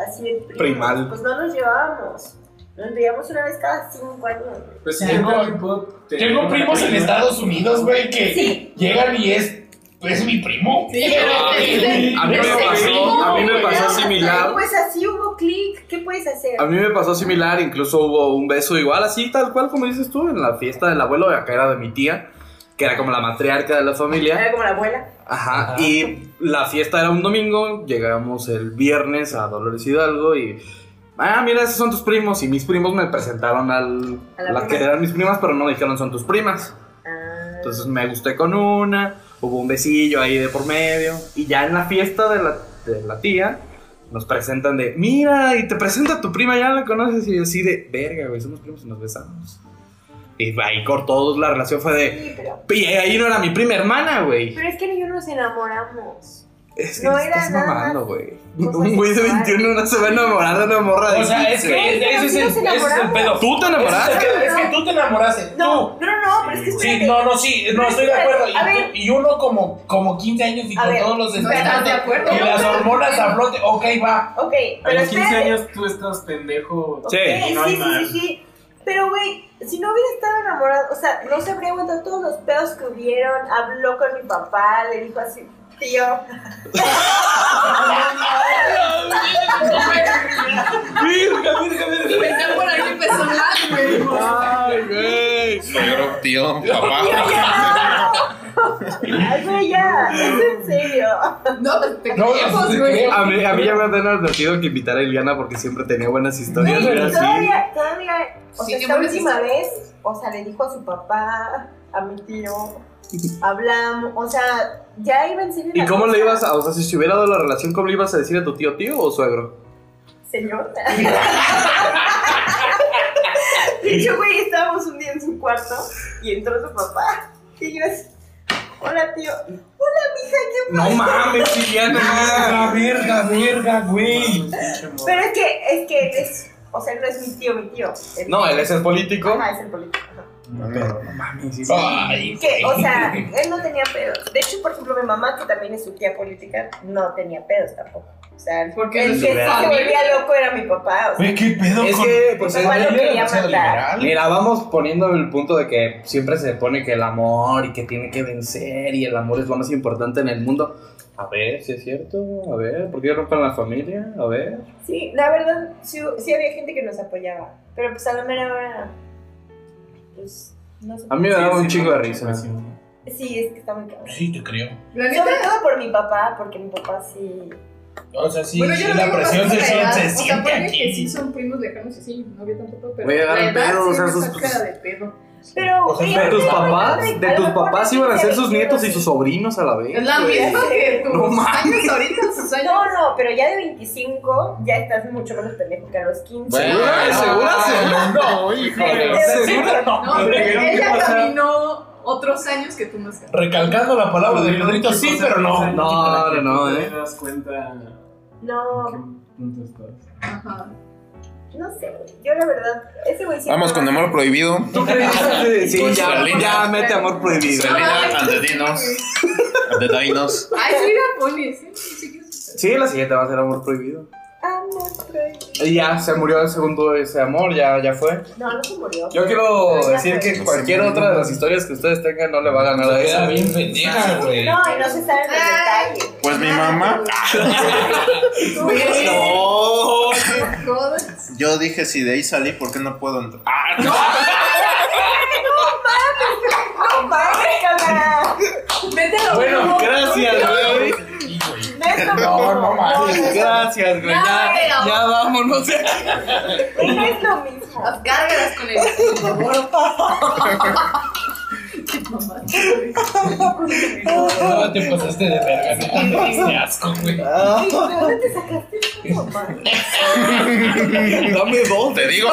Speaker 10: así de primos.
Speaker 5: Primal.
Speaker 10: Pues no nos llevábamos. Nos veíamos una vez cada cinco años.
Speaker 7: Pues
Speaker 6: Tengo-
Speaker 7: yo también puedo tener
Speaker 6: Tengo
Speaker 7: una
Speaker 6: primos en
Speaker 7: prima.
Speaker 6: Estados Unidos, güey, que
Speaker 10: Sí.
Speaker 6: llegan y es. Es mi primo.
Speaker 8: Sí, güey.
Speaker 5: A mí me
Speaker 6: Es mi
Speaker 5: pasó, a mí me
Speaker 6: güey.
Speaker 5: pasó
Speaker 10: Pero,
Speaker 5: similar.
Speaker 10: Pues así hubo clic. ¿Qué puedes hacer?
Speaker 5: A mí me pasó similar, incluso hubo un beso igual, así tal cual como dices tú, en la fiesta del abuelo, acá era de mi tía, que era como la matriarca de la familia.
Speaker 10: Era como la abuela.
Speaker 5: Ajá, y la fiesta era un domingo, llegamos el viernes a Dolores Hidalgo y... Ah, mira, esos son tus primos. Y mis primos me presentaron al,
Speaker 10: A la
Speaker 5: las
Speaker 10: prima.
Speaker 5: que eran mis primas, pero no me dijeron son tus primas.
Speaker 10: Ah.
Speaker 5: Entonces me gusté con una, hubo un besillo ahí de por medio. Y ya en la fiesta de la, de la tía, nos presentan de, mira, y te presenta a tu prima, ya la conoces. Y yo así de, verga, güey, somos primos y nos besamos. Y ahí cortó la relación, fue de,
Speaker 10: Sí, pero,
Speaker 5: y ahí no era mi prima hermana, güey.
Speaker 10: pero es que yo nos enamoramos.
Speaker 5: Es que
Speaker 10: No
Speaker 5: no
Speaker 10: era
Speaker 5: estás
Speaker 10: nada
Speaker 5: mamando,
Speaker 10: más
Speaker 5: güey.
Speaker 10: cosas
Speaker 5: Un güey de
Speaker 10: sexuales.
Speaker 5: 21 no se va a enamorar de una morra de
Speaker 6: O sea, es
Speaker 5: 15.
Speaker 6: que
Speaker 10: Sí, pero
Speaker 6: ese es, el,
Speaker 10: sí nos
Speaker 6: ese es el pedo.
Speaker 10: enamoramos.
Speaker 5: ¿Tú te
Speaker 6: Ese Es,
Speaker 5: enamoraste?
Speaker 6: el que, es que tú te enamoraste.
Speaker 10: No, no,
Speaker 6: Tú.
Speaker 10: no, pero es que
Speaker 6: Sí,
Speaker 10: espérate.
Speaker 6: no, no, sí, no estoy de acuerdo.
Speaker 10: A ver.
Speaker 6: Y, y uno como, como 15 años y
Speaker 10: A
Speaker 6: con
Speaker 10: ver,
Speaker 6: todos los
Speaker 8: No estás de
Speaker 6: sentimientos
Speaker 8: acuerdo.
Speaker 6: y las hormonas a flote. Ok, va.
Speaker 10: Ok,
Speaker 7: A
Speaker 10: pero
Speaker 7: los 15
Speaker 10: espérate.
Speaker 7: años tú estás pendejo.
Speaker 5: Sí.
Speaker 10: Eh,
Speaker 7: No hay
Speaker 10: sí, sí,
Speaker 7: más.
Speaker 10: sí, sí. Pero, güey, si no hubiera estado enamorado, o sea, no se habría aguantado todos los pedos que hubieron. Habló con mi papá, le dijo así, tío.
Speaker 5: Virga, virga, virga.
Speaker 8: Empezar por aquí empezó mal, güey.
Speaker 5: Ay, güey.
Speaker 9: Suegro, tío, papá.
Speaker 10: Ay, güey, ya, es en serio.
Speaker 8: No, pues, te
Speaker 6: No, no,
Speaker 8: creemos,
Speaker 6: te
Speaker 8: güey.
Speaker 6: creo.
Speaker 5: A mí, a mí ya me habían advertido que invitar a Eliana porque siempre tenía buenas historias.
Speaker 10: Güey,
Speaker 5: era así.
Speaker 10: todavía, todavía, o
Speaker 8: Sí,
Speaker 10: sea,
Speaker 8: qué
Speaker 10: esta
Speaker 8: buenas
Speaker 10: última vez, o sea, le dijo a su papá, a mi tío, hablamos, o sea, ya iba en serio.
Speaker 5: ¿Y
Speaker 10: la
Speaker 5: cómo le
Speaker 10: cosa.
Speaker 5: ibas a.? O sea, si se hubiera dado la relación, ¿cómo le ibas a decir a tu tío, tío o suegro?
Speaker 10: Señor. De hecho, güey, estábamos un día en su cuarto y entró su papá. Y yo así, hola tío. Hola, mija, ¿qué
Speaker 5: No
Speaker 10: pasa?
Speaker 5: mames, Eliana.
Speaker 6: Verga, verga, verga, güey.
Speaker 10: Pero es que, es que es, o sea, no es mi tío, mi tío. El-
Speaker 5: No, él es el político.
Speaker 10: Ajá, es el político. ajá.
Speaker 5: Pero no mames,
Speaker 6: Ah.
Speaker 5: sí, sí.
Speaker 6: Ay,
Speaker 10: Que, o
Speaker 6: güey.
Speaker 10: sea, él no tenía pedos. De hecho, por ejemplo, mi mamá, que también es su tía política, no tenía pedos tampoco. O sea,
Speaker 8: Porque
Speaker 10: el
Speaker 8: es
Speaker 10: que
Speaker 8: su
Speaker 10: sí se
Speaker 8: familia.
Speaker 10: volvía loco era mi papá. O sea,
Speaker 6: Güey, qué pedo
Speaker 5: Es
Speaker 6: con.
Speaker 5: que, pues,
Speaker 10: Mi
Speaker 5: es-
Speaker 10: papá lo quería
Speaker 6: demasiado
Speaker 10: matar.
Speaker 6: liberal.
Speaker 5: Mira, vamos poniendo el punto de que siempre se pone que el amor y que tiene que vencer y el amor es lo más importante en el mundo. A ver, si es cierto. A ver, ¿por qué rompen la familia? A ver.
Speaker 10: Sí, la verdad, sí, sí había gente que nos apoyaba. Pero pues a la mera hora. pues, no sé.
Speaker 5: A mí me daba un chingo de risa.
Speaker 10: Sí, es que está muy cabrón.
Speaker 6: Sí, te creo.
Speaker 10: Sobre todo por mi papá, porque mi papá sí.
Speaker 6: O sea, sí,
Speaker 8: Bueno, yo
Speaker 6: sí,
Speaker 8: no
Speaker 6: la
Speaker 8: tengo
Speaker 6: presión se,
Speaker 8: tanta edad,
Speaker 6: se
Speaker 8: o sea,
Speaker 6: siente
Speaker 8: ponle
Speaker 6: aquí.
Speaker 8: que sí son primos lejanos, así, no había tanto pedo, pero
Speaker 5: Voy a
Speaker 8: la
Speaker 5: agarrar
Speaker 8: edad
Speaker 5: pedo,
Speaker 8: sí
Speaker 5: o sea,
Speaker 8: me
Speaker 5: sus-
Speaker 8: saca de pedo.
Speaker 10: Pero.
Speaker 5: O sea,
Speaker 10: fíjate,
Speaker 5: de tus
Speaker 10: no,
Speaker 5: papás,
Speaker 10: no,
Speaker 5: de
Speaker 10: a lo
Speaker 5: tus
Speaker 10: mejor
Speaker 5: papás
Speaker 10: no
Speaker 5: iban a ser
Speaker 10: tiene
Speaker 5: sus nietos y sus sobrinos a la vez.
Speaker 8: Es la
Speaker 5: güey.
Speaker 8: misma que tus
Speaker 5: pues, No mames.
Speaker 8: años ahorita, sus años.
Speaker 10: No, no, pero ya de 25 ya estás mucho menos pendejo que a los 15.
Speaker 5: ¿Segura?
Speaker 9: Ah,
Speaker 5: ¿Segura? ¿Segura? No, híjole.
Speaker 6: ¿Segura?
Speaker 8: No, pero
Speaker 6: Tuvieron que
Speaker 8: ella
Speaker 6: pasar-
Speaker 8: caminó otros años que tú no has caminado.
Speaker 6: Recalcando la palabra de Pedrito, sí, pero no.
Speaker 5: No, no, no, eh.
Speaker 7: te das cuenta
Speaker 10: No,
Speaker 7: dónde estás.
Speaker 8: Ajá.
Speaker 10: no sé. Yo la verdad, ese güey sí.
Speaker 9: Vamos con amor prohibido.
Speaker 5: ¿Tú crees? Sí, ya,
Speaker 9: Selena.
Speaker 5: ya mete amor prohibido.
Speaker 9: Selena and the Dinos. And the Dinos.
Speaker 8: Ay, sí la pones, ¿eh? Sí, sí, sí.
Speaker 5: Sí, la siguiente va a ser amor prohibido.
Speaker 10: Amor prohibido.
Speaker 5: Y ya, se murió el segundo ese amor, ya, ya fue.
Speaker 10: No, no se murió.
Speaker 5: Yo
Speaker 10: Pero
Speaker 5: quiero
Speaker 10: ya
Speaker 5: decir
Speaker 10: fue.
Speaker 5: que cualquier otra de las historias que ustedes tengan no le va a ganar a
Speaker 6: Queda
Speaker 5: esa.
Speaker 6: bien pendeja, güey.
Speaker 10: No, y no se sabe los detalles.
Speaker 9: Pues mi mamá,
Speaker 5: No.
Speaker 8: Joder.
Speaker 9: yo dije si de ahí salí, ¿por qué no puedo entrar? Ah,
Speaker 10: No mames, cámara.
Speaker 8: Vete a lo
Speaker 5: Bueno,
Speaker 8: mismo.
Speaker 5: gracias, güey.
Speaker 6: No, no mames.
Speaker 5: Gracias, güey. Ya, ya vámonos.
Speaker 10: No es lo mismo.
Speaker 8: Las gárgaras con el. Qué mamá.
Speaker 6: No, te pasaste de verga, neta. Qué asco, güey.
Speaker 10: ¿De dónde te sacaste eso, mamá?
Speaker 5: Dame dos.
Speaker 9: te digo.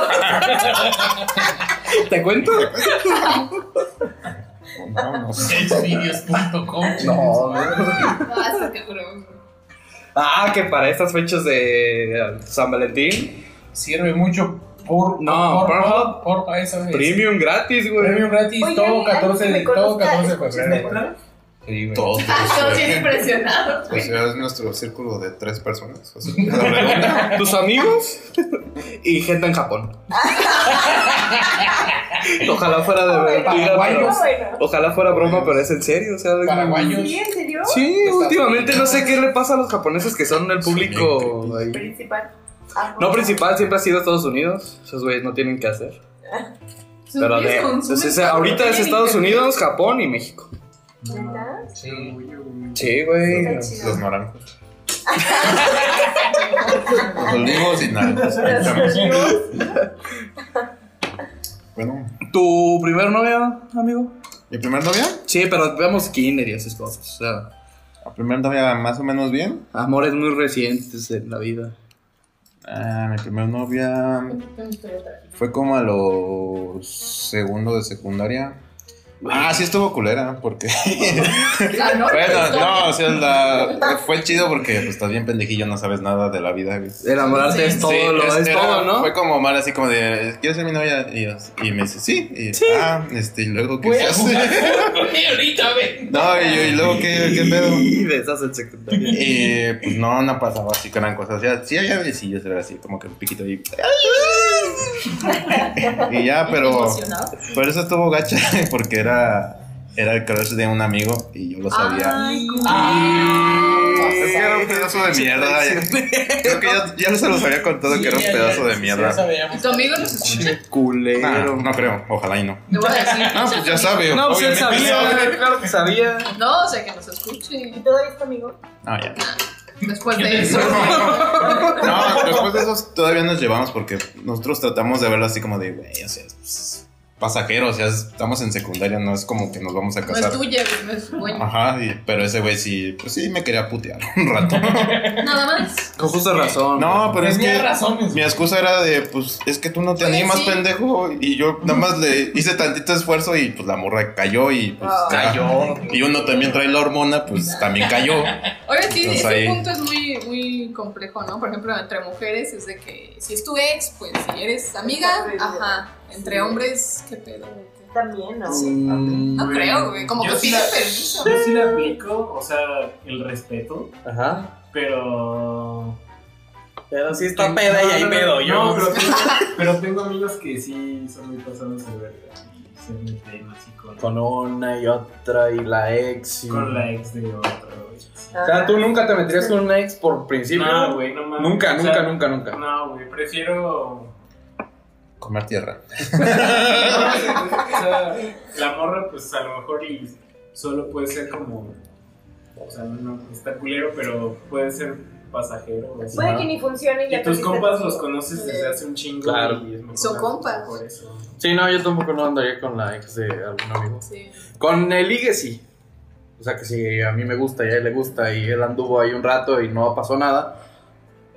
Speaker 5: ¿Te cuento?
Speaker 9: Vámonos.
Speaker 6: Sexvideos.com.
Speaker 5: No,
Speaker 8: Ah, sí, cabrón.
Speaker 5: Ah, que para estas fechas de San Valentín,
Speaker 6: Sirve mucho por.
Speaker 5: No,
Speaker 6: por, por, por eso es.
Speaker 5: premium gratis, güey.
Speaker 6: Premium gratis,
Speaker 10: Oye,
Speaker 6: todo
Speaker 10: alguien
Speaker 6: 14
Speaker 10: que
Speaker 6: de
Speaker 10: me
Speaker 6: todo
Speaker 10: conozca,
Speaker 6: 14 de
Speaker 10: escucha
Speaker 9: este
Speaker 6: febrero.
Speaker 10: esta rola.
Speaker 5: Sí, güey.
Speaker 9: Todos.
Speaker 8: Ah, yo sí impresionado.
Speaker 9: O sea, es nuestro círculo de tres personas. O sea, la redonda.
Speaker 5: Tus amigos y gente en Japón. Ojalá fuera de verdad.
Speaker 6: Paraguayos.
Speaker 10: Bueno.
Speaker 5: Ojalá fuera broma, pero es en serio. O sea, de-
Speaker 6: Paraguayos.
Speaker 10: ¿Sí, en serio?
Speaker 5: Sí, últimamente no sé qué le pasa a los japoneses que son el público ahí.
Speaker 10: Principal. Ah,
Speaker 5: No principal, siempre ha sido Estados Unidos. Esos güeyes no tienen que hacer. Pero de, entonces, ahorita es Estados Unidos, Japón y México.
Speaker 10: ¿Verdad?
Speaker 6: Sí.
Speaker 5: Sí, güey.
Speaker 10: Está chido.
Speaker 9: Los naranjos. Los olivos y naranjos. Ahí estamos. Bueno,
Speaker 5: ¿Tu primer novia, amigo?
Speaker 9: ¿mi primer novia?
Speaker 5: Sí, pero veamos kinder y esas cosas. O sea,
Speaker 9: ¿La primer novia más o menos bien?
Speaker 5: amores muy recientes en la vida.
Speaker 9: Ah, mi primer novia fue como a los segundo de secundaria. Ah, sí estuvo culera, porque...
Speaker 8: Ah,
Speaker 9: bueno, no, o sea, la- fue chido porque pues, estás bien pendejillo, no sabes nada de la vida. güey.
Speaker 5: Enamorarte es todo,
Speaker 9: Sí,
Speaker 5: lo, es,
Speaker 9: era-
Speaker 5: todo, ¿no?
Speaker 9: Fue como mal, así como de, ¿quieres ser mi novia? Y, yo, y me dice, sí. Y, Ah, este, y luego, ¿qué
Speaker 6: Voy
Speaker 9: se
Speaker 6: a
Speaker 9: hace?
Speaker 6: jugar con él ahorita, ven.
Speaker 9: No, y, yo, y luego, ¿qué, qué pedo?
Speaker 5: Y besas el secundario.
Speaker 9: Y pues no, no pasaba así que eran cosas. Ya, sí, había besillos, era así, como que un piquito ahí. y ya, pero. Por eso estuvo gacha, porque era. Era el crush de un amigo y yo lo sabía.
Speaker 8: Ay,
Speaker 9: es que era un pedazo de mierda. ya- creo que ya, ya se los había contado que era un
Speaker 6: Sí, ya,
Speaker 9: pedazo
Speaker 6: ya,
Speaker 9: de
Speaker 6: sí,
Speaker 9: mierda.
Speaker 6: ya sabíamos.
Speaker 8: ¿Tu amigo nos escucha?
Speaker 9: Nah,
Speaker 5: Culero.
Speaker 9: no creo, ojalá y no.
Speaker 8: Te voy a decir.
Speaker 9: No, pues ya sabe.
Speaker 5: No, pues él
Speaker 9: obviamente.
Speaker 5: sabía, claro que sabía.
Speaker 8: No, o sea, que nos escuche.
Speaker 10: ¿Y todavía está amigo?
Speaker 9: No, Ah, ya.
Speaker 8: Después de eso.
Speaker 9: No, después de eso todavía nos llevamos porque nosotros tratamos de verlo así como de, güey, o sea, es pues, pasajero, o sea, es- estamos en secundaria, no es como que nos vamos a
Speaker 8: No es
Speaker 9: casar.
Speaker 8: tuya, güey, no es buena.
Speaker 9: Ajá, y- pero ese güey sí, pues sí me quería putear un rato.
Speaker 8: Nada más.
Speaker 5: Con justa razón.
Speaker 9: No, pero es
Speaker 6: Tenía
Speaker 9: que
Speaker 6: razones.
Speaker 9: mi excusa era de, pues es que tú no te
Speaker 8: Oye,
Speaker 9: animas,
Speaker 8: sí.
Speaker 9: pendejo. Y yo nada más le hice tantito esfuerzo y pues la morra cayó y pues
Speaker 8: Ah.
Speaker 9: ya.
Speaker 6: Cayó.
Speaker 9: Y uno también trae la hormona, pues también cayó.
Speaker 8: Oye, sí,
Speaker 9: Entonces
Speaker 8: ese
Speaker 9: ahí-
Speaker 8: punto es muy, muy complejo, ¿no? Por ejemplo, entre mujeres es de que si es tu ex, pues si eres amiga, ajá. Entre hombres, qué pedo. güey?
Speaker 10: También, ¿no?
Speaker 5: Mm,
Speaker 8: No creo, güey. Como
Speaker 7: Yo
Speaker 8: que
Speaker 7: sí
Speaker 8: pide
Speaker 7: la-
Speaker 8: permiso.
Speaker 7: Yo sí le aplico, o sea, el respeto,
Speaker 5: Ajá.
Speaker 7: pero.
Speaker 5: Pero sí
Speaker 7: No, no, no, no, No, pero tengo, pero tengo amigos que sí son muy pasados de verga. y Se meten así con,
Speaker 5: Con una y otra y la ex. y-
Speaker 7: con la ex de otro. güey.
Speaker 5: O sea, tú nunca te meterías con una ex por principio.
Speaker 7: No, güey, no mames.
Speaker 5: Nunca,
Speaker 7: O
Speaker 5: nunca,
Speaker 7: sea,
Speaker 5: nunca, nunca.
Speaker 7: No, güey, prefiero.
Speaker 9: Comer tierra.
Speaker 7: O sea, la morra, pues a lo mejor y solo puede ser como. O sea, no está culero, pero puede ser pasajero. o sea.
Speaker 10: Puede que ni funcione. Ya
Speaker 7: Y tus
Speaker 10: perdiste
Speaker 7: compas
Speaker 10: tu-
Speaker 7: los conoces desde hace un chingo.
Speaker 5: Claro.
Speaker 7: y es mejor
Speaker 10: Son
Speaker 7: andar
Speaker 10: compas.
Speaker 7: Por eso.
Speaker 5: Sí, no, yo tampoco no andaría con la ex de algún amigo.
Speaker 8: Sí.
Speaker 5: Con el Igue sí. O sea que si a mí me gusta y a él le gusta y él anduvo ahí un rato y no pasó nada.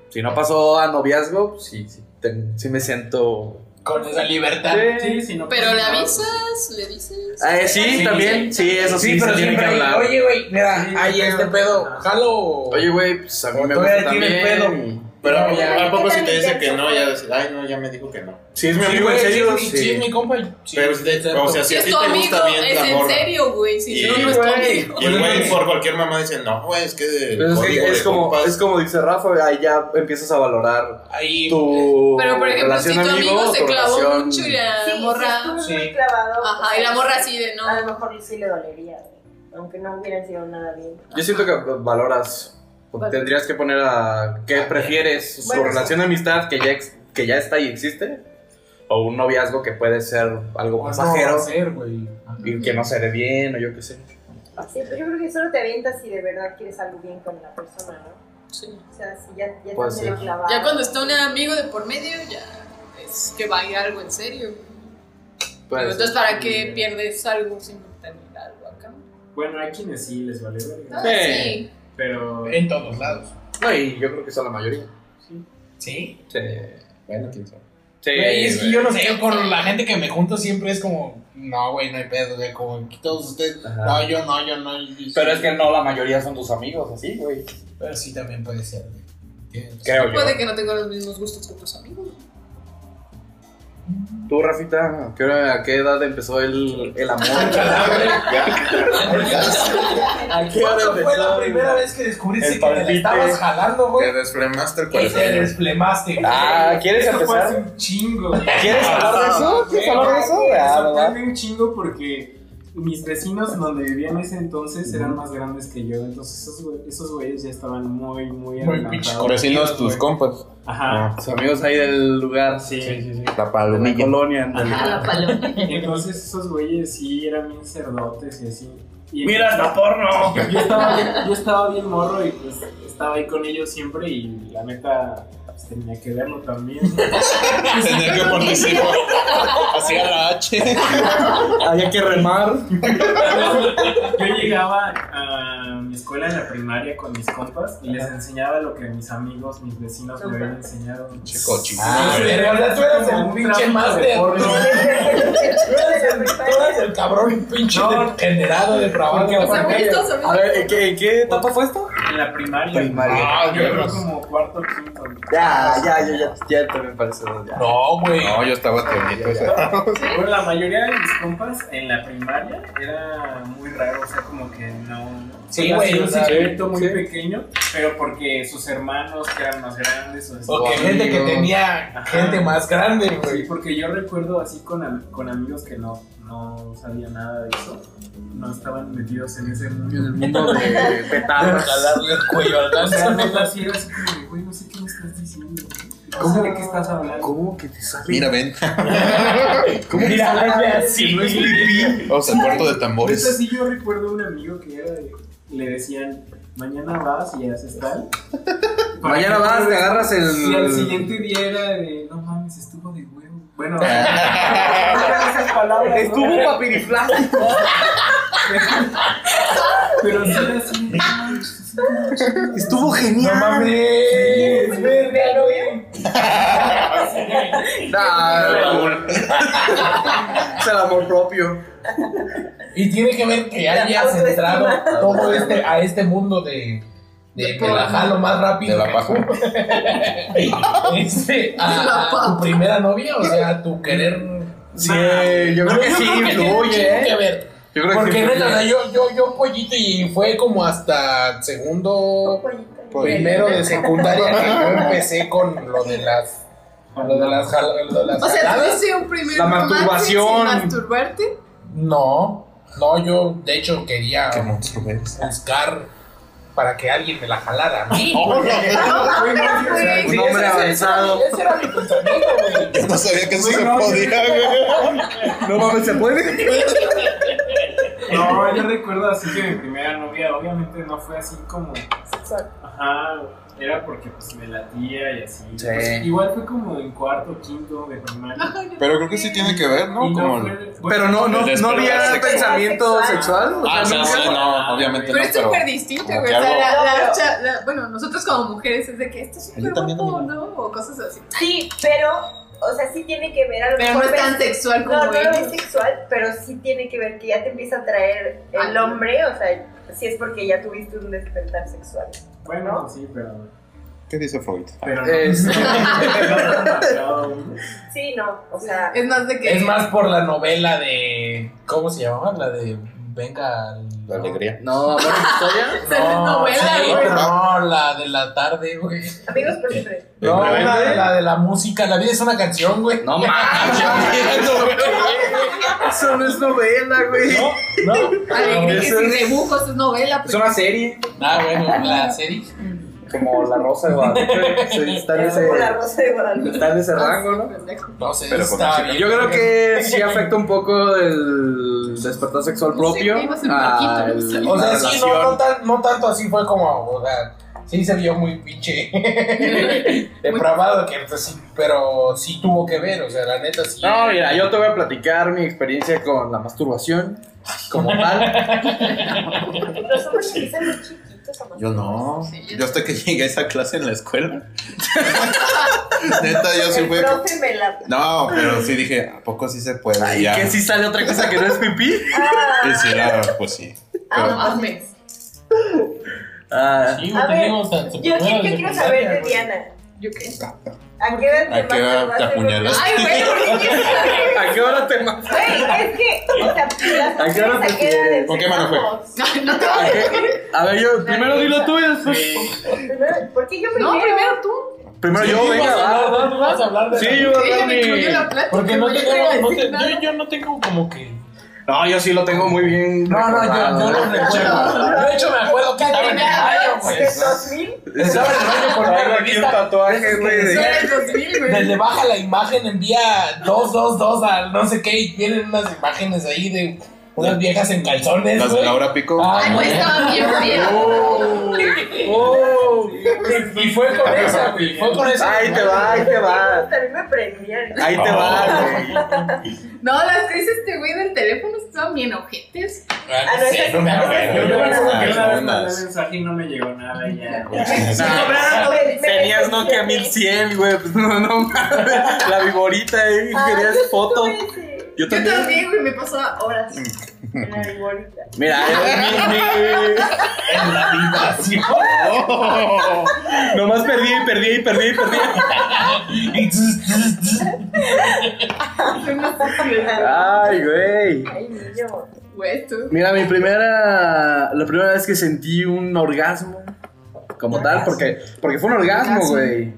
Speaker 5: Si no pasó a noviazgo, pues sí, sí, ten- sí me siento.
Speaker 6: Con esa libertad.
Speaker 7: Sí, sí, no
Speaker 8: Pero le
Speaker 7: pasa nada.
Speaker 8: avisas, le dices.
Speaker 5: Eh, sí, también. Sí, eso sí, se tiene que
Speaker 6: siempre
Speaker 5: hablar.
Speaker 6: hay, Oye, güey, mira,
Speaker 7: Sí,
Speaker 6: hay
Speaker 7: pero-
Speaker 6: este pedo. Jalo.
Speaker 5: Oye, güey, pues a mí me
Speaker 6: todavía
Speaker 5: gusta
Speaker 6: tiene
Speaker 5: también.
Speaker 6: pedo.
Speaker 9: Pero
Speaker 6: No, ya,
Speaker 9: a poco
Speaker 10: ¿qué
Speaker 9: si
Speaker 10: tal
Speaker 9: te dice que
Speaker 10: intenso?
Speaker 9: no, ya decir, ay, no, ya me dijo que no.
Speaker 5: Sí, es mi
Speaker 6: Sí,
Speaker 5: amigo, en
Speaker 6: güey,
Speaker 5: serio.
Speaker 6: sí, es mi- sí, es mi compa. Sí,
Speaker 9: Pero si te-
Speaker 6: exacto.
Speaker 9: o sea, si
Speaker 8: Si
Speaker 9: a
Speaker 8: es
Speaker 9: ti
Speaker 8: tu
Speaker 9: te
Speaker 8: amigo,
Speaker 9: gusta bien
Speaker 8: es
Speaker 9: la
Speaker 8: en
Speaker 9: morra.
Speaker 8: serio, güey. Si
Speaker 9: Sí,
Speaker 8: no, no es tu
Speaker 5: güey.
Speaker 8: amigo.
Speaker 9: Y el güey por cualquier mamá dice, no, güey, es que el
Speaker 5: Pues es, que
Speaker 9: código
Speaker 5: es
Speaker 9: de
Speaker 5: como,
Speaker 9: compas".
Speaker 5: es como dice Rafa, ahí ya empiezas a valorar
Speaker 6: Ahí.
Speaker 5: tu
Speaker 8: Pero por ejemplo, si tu
Speaker 5: relación amigo,
Speaker 8: amigo se
Speaker 5: tu
Speaker 8: clavó
Speaker 5: relación-
Speaker 8: mucho y la
Speaker 10: Sí, si
Speaker 8: morra.
Speaker 10: estuvo muy
Speaker 6: Sí.
Speaker 10: clavado.
Speaker 8: Ajá, y la morra así de no.
Speaker 10: A lo mejor sí le dolería, güey, aunque no hubiera sido nada bien.
Speaker 5: Yo siento que valoras, o
Speaker 8: Vale.
Speaker 5: tendrías que poner a qué prefieres, su
Speaker 10: Bueno, sí.
Speaker 5: relación de amistad que ya, ex- que ya está y existe, o un noviazgo que puede ser
Speaker 7: Pues,
Speaker 5: algo
Speaker 6: O
Speaker 5: pasajero
Speaker 6: hacer, güey.
Speaker 5: y que no se dé bien o yo qué sé.
Speaker 10: Sí, pero yo creo que solo te avientas si de verdad quieres algo bien con la persona, ¿no?
Speaker 8: Sí.
Speaker 10: O sea, si ya, ya
Speaker 5: Puede
Speaker 10: te medio
Speaker 5: ser.
Speaker 10: clavado.
Speaker 8: Ya cuando está un amigo de por medio, ya es que va a ir algo en serio.
Speaker 5: Puede
Speaker 8: Pero
Speaker 5: ser.
Speaker 8: entonces, ¿para qué pierdes algo sin tener algo acá?
Speaker 7: Bueno, hay quienes sí les vale verga.
Speaker 8: Ah,
Speaker 5: Sí.
Speaker 8: sí.
Speaker 7: Pero.
Speaker 6: En todos lados.
Speaker 5: No, y yo creo que son la mayoría.
Speaker 6: Sí.
Speaker 5: Sí.
Speaker 9: Bueno, quién sabe.
Speaker 5: Sí,
Speaker 6: Güey, es que
Speaker 5: güey.
Speaker 6: yo no sé, yo con la gente que me junto siempre es como, no, güey, no hay pedo, de como que todos ustedes,
Speaker 5: Ajá.
Speaker 6: no, yo no, yo no. y- y-
Speaker 5: Pero es que no la mayoría son tus amigos, así, güey.
Speaker 6: Pero sí también puede ser, güey. Que-
Speaker 5: Creo yo.
Speaker 8: Puede que no tenga los mismos gustos que tus amigos.
Speaker 5: Tú, Rafita, ¿a qué hora- ¿a qué edad empezó el, el amor?
Speaker 6: ¿A qué hora
Speaker 5: ¿Cuándo
Speaker 6: fue la primera vez que descubriste
Speaker 5: El
Speaker 6: que te la
Speaker 5: palpite.
Speaker 6: estabas jalando,
Speaker 9: Te
Speaker 6: güey?
Speaker 9: desflemaste el
Speaker 6: Y te
Speaker 9: corazón.
Speaker 6: desplemaste, güey.
Speaker 5: ah, ¿quieres
Speaker 7: Eso fue hace
Speaker 5: empezar?
Speaker 7: un chingo. Ah, güey.
Speaker 5: ¿Quieres hablar de eso? ¿Quieres hablar de eso?
Speaker 7: Me
Speaker 5: Ah, ¿verdad?
Speaker 7: sorprende un chingo porque mis vecinos donde vivía en ese entonces eran más grandes que yo. Entonces esos, güey- esos güeyes ya estaban muy, muy
Speaker 6: Muy pinches
Speaker 7: adelantados.
Speaker 9: tus compas.
Speaker 7: Ajá.
Speaker 5: Tus amigos ahí del lugar,
Speaker 7: Sí,
Speaker 5: Ah. sí.
Speaker 7: sí, sí.
Speaker 9: La
Speaker 5: De la colonia. en realidad.
Speaker 8: A la paloma.
Speaker 7: Entonces esos güeyes sí eran bien cerdotes y así. Y
Speaker 5: Mira hasta porno.
Speaker 7: yo estaba, bien, yo estaba bien morro y pues estaba ahí con ellos siempre y la neta pues, tenía que verlo también.
Speaker 6: Tener que participar. Hacía la H.
Speaker 5: Había que remar.
Speaker 7: Yo llegaba a mi escuela en la primaria con mis compas y les enseñaba lo que mis amigos, mis vecinos me habían enseñado.
Speaker 6: Ah, pero ahora tú eras el pinche máster.
Speaker 7: Porno.
Speaker 6: Tú eras el- tú eras el cabrón pinche
Speaker 7: No.
Speaker 6: degenerado de trabajo.
Speaker 8: O sea, güey, estos
Speaker 5: A
Speaker 8: amigos.
Speaker 5: ver, ¿en qué, en qué etapa fue esto?
Speaker 7: En la primaria.
Speaker 5: Primaria.
Speaker 7: Ah, yo creo
Speaker 6: Dios.
Speaker 7: como cuarto quinto.
Speaker 5: Ya, ya, yo ya, ya también parece dos, ya.
Speaker 6: No, güey.
Speaker 9: No, yo estaba tiernito. o sea.
Speaker 7: Bueno, la mayoría de mis compas en la primaria era muy raro, o sea, como que no.
Speaker 6: Sí,
Speaker 7: era
Speaker 6: güey,
Speaker 7: así un
Speaker 6: o sea,
Speaker 7: circulito
Speaker 5: sí,
Speaker 7: muy
Speaker 5: sí.
Speaker 7: pequeño, pero porque sus hermanos que eran más grandes o así.
Speaker 6: O que gente que
Speaker 9: Amigo.
Speaker 6: tenía gente más grande,
Speaker 7: Sí,
Speaker 6: güey.
Speaker 7: porque yo recuerdo así con, am- con amigos que no, no sabían nada de eso, no estaban metidos en ese mundo. En el mundo
Speaker 5: De petardas.
Speaker 6: Jalarle el cuello al
Speaker 7: O sea, neta,
Speaker 6: danza.
Speaker 7: así era así como, de, güey, no sé qué me estás diciendo. No sé de qué estás hablando.
Speaker 5: ¿Cómo que te sale?
Speaker 9: Mira, ven.
Speaker 5: ¿cómo que sale así?
Speaker 7: Sí.
Speaker 5: no es pipí.
Speaker 9: Vamos al cuarto de
Speaker 7: Neta,
Speaker 9: tambores.
Speaker 7: sí, yo recuerdo un amigo que era de- le decían, mañana vas y haces tal. Para
Speaker 5: Mañana
Speaker 7: que-
Speaker 5: vas, te agarras el-
Speaker 7: Y al siguiente día era de, no mames, estuvo de huevo. Bueno, esas palabras, ¿no?
Speaker 5: Estuvo papiriflástico.
Speaker 7: Pero sí era así, no manches, estuvo
Speaker 5: Estuvo
Speaker 6: No
Speaker 5: genial.
Speaker 6: mames. Verga, no, güey.
Speaker 5: Nah, Raúl. es el amor propio.
Speaker 6: Y tiene que ver que hayas
Speaker 10: autoestima.
Speaker 6: entrado todo este, a este mundo de. De que la jalo más
Speaker 9: De
Speaker 6: rápido.
Speaker 9: la paja.
Speaker 6: Este, a, a tu primera novia, o sea, tu querer.
Speaker 5: Sí, Ah, yo creo que sí
Speaker 6: tiene
Speaker 5: influye,
Speaker 6: que
Speaker 5: ¿eh?
Speaker 6: ver.
Speaker 5: Yo creo que sí
Speaker 6: Porque neta, o sea,
Speaker 5: influye.
Speaker 6: yo, yo, yo pollito y fue como hasta segundo, primero de secundaria que yo empecé con lo de las, con lo de las, jal- lo de las
Speaker 8: O sea,
Speaker 6: jaladas.
Speaker 8: tuviste un primer
Speaker 5: La
Speaker 8: romance
Speaker 5: masturbación.
Speaker 8: sin masturbarte.
Speaker 6: No, no, yo de hecho quería
Speaker 9: Qué monstruo eres.
Speaker 6: buscar para que alguien me la jalara.
Speaker 13: Sí.
Speaker 6: No, güey.
Speaker 13: No, no,
Speaker 6: O sea,
Speaker 13: güey.
Speaker 6: sí,
Speaker 13: Un hombre
Speaker 6: ese- ese-
Speaker 13: avanzado.
Speaker 6: Ese era mi pensamiento, güey.
Speaker 13: Yo no sabía que eso se podía,
Speaker 6: güey. No mames, ¿se puede?
Speaker 7: No, yo recuerdo así que mi primera novia, obviamente no fue así como. Ajá, era porque pues me latía y así.
Speaker 9: Sí.
Speaker 7: Pues, igual fue como en cuarto, quinto de primaria.
Speaker 9: Pero creo que sí tiene que ver, ¿no?
Speaker 7: Y no
Speaker 9: Como
Speaker 7: fue-
Speaker 9: el-
Speaker 7: Pero no- no-
Speaker 9: el
Speaker 7: no
Speaker 9: despertar
Speaker 7: había
Speaker 9: sexual.
Speaker 7: pensamiento
Speaker 8: sexual,
Speaker 7: o sea,
Speaker 9: Ah, no,
Speaker 7: nunca-
Speaker 9: sí, no, obviamente
Speaker 8: Pero
Speaker 9: no.
Speaker 8: es súper distinto,
Speaker 9: como
Speaker 8: güey.
Speaker 9: que
Speaker 8: O sea,
Speaker 9: algo-
Speaker 8: la- la- cha- la- bueno, nosotros como mujeres es de que esto es súper guapo, ¿no? O cosas así.
Speaker 10: Sí, pero, o sea, sí tiene que ver a lo
Speaker 8: Pero
Speaker 10: mejor
Speaker 8: no es tan
Speaker 10: ves-
Speaker 8: sexual como
Speaker 10: No, no lo
Speaker 8: ellos.
Speaker 10: es sexual, pero sí tiene que ver que ya te empieza a atraer el hombre, o sea, si es porque ya tuviste un despertar sexual.
Speaker 7: Bueno, sí, pero.
Speaker 9: ¿Qué dice Freud?
Speaker 7: Pero
Speaker 10: Sí, no, o sea...
Speaker 8: Es más de
Speaker 6: Es más por la novela de. ¿Cómo se llamaba? La de. Venga. La
Speaker 9: alegría.
Speaker 6: No, amor, historia. No,
Speaker 10: novela,
Speaker 6: sí,
Speaker 10: güey.
Speaker 6: pero no, la de la tarde, güey.
Speaker 10: Amigos por siempre.
Speaker 6: No,
Speaker 13: Rebelde.
Speaker 6: una de la de la música. La vida es una canción, güey. No mames. Eso no es novela, güey. No,
Speaker 8: Alegría
Speaker 6: no.
Speaker 8: Ah, que
Speaker 6: Eso
Speaker 8: sin
Speaker 6: es-
Speaker 8: dibujos es novela. pues,
Speaker 6: Es una serie. Ah, bueno, la serie. Como la rosa de Guadalupe. está en ese.
Speaker 10: La rosa de Guadalupe.
Speaker 5: Está en ese rango, ¿no?
Speaker 6: No sé,
Speaker 5: Pero con
Speaker 6: está
Speaker 5: música.
Speaker 6: bien.
Speaker 5: Yo creo que sí afecta un poco el despertar sexual propio. a el-
Speaker 6: O sea,
Speaker 5: la
Speaker 6: sí,
Speaker 5: relación.
Speaker 6: no, no, tan- no tanto así fue como, o sea, sí se vio muy pinche depravado, que pues, sí, pero sí tuvo que ver, o sea, la neta sí.
Speaker 5: No, mira, yo te voy a platicar mi experiencia con la masturbación como tal.
Speaker 10: Los hombres empiezan muy chiquitos a
Speaker 9: Yo no. Yo hasta que llegué a esa clase en la escuela. Neta, yo sí
Speaker 10: El
Speaker 9: fui.
Speaker 10: profe me la...
Speaker 9: No, pero sí dije, ¿a poco sí se puede?
Speaker 5: Ay,
Speaker 9: Ya.
Speaker 5: que si sale otra cosa que no es pipí.
Speaker 9: Y sí, la- pues sí.
Speaker 10: Ah, no
Speaker 8: mames.
Speaker 5: Ah.
Speaker 10: A ver, yo, qui- yo quiero saber de Diana.
Speaker 8: ¿Yo qué?
Speaker 10: ¿A qué
Speaker 9: ¿A
Speaker 10: edad
Speaker 9: qué edad te
Speaker 10: masturbaste?
Speaker 9: apuñalaste?
Speaker 10: Ay, güey, ¿por qué?
Speaker 5: ¿A qué hora te ma-
Speaker 10: Güey, es que, o sea, las
Speaker 5: ¿A qué hora
Speaker 10: mujeres
Speaker 5: te
Speaker 10: a qué edad
Speaker 5: quieres? ¿Con qué mano fue?
Speaker 10: empezamos?
Speaker 8: No te
Speaker 5: ¿A qué? A ver, yo primero dilo tú y después.
Speaker 10: Primero, ¿Por qué yo primero?
Speaker 8: No, primero tú.
Speaker 5: Primero
Speaker 6: Sí,
Speaker 5: yo,
Speaker 6: vas
Speaker 5: venga,
Speaker 6: a
Speaker 5: va,
Speaker 6: hablar,
Speaker 5: va,
Speaker 6: tú
Speaker 5: va.
Speaker 6: vas a hablar de
Speaker 5: Sí,
Speaker 6: la-
Speaker 5: yo voy a
Speaker 6: Ella
Speaker 5: hablar
Speaker 6: me incluyó la
Speaker 5: mi.
Speaker 6: plática, Porque no yo tengo- no te- no te- nada.
Speaker 5: yo no tengo como que. No, yo sí lo tengo muy bien. No, no, yo, no
Speaker 6: recuerdo. De hecho, me acuerdo que estaba en el baño,
Speaker 9: Pues,
Speaker 6: güey.
Speaker 5: ¿De
Speaker 6: Estaba en el baño con
Speaker 5: Traigo
Speaker 6: una
Speaker 5: aquí un
Speaker 6: revista.
Speaker 5: tatuaje, güey, de-
Speaker 6: Desde- Desde baja la imagen, envía 222 al no sé qué y vienen unas imágenes ahí de unas viejas en calzones.
Speaker 9: Las de
Speaker 6: güey.
Speaker 9: Laura Pico.
Speaker 5: Ah,
Speaker 9: Ah,
Speaker 6: Ay,
Speaker 9: no.
Speaker 6: güey, estaba bien fea.
Speaker 5: Oh.
Speaker 6: Y fue con esa, güey. Fue con esa.
Speaker 5: Ahí te va, ahí te va.
Speaker 10: También me prendían.
Speaker 5: Ahí te va, güey.
Speaker 8: No, las que dice este güey del teléfono estaban bien ojetes.
Speaker 7: Ah, no, esa-
Speaker 6: no me acuerdo.
Speaker 7: Yo me acuerdo que una vez
Speaker 6: Algunas.
Speaker 7: mandé mensaje y no me llegó nada y ya.
Speaker 5: Tenías Nokia 1100, güey. Pues no, no mames. La viborita ahí, querías foto. Yo
Speaker 8: Yo
Speaker 5: también.
Speaker 8: también, güey, me pasaba horas.
Speaker 10: En la viborita.
Speaker 5: Mira, eh, en la vibración. Nomás perdí y perdí y perdí y perdí. Ay, güey.
Speaker 10: Ay, niño.
Speaker 8: Güey, tú.
Speaker 5: Mira, mi primera. La primera vez que sentí un orgasmo. Como tal, porque, porque fue un orgasmo,
Speaker 6: Orgasmo.
Speaker 5: güey.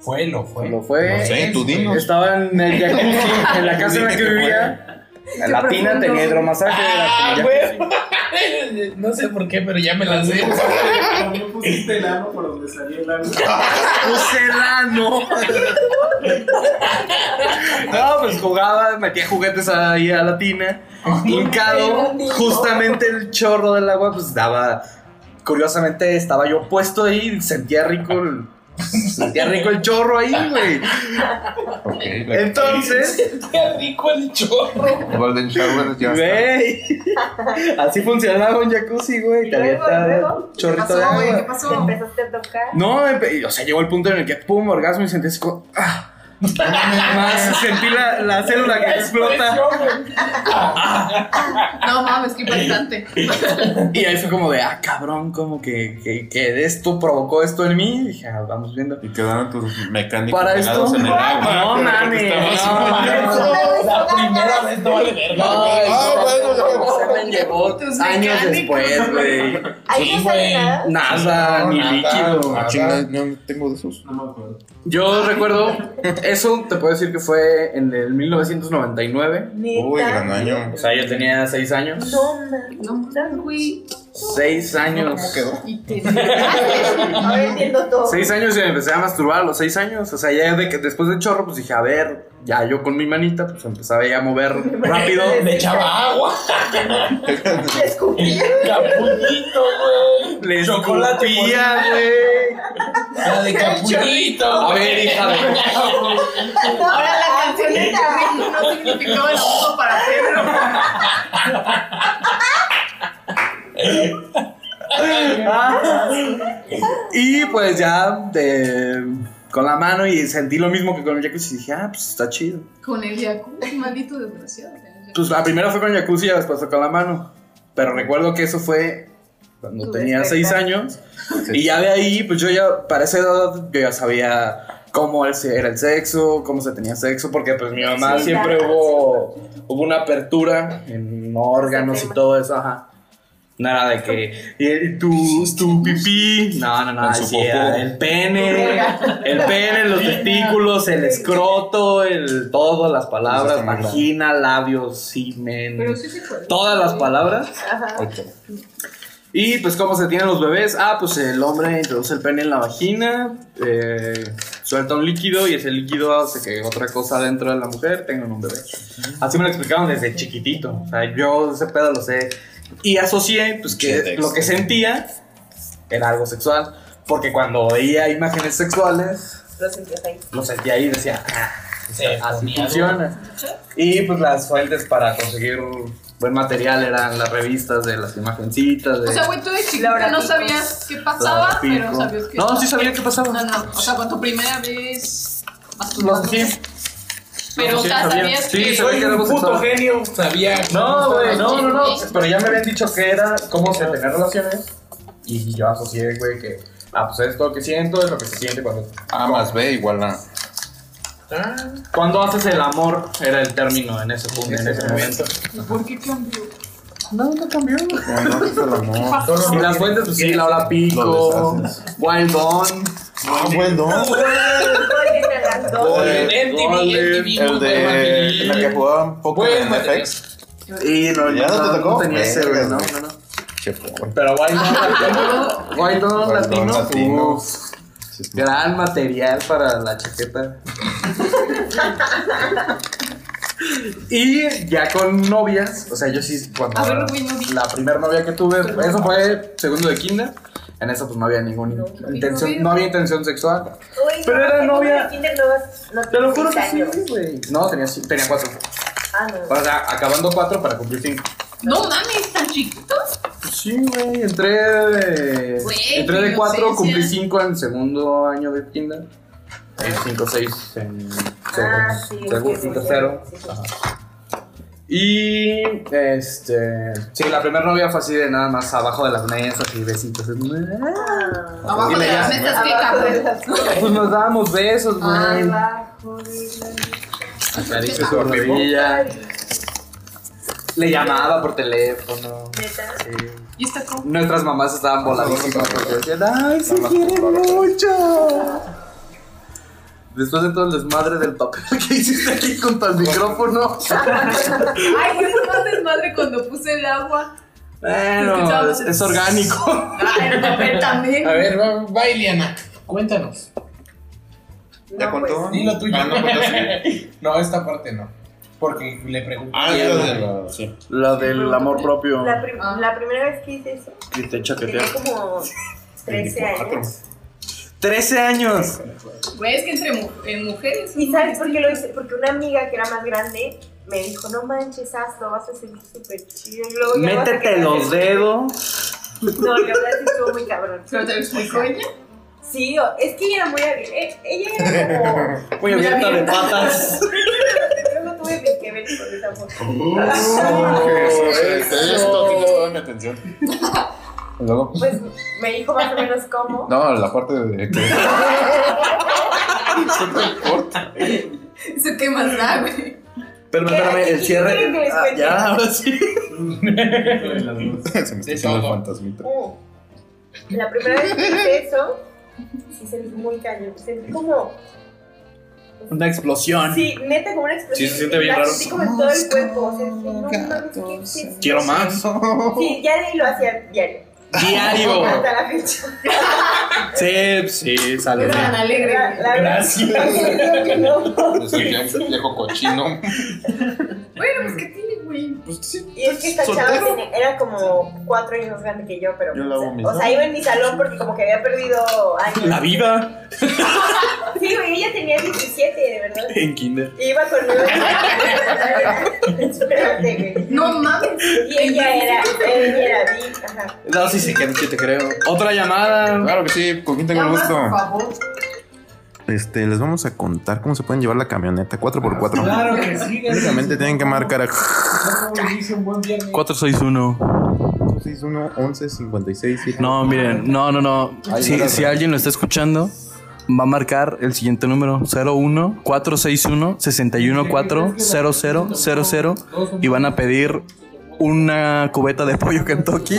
Speaker 6: Fue, lo fue.
Speaker 5: Lo fue.
Speaker 6: No sé, tú dinos.
Speaker 5: Estaba en el jacuzzi, en la casa en la que vivía. En la tina tenía hidromasaje.
Speaker 6: Ah,
Speaker 5: en la-
Speaker 6: güey. No sé por qué, pero ya me la sé.
Speaker 7: También pusiste el ano por donde salió el ano.
Speaker 5: Puse el ano. No, pues jugaba, metía juguetes ahí a la tina.
Speaker 6: Oh,
Speaker 5: Hincado, justamente el chorro del agua, pues daba. Curiosamente estaba yo puesto ahí, sentía rico el. Sentía rico el chorro ahí, güey. Entonces.
Speaker 6: Qué rico el chorro.
Speaker 9: Golden Shower ya está.
Speaker 5: Güey. Así funcionaba un jacuzzi, güey. Te había estado chorrito de agua.
Speaker 10: ¿Te empezaste a tocar?
Speaker 5: No, empe- o sea, llegó el punto en el que pum, orgasmo y sentí así como. ah. Más sentí la, la célula que explota.
Speaker 8: No mames, qué impactante.
Speaker 5: Y ahí fue como de, ah, cabrón, como que, que, que esto provocó esto en mí. Y dije, ah, vamos viendo.
Speaker 9: Y quedaron tus mecánicos
Speaker 5: Para
Speaker 9: pegados
Speaker 5: esto.
Speaker 9: en el agua.
Speaker 5: No
Speaker 9: Pero creo que
Speaker 5: mames.
Speaker 9: estabas-
Speaker 5: No mames.
Speaker 6: La primera vez no vale verga.
Speaker 9: Ah,
Speaker 5: No,
Speaker 6: güey.
Speaker 5: no,
Speaker 6: bueno,
Speaker 5: se me llevó años después, güey.
Speaker 10: Ahí no sale nada.
Speaker 5: Nada, ni
Speaker 9: nada,
Speaker 5: líquido.
Speaker 9: Ah, chinga, no tengo de esos.
Speaker 7: No me acuerdo.
Speaker 5: Yo recuerdo eso te puedo decir que fue en el 1999.
Speaker 10: Uy, gran año.
Speaker 5: O sea, yo tenía 6 años.
Speaker 10: No, man, no, tan güey.
Speaker 5: 6 años.
Speaker 10: Y te Ahora entiendo todo.
Speaker 5: 6 años y me empecé a masturbar a los 6 años. O sea, ya de que después del chorro, pues dije, a ver, ya yo con mi manita, pues empezaba ya a mover rápido.
Speaker 6: Le echaba agua.
Speaker 10: Le escupí.
Speaker 6: Capullito, güey.
Speaker 5: Le
Speaker 6: Chocolate
Speaker 5: escupía, güey.
Speaker 6: La de capullito.
Speaker 5: A ver, hija de.
Speaker 10: Ahora la cancionita güey, no significaba el mundo para Pedro.
Speaker 5: Y pues ya de- con la mano y sentí lo mismo que con el jacuzzi y dije, ah, pues está chido.
Speaker 8: Con el jacuzzi, maldito desgraciado.
Speaker 5: Pues la primera fue con el jacuzzi y la después fue con la mano. Pero recuerdo que eso fue cuando
Speaker 8: Tu
Speaker 5: tenía seis
Speaker 8: despertar.
Speaker 5: años. Y ya de ahí, pues yo ya, para esa edad, yo ya sabía cómo era el sexo, cómo se tenía sexo, porque pues mi mamá
Speaker 13: Sí,
Speaker 5: siempre
Speaker 13: claro.
Speaker 5: hubo, hubo una apertura en órganos y todo eso, ajá. Nada de que y tu, tu pipí, no, no, no,
Speaker 13: Con su
Speaker 5: sí, era
Speaker 13: popó.
Speaker 5: el pene, el pene, los testículos, el escroto, el todo, las palabras, vagina, labios, semen,
Speaker 8: Pero sí se puede.
Speaker 5: todas las palabras.
Speaker 8: Ajá.
Speaker 5: Y pues cómo se tienen los bebés. Ah, pues el hombre introduce el pene en la vagina, eh, suelta un líquido y ese líquido hace que otra cosa dentro de la mujer tenga un bebé. Así me lo explicaron desde chiquitito. O sea, yo ese pedo lo sé. Y asocié pues que lo que sentía era algo sexual. Porque cuando veía imágenes sexuales,
Speaker 10: Lo sentí ahí.
Speaker 5: lo sentía ahí y decía, ah, así
Speaker 10: ponía
Speaker 5: funciona. Y pues las fuentes para conseguir buen material eran las revistas de las imagencitas. De...
Speaker 8: O sea, güey, tú de chiquita
Speaker 10: Laura
Speaker 8: no
Speaker 10: Pico.
Speaker 8: sabías qué pasaba,
Speaker 5: Laura
Speaker 8: pero
Speaker 5: Pico.
Speaker 8: sabías que.
Speaker 5: No, sí sabía qué pasaba.
Speaker 8: No, no. O sea, con tu primera vez.
Speaker 5: Lo sé.
Speaker 8: Pero, o
Speaker 5: Sí,
Speaker 8: sea,
Speaker 5: sabía.
Speaker 8: sabías
Speaker 5: Sí,
Speaker 8: que.
Speaker 5: sabía que era
Speaker 6: Un puto
Speaker 5: homosexual.
Speaker 6: genio. Sabía.
Speaker 5: No, güey, no, no, no. Pero ya me habían dicho que era cómo se tener relaciones. Y yo asocié, güey, que. Ah, pues es lo que siento, es lo que se siente cuando.
Speaker 9: A Ah, más B igual a.
Speaker 5: Cuando haces el amor, era el término en ese punto, en ese momento.
Speaker 8: ¿Y por qué cambió?
Speaker 5: No, no cambió.
Speaker 9: Cuando haces el amor.
Speaker 5: Y las fuentes, pues sí, Laura Pico,
Speaker 9: Lo deshaces.
Speaker 5: Wild On.
Speaker 9: Ah, bueno.
Speaker 10: Oigan a las dos.
Speaker 9: El El de. en La que jugaban Pokémon
Speaker 5: Bueno,
Speaker 9: en FX.
Speaker 5: Y no,
Speaker 9: ¿Ya no te tocó?
Speaker 5: tenía ese, güey, no,
Speaker 9: Vergas,
Speaker 5: no, no.
Speaker 9: Che, pues, pobre.
Speaker 5: Pero Wild On, Wild On
Speaker 9: Perdón,
Speaker 5: Latino.
Speaker 9: latino.
Speaker 5: uf. Gran material para la chaqueta. y ya con novias, o sea, yo sí, cuando
Speaker 8: A ver, güey, no vi.
Speaker 5: la primera novia que tuve, eso fue segundo de kinder. En eso pues no había ninguna intención, no había intención sexual.
Speaker 10: Uy,
Speaker 5: Pero
Speaker 10: no,
Speaker 5: era
Speaker 10: tengo
Speaker 5: novia.
Speaker 10: una kinder, no vas- no
Speaker 5: Te lo juro que
Speaker 10: tienes
Speaker 5: sí,
Speaker 10: años.
Speaker 5: güey. No, tenía, ci- tenía cuatro.
Speaker 10: Ah, no.
Speaker 5: O sea, acabando cuatro para cumplir cinco.
Speaker 8: No mames, tan chiquitos.
Speaker 5: Pues sí, güey, entré de,
Speaker 8: Güey,
Speaker 5: entré de
Speaker 8: qué
Speaker 5: cuatro,
Speaker 8: inocencia.
Speaker 5: cumplí cinco en segundo año de kinder. En cinco, seis, en
Speaker 10: Ah, sí,
Speaker 5: segundo, segundo,
Speaker 10: sí,
Speaker 5: quinto,
Speaker 10: sí,
Speaker 5: cero.
Speaker 10: sí, sí.
Speaker 5: Y este. Sí, la primera novia fue así de nada más abajo de las mesas y besitos.
Speaker 8: Abajo
Speaker 5: Dime
Speaker 8: de
Speaker 5: ya.
Speaker 8: las mesas, ¿qué
Speaker 10: Abajo de
Speaker 8: cabrón?
Speaker 10: las cosas.
Speaker 5: Pues nos dábamos besos, güey.
Speaker 10: Abajo de las-
Speaker 5: Acaricias su rodilla. Le llamaba por teléfono.
Speaker 10: ¿Neta?
Speaker 5: sí.
Speaker 8: ¿Y esta cómo?
Speaker 5: Nuestras mamás estaban voladísimas porque decían, ¡ay, se quieren mucho! Después de todo el desmadre del papel que hiciste aquí con tu micrófono.
Speaker 8: Ay, yo fue más desmadre cuando puse el agua.
Speaker 5: Bueno, es- es orgánico.
Speaker 8: Ay, el papel también.
Speaker 6: A ver, va, va, Ileana. Cuéntanos.
Speaker 9: ¿Ya contó?
Speaker 6: Dilo tuyo.
Speaker 9: Ah, no, contó, sí.
Speaker 6: No, esta parte no. Porque le pregunté.
Speaker 9: Ah,
Speaker 6: ¿Quién?
Speaker 9: lo de la- sí.
Speaker 5: La del amor propio
Speaker 10: La, prim- la primera vez que hice eso,
Speaker 5: que te
Speaker 10: tenía
Speaker 5: chaquetea.
Speaker 10: como 13 años.
Speaker 5: 13 años.
Speaker 8: Güey, es que entre mu- eh, mujeres.
Speaker 10: ¿Y sabes por qué lo hice? Porque una amiga que era más grande me dijo, no manches, hazlo, vas a sentir súper chido. Y luego ya vas a
Speaker 5: Métete
Speaker 10: quedar-
Speaker 5: los dedos.
Speaker 10: No, la verdad sí estuvo muy cabrón.
Speaker 8: ¿Pero te lo explicó ella?
Speaker 10: Sí, o- es que ella era muy hábil. Eh, Ella era como...
Speaker 5: Muy abierta de patas.
Speaker 10: Luego tuve mi que ver con esa mujer.
Speaker 9: Uh,
Speaker 10: Pues,
Speaker 9: Esto tienes toda mi atención. Luego.
Speaker 10: Pues me dijo más o menos cómo.
Speaker 9: No, la parte de que
Speaker 8: Eso qué más da, güey.
Speaker 5: Pero espérame, el
Speaker 10: ¿Quieren que
Speaker 5: cierre.
Speaker 10: les
Speaker 5: Ah,
Speaker 10: cuente?
Speaker 5: ya, ahora sí.
Speaker 9: se me está haciendo el fantasmita.
Speaker 10: La primera vez que hice eso, sí sentí muy cañón. Sentí como
Speaker 5: Una explosión.
Speaker 10: Sí, neta, como una explosión.
Speaker 5: Sí, se siente bien raro.
Speaker 10: Así como en todo el cuerpo. O sea, sí, no, mames, ¿qué- qué-
Speaker 5: Quiero más.
Speaker 10: Sí, ya lo hacía diario.
Speaker 5: Diario.
Speaker 9: Oh.
Speaker 10: Hasta la fecha.
Speaker 5: Sí, sí, sale bien.
Speaker 10: alegre.
Speaker 9: Viejo cochino.
Speaker 10: Bueno, pues ¿qué tiene, güey?
Speaker 9: sí.
Speaker 10: Y es que esta chava
Speaker 9: Soltero.
Speaker 10: tenía- era como cuatro años más grande que yo, pero.
Speaker 9: Yo la
Speaker 10: o sea,
Speaker 9: vomitaba.
Speaker 10: O sea, iba en mi salón porque como que había perdido años.
Speaker 5: La vida
Speaker 10: Sí, güey, ella tenía 17, de verdad.
Speaker 5: en Kinder.
Speaker 10: Y iba conmigo. Espérate, güey.
Speaker 8: No mames.
Speaker 10: Y ella era. Ella era Di. Ajá.
Speaker 5: No, sí, sí, que que te creo. Otra llamada.
Speaker 9: Claro que sí, ¿con quién tengo el gusto?
Speaker 10: favor.
Speaker 9: Este, les vamos a contar cómo se pueden llevar la camioneta 4x4.
Speaker 10: Ah,
Speaker 6: Claro que sí, güey.
Speaker 9: Únicamente tienen que marcar a
Speaker 6: un buen viernes.
Speaker 14: 461.
Speaker 9: 461 11 56 7.
Speaker 14: No, miren, no, no, no.
Speaker 9: Ay,
Speaker 14: Si,
Speaker 9: espérate.
Speaker 14: si alguien lo está escuchando, va a marcar el siguiente número: 01 461 00 y van a pedir una cubeta de pollo Kentucky.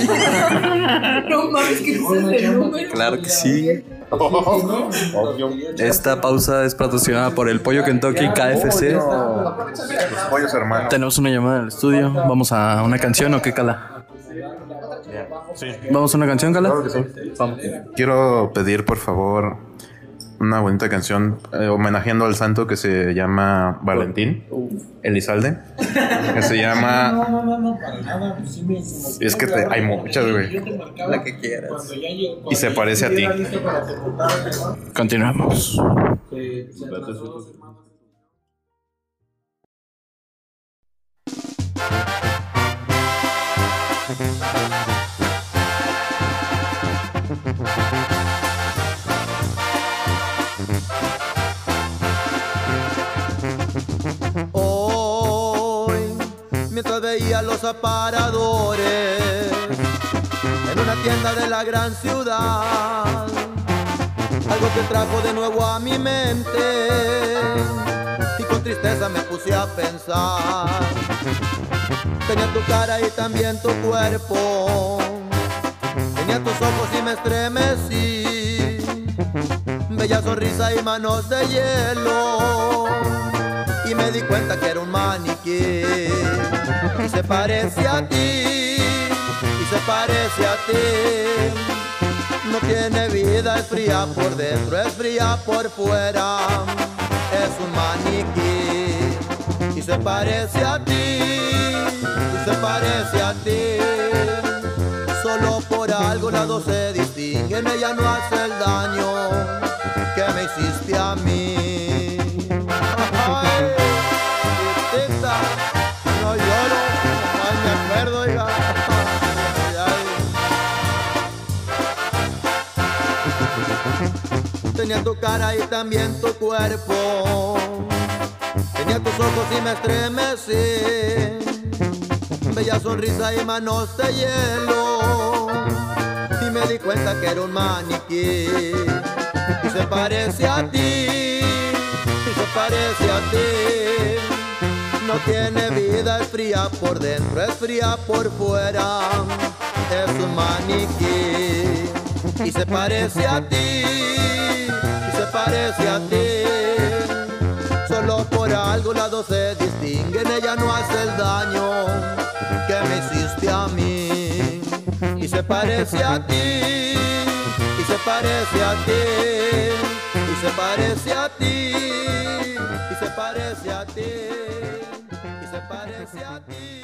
Speaker 8: No mames, que dices de número.
Speaker 14: Claro que sí.
Speaker 9: Obvio.
Speaker 14: Esta pausa es patrocinada por el pollo Kentucky KFC.
Speaker 9: Los pollos hermanos.
Speaker 14: Tenemos una llamada en el estudio. Vamos a una canción o qué cala. Vamos a una canción, cala. Vamos.
Speaker 9: Quiero pedir, por favor, una bonita canción eh, homenajeando al santo que se llama Valentín Elizalde. Que se llama.
Speaker 6: No, no, no, no, para nada. pues sí me- se me-
Speaker 9: Es que te- hay muchas, güey.
Speaker 6: Yo te marcaba
Speaker 9: La que quieras.
Speaker 6: cuando ya llegó-
Speaker 9: Y se parece a ti.
Speaker 6: Era listo para sepultar, ¿no?
Speaker 14: Continuamos.
Speaker 6: Se- se atrasó.
Speaker 15: Hoy, mientras veía los aparadores en una tienda de la gran ciudad, algo que trajo de nuevo a mi mente y con tristeza me puse a pensar. Tenía tu cara y también tu cuerpo, tenía tus ojos y me estremecí, bella sonrisa y manos de hielo y me di cuenta que era un maniquí y se parece a ti y se parece a ti no tiene vida es fría por dentro es fría por fuera es un maniquí y se parece a ti y se parece a ti solo por algo lado se distinguen ella no hace el daño que me hiciste a mí Ay, tristeza, no lloro, ay, me acuerdo, oiga. Ay, ay. Tenía tu cara y también tu cuerpo, tenía tus ojos y me estremecí, bella sonrisa y manos de hielo, y me di cuenta que era un maniquí, y se parece a ti y se parece a ti. No tiene vida, es fría por dentro, es fría por fuera. Es un maniquí y se parece a ti, y se parece a ti. Solo por algo lado se distinguen, ella no hace el daño que me hiciste a mí. Y se parece a ti, y se parece a ti, y se parece a ti, y se parece a ti, y se parece a ti.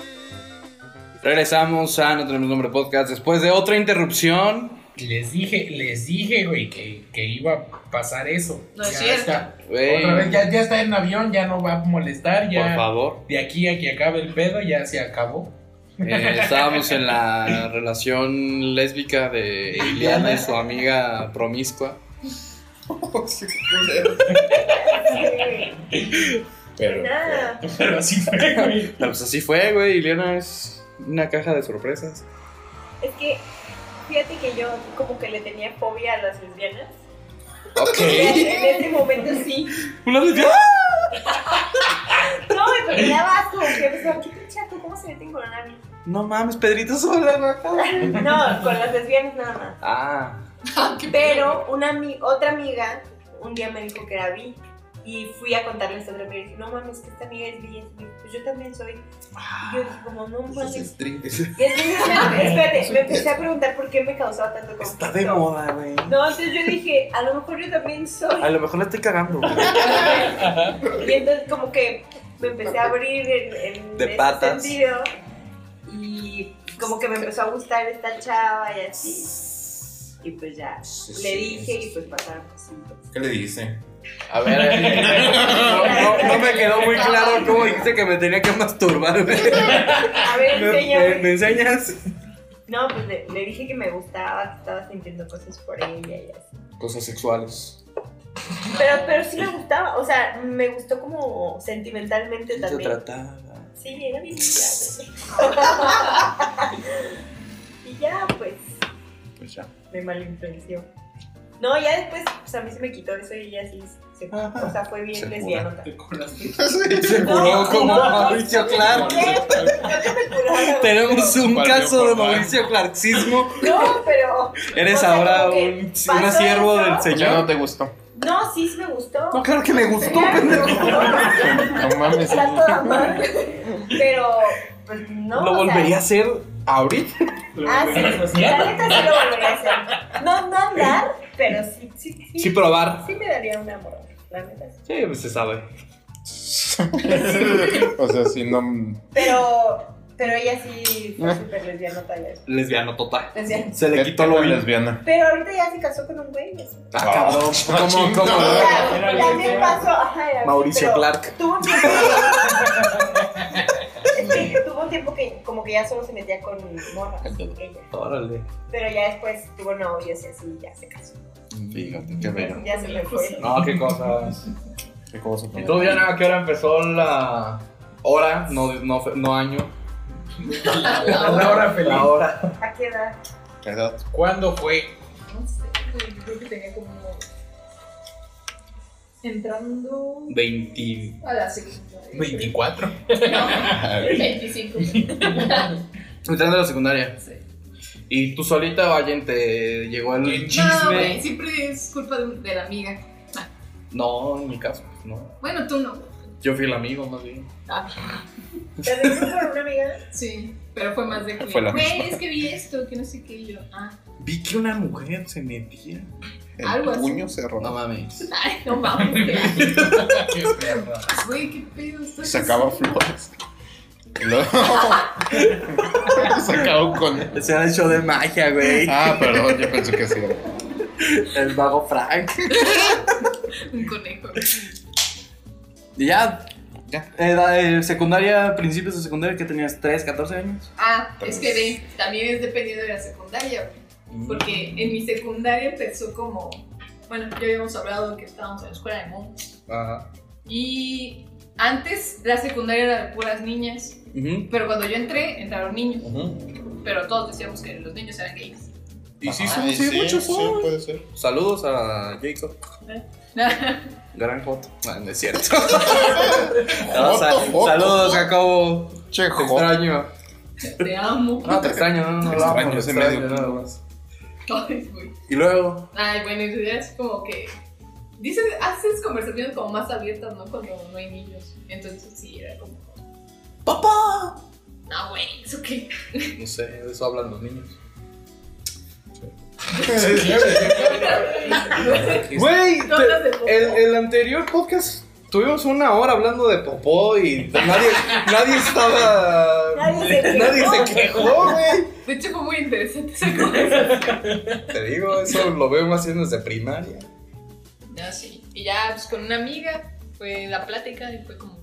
Speaker 5: Regresamos a No Tenemos Nombre Podcast después de otra interrupción.
Speaker 6: Les dije, les dije, güey, que, que iba a pasar eso.
Speaker 8: No es cierto.
Speaker 6: está.
Speaker 5: Güey.
Speaker 6: Otra vez, ya, ya está en avión, ya no va a molestar, ya.
Speaker 5: Por favor.
Speaker 6: De aquí a que acabe el pedo, ya se acabó.
Speaker 5: Eh, estábamos en la relación lésbica de Ileana y su amiga promiscua. Pero,
Speaker 10: Nada.
Speaker 5: pero así fue, güey. Pero pues así fue, güey. Ileana es una caja de sorpresas.
Speaker 10: Es que, fíjate que yo como que le tenía fobia a las lesbianas. En
Speaker 5: Ok.
Speaker 10: ese momento sí.
Speaker 5: Una lesbiana.
Speaker 10: No, güey, pero me daba asco. Que pensaba, ¿qué pinche asco? ¿Cómo se meten con una vieja?
Speaker 5: No mames, Pedrito sola, ¿no?
Speaker 10: No, con las lesbianas nada más.
Speaker 5: Ah.
Speaker 10: Pero una ami- otra amiga un día me dijo que era bi. Y fui a contarles sobre mí y dije, no mames, que esta amiga es bella. Y yo, pues yo también soy. Y yo dije, como, no mames.
Speaker 5: Es triste.
Speaker 10: Y entonces, espérate, me empecé a preguntar por qué me causaba tanto conflicto.
Speaker 5: Está de moda, güey.
Speaker 10: No, entonces yo dije, a lo mejor yo también soy.
Speaker 5: A lo mejor la estoy cagando, güey.
Speaker 10: Y entonces como que me empecé a abrir en, en
Speaker 5: De
Speaker 10: ese
Speaker 5: patas.
Speaker 10: sentido y como que me empezó a gustar esta chava y así. Y pues ya le dije y pues pasaron cositas.
Speaker 9: ¿Qué le dice?
Speaker 5: A ver, eh, no, no- no me quedó muy claro cómo dijiste que me tenía que masturbar. güey.
Speaker 10: A ver,
Speaker 5: ¿Me,
Speaker 10: enséñame.
Speaker 5: me- me enseñas?
Speaker 10: No, pues le, le dije que me gustaba, que estaba sintiendo cosas por ella y así.
Speaker 5: Cosas sexuales.
Speaker 10: Pero, pero sí me gustaba, o sea, me gustó como sentimentalmente también. Sí, era bien ligable. Y ya, pues,
Speaker 5: Pues ya.
Speaker 10: me malinfluenció. No, ya después, pues a mí se me quitó eso y ya sí, se, o sea, fue bien
Speaker 5: Se
Speaker 10: lesbiana.
Speaker 5: Se curó como Mauricio Clark. Tenemos un caso de Mauricio Clarksismo.
Speaker 10: No, pero.
Speaker 5: Eres
Speaker 10: o sea,
Speaker 5: ahora
Speaker 10: como que
Speaker 5: un, una
Speaker 10: pasó
Speaker 5: siervo
Speaker 10: eso.
Speaker 5: del Señor.
Speaker 9: Ya no te gustó.
Speaker 10: No, sí, sí me gustó.
Speaker 5: No, claro que me gustó,
Speaker 10: Claro que me gustó.
Speaker 9: No mames.
Speaker 10: Está toda madre. Pero, pues no.
Speaker 5: ¿Lo
Speaker 10: o sea,
Speaker 5: volvería a hacer ahorita?
Speaker 10: Ah, sí. La neta sí lo volvería a hacer. No, no hablar, pero sí, sí, sí.
Speaker 5: Sí probar.
Speaker 10: Sí me daría una amor, la neta. sí.
Speaker 5: Sí, pues se sabe.
Speaker 9: o sea, si no.
Speaker 10: Pero, pero ella sí fue súper lesbiana tal vez.
Speaker 5: Lesbiano total.
Speaker 10: Lesbiana.
Speaker 5: Se le quitó lo
Speaker 9: lesbiana.
Speaker 10: Pero ahorita ya se casó con un güey. así.
Speaker 5: Ah, cabrón. ¿Cómo, cómo?
Speaker 10: O
Speaker 7: Ah,
Speaker 10: sea, también pasó. ajá, era-
Speaker 5: Mauricio
Speaker 10: pero
Speaker 5: Clark.
Speaker 10: Tuvo un tiempo que. Es que tuvo un tiempo que, como que ya solo se metía con morras. Ella.
Speaker 5: Órale.
Speaker 10: Pero ya después tuvo novios y así, ya se casó.
Speaker 5: Fíjate, qué bello.
Speaker 10: Ya se le fue.
Speaker 5: No, qué cosas.
Speaker 9: Qué cosa.
Speaker 5: ¿Y todavía nada que hora empezó la hora, no, no, no año?
Speaker 6: La hora feliz.
Speaker 5: La hora.
Speaker 10: ¿A qué edad?
Speaker 6: ¿Cuándo fue?
Speaker 8: No sé, güey, creo que tenía como. Entrando
Speaker 5: 20.
Speaker 8: a la secundaria.
Speaker 6: 24.
Speaker 5: Entrando
Speaker 8: 25.
Speaker 5: a la secundaria. ¿Y tú solita o alguien te llegó el
Speaker 8: No, güey,
Speaker 5: chisme?
Speaker 8: siempre es culpa de, de la amiga.
Speaker 5: No, en mi caso, pues no.
Speaker 8: Bueno, tú no.
Speaker 5: Yo fui el amigo más bien.
Speaker 8: Ah.
Speaker 10: ¿Te dejó por una amiga?
Speaker 8: Sí, pero fue más de que.
Speaker 5: Ah, Fue la
Speaker 8: Güey,
Speaker 5: misma.
Speaker 8: es que vi esto, que no sé qué. Y yo, ah,
Speaker 5: Vi que una mujer se metía.
Speaker 8: El Algo así. puño
Speaker 9: cerró.
Speaker 5: No mames.
Speaker 8: ay, no mames. Güey, qué pedo. Esto
Speaker 9: Sacaba flores. Y luego- Sacaba un con.
Speaker 5: Se han hecho de magia, güey.
Speaker 9: Ah, perdón, yo pensé que sí.
Speaker 5: El vago Frank.
Speaker 8: Un conejo.
Speaker 5: Y ya. Edad, eh, secundaria, principios de secundaria, que tenías 3, 14 años.
Speaker 8: Ah,
Speaker 5: Tres.
Speaker 8: es que ve, también es dependiendo de la secundaria, güey. Porque en mi secundaria empezó como. Bueno, ya habíamos hablado que estábamos en la escuela de monjas.
Speaker 5: Ajá.
Speaker 8: Y antes la secundaria era de puras niñas. Pero cuando yo entré, entraron niños. Pero todos decíamos que los niños eran gays.
Speaker 5: Y sí,
Speaker 8: Ajá.
Speaker 5: son- Ah, sí,
Speaker 8: Ay, sí,
Speaker 5: muchos
Speaker 8: sí,
Speaker 5: son.
Speaker 9: puede ser.
Speaker 5: Saludos a Jacob. Gran Joto. Ah, No, no es cierto. No, sal-
Speaker 9: Joto, Joto.
Speaker 5: saludos, Jacobo. Che, Te
Speaker 9: Joto.
Speaker 5: extraño.
Speaker 8: Te amo.
Speaker 5: No, Ah, te extraño, no, no,
Speaker 9: Te
Speaker 5: lo amo,
Speaker 9: extraño,
Speaker 5: te
Speaker 9: ese
Speaker 5: extraño,
Speaker 9: medio.
Speaker 5: nada más.
Speaker 8: Ay, güey.
Speaker 5: Y luego,
Speaker 8: Ay, bueno, y tú ya es como que. Dices, haces conversaciones como más abiertas, ¿no? Cuando no hay niños. Entonces sí, era como. ¡Papá! No, güey, eso qué.
Speaker 5: no sé, de eso hablan los niños. Güey,
Speaker 8: No
Speaker 5: te-
Speaker 8: hablas de popó.
Speaker 5: el, el anterior podcast tuvimos una hora hablando de popó y nadie, nadie estaba.
Speaker 8: Nadie se quejó.
Speaker 5: nadie se quejó, güey.
Speaker 8: De hecho, fue muy interesante esa conversación.
Speaker 5: Te digo, eso lo veo haciendo desde primaria.
Speaker 8: No, sí. Y ya, pues con una amiga fue la plática y fue como.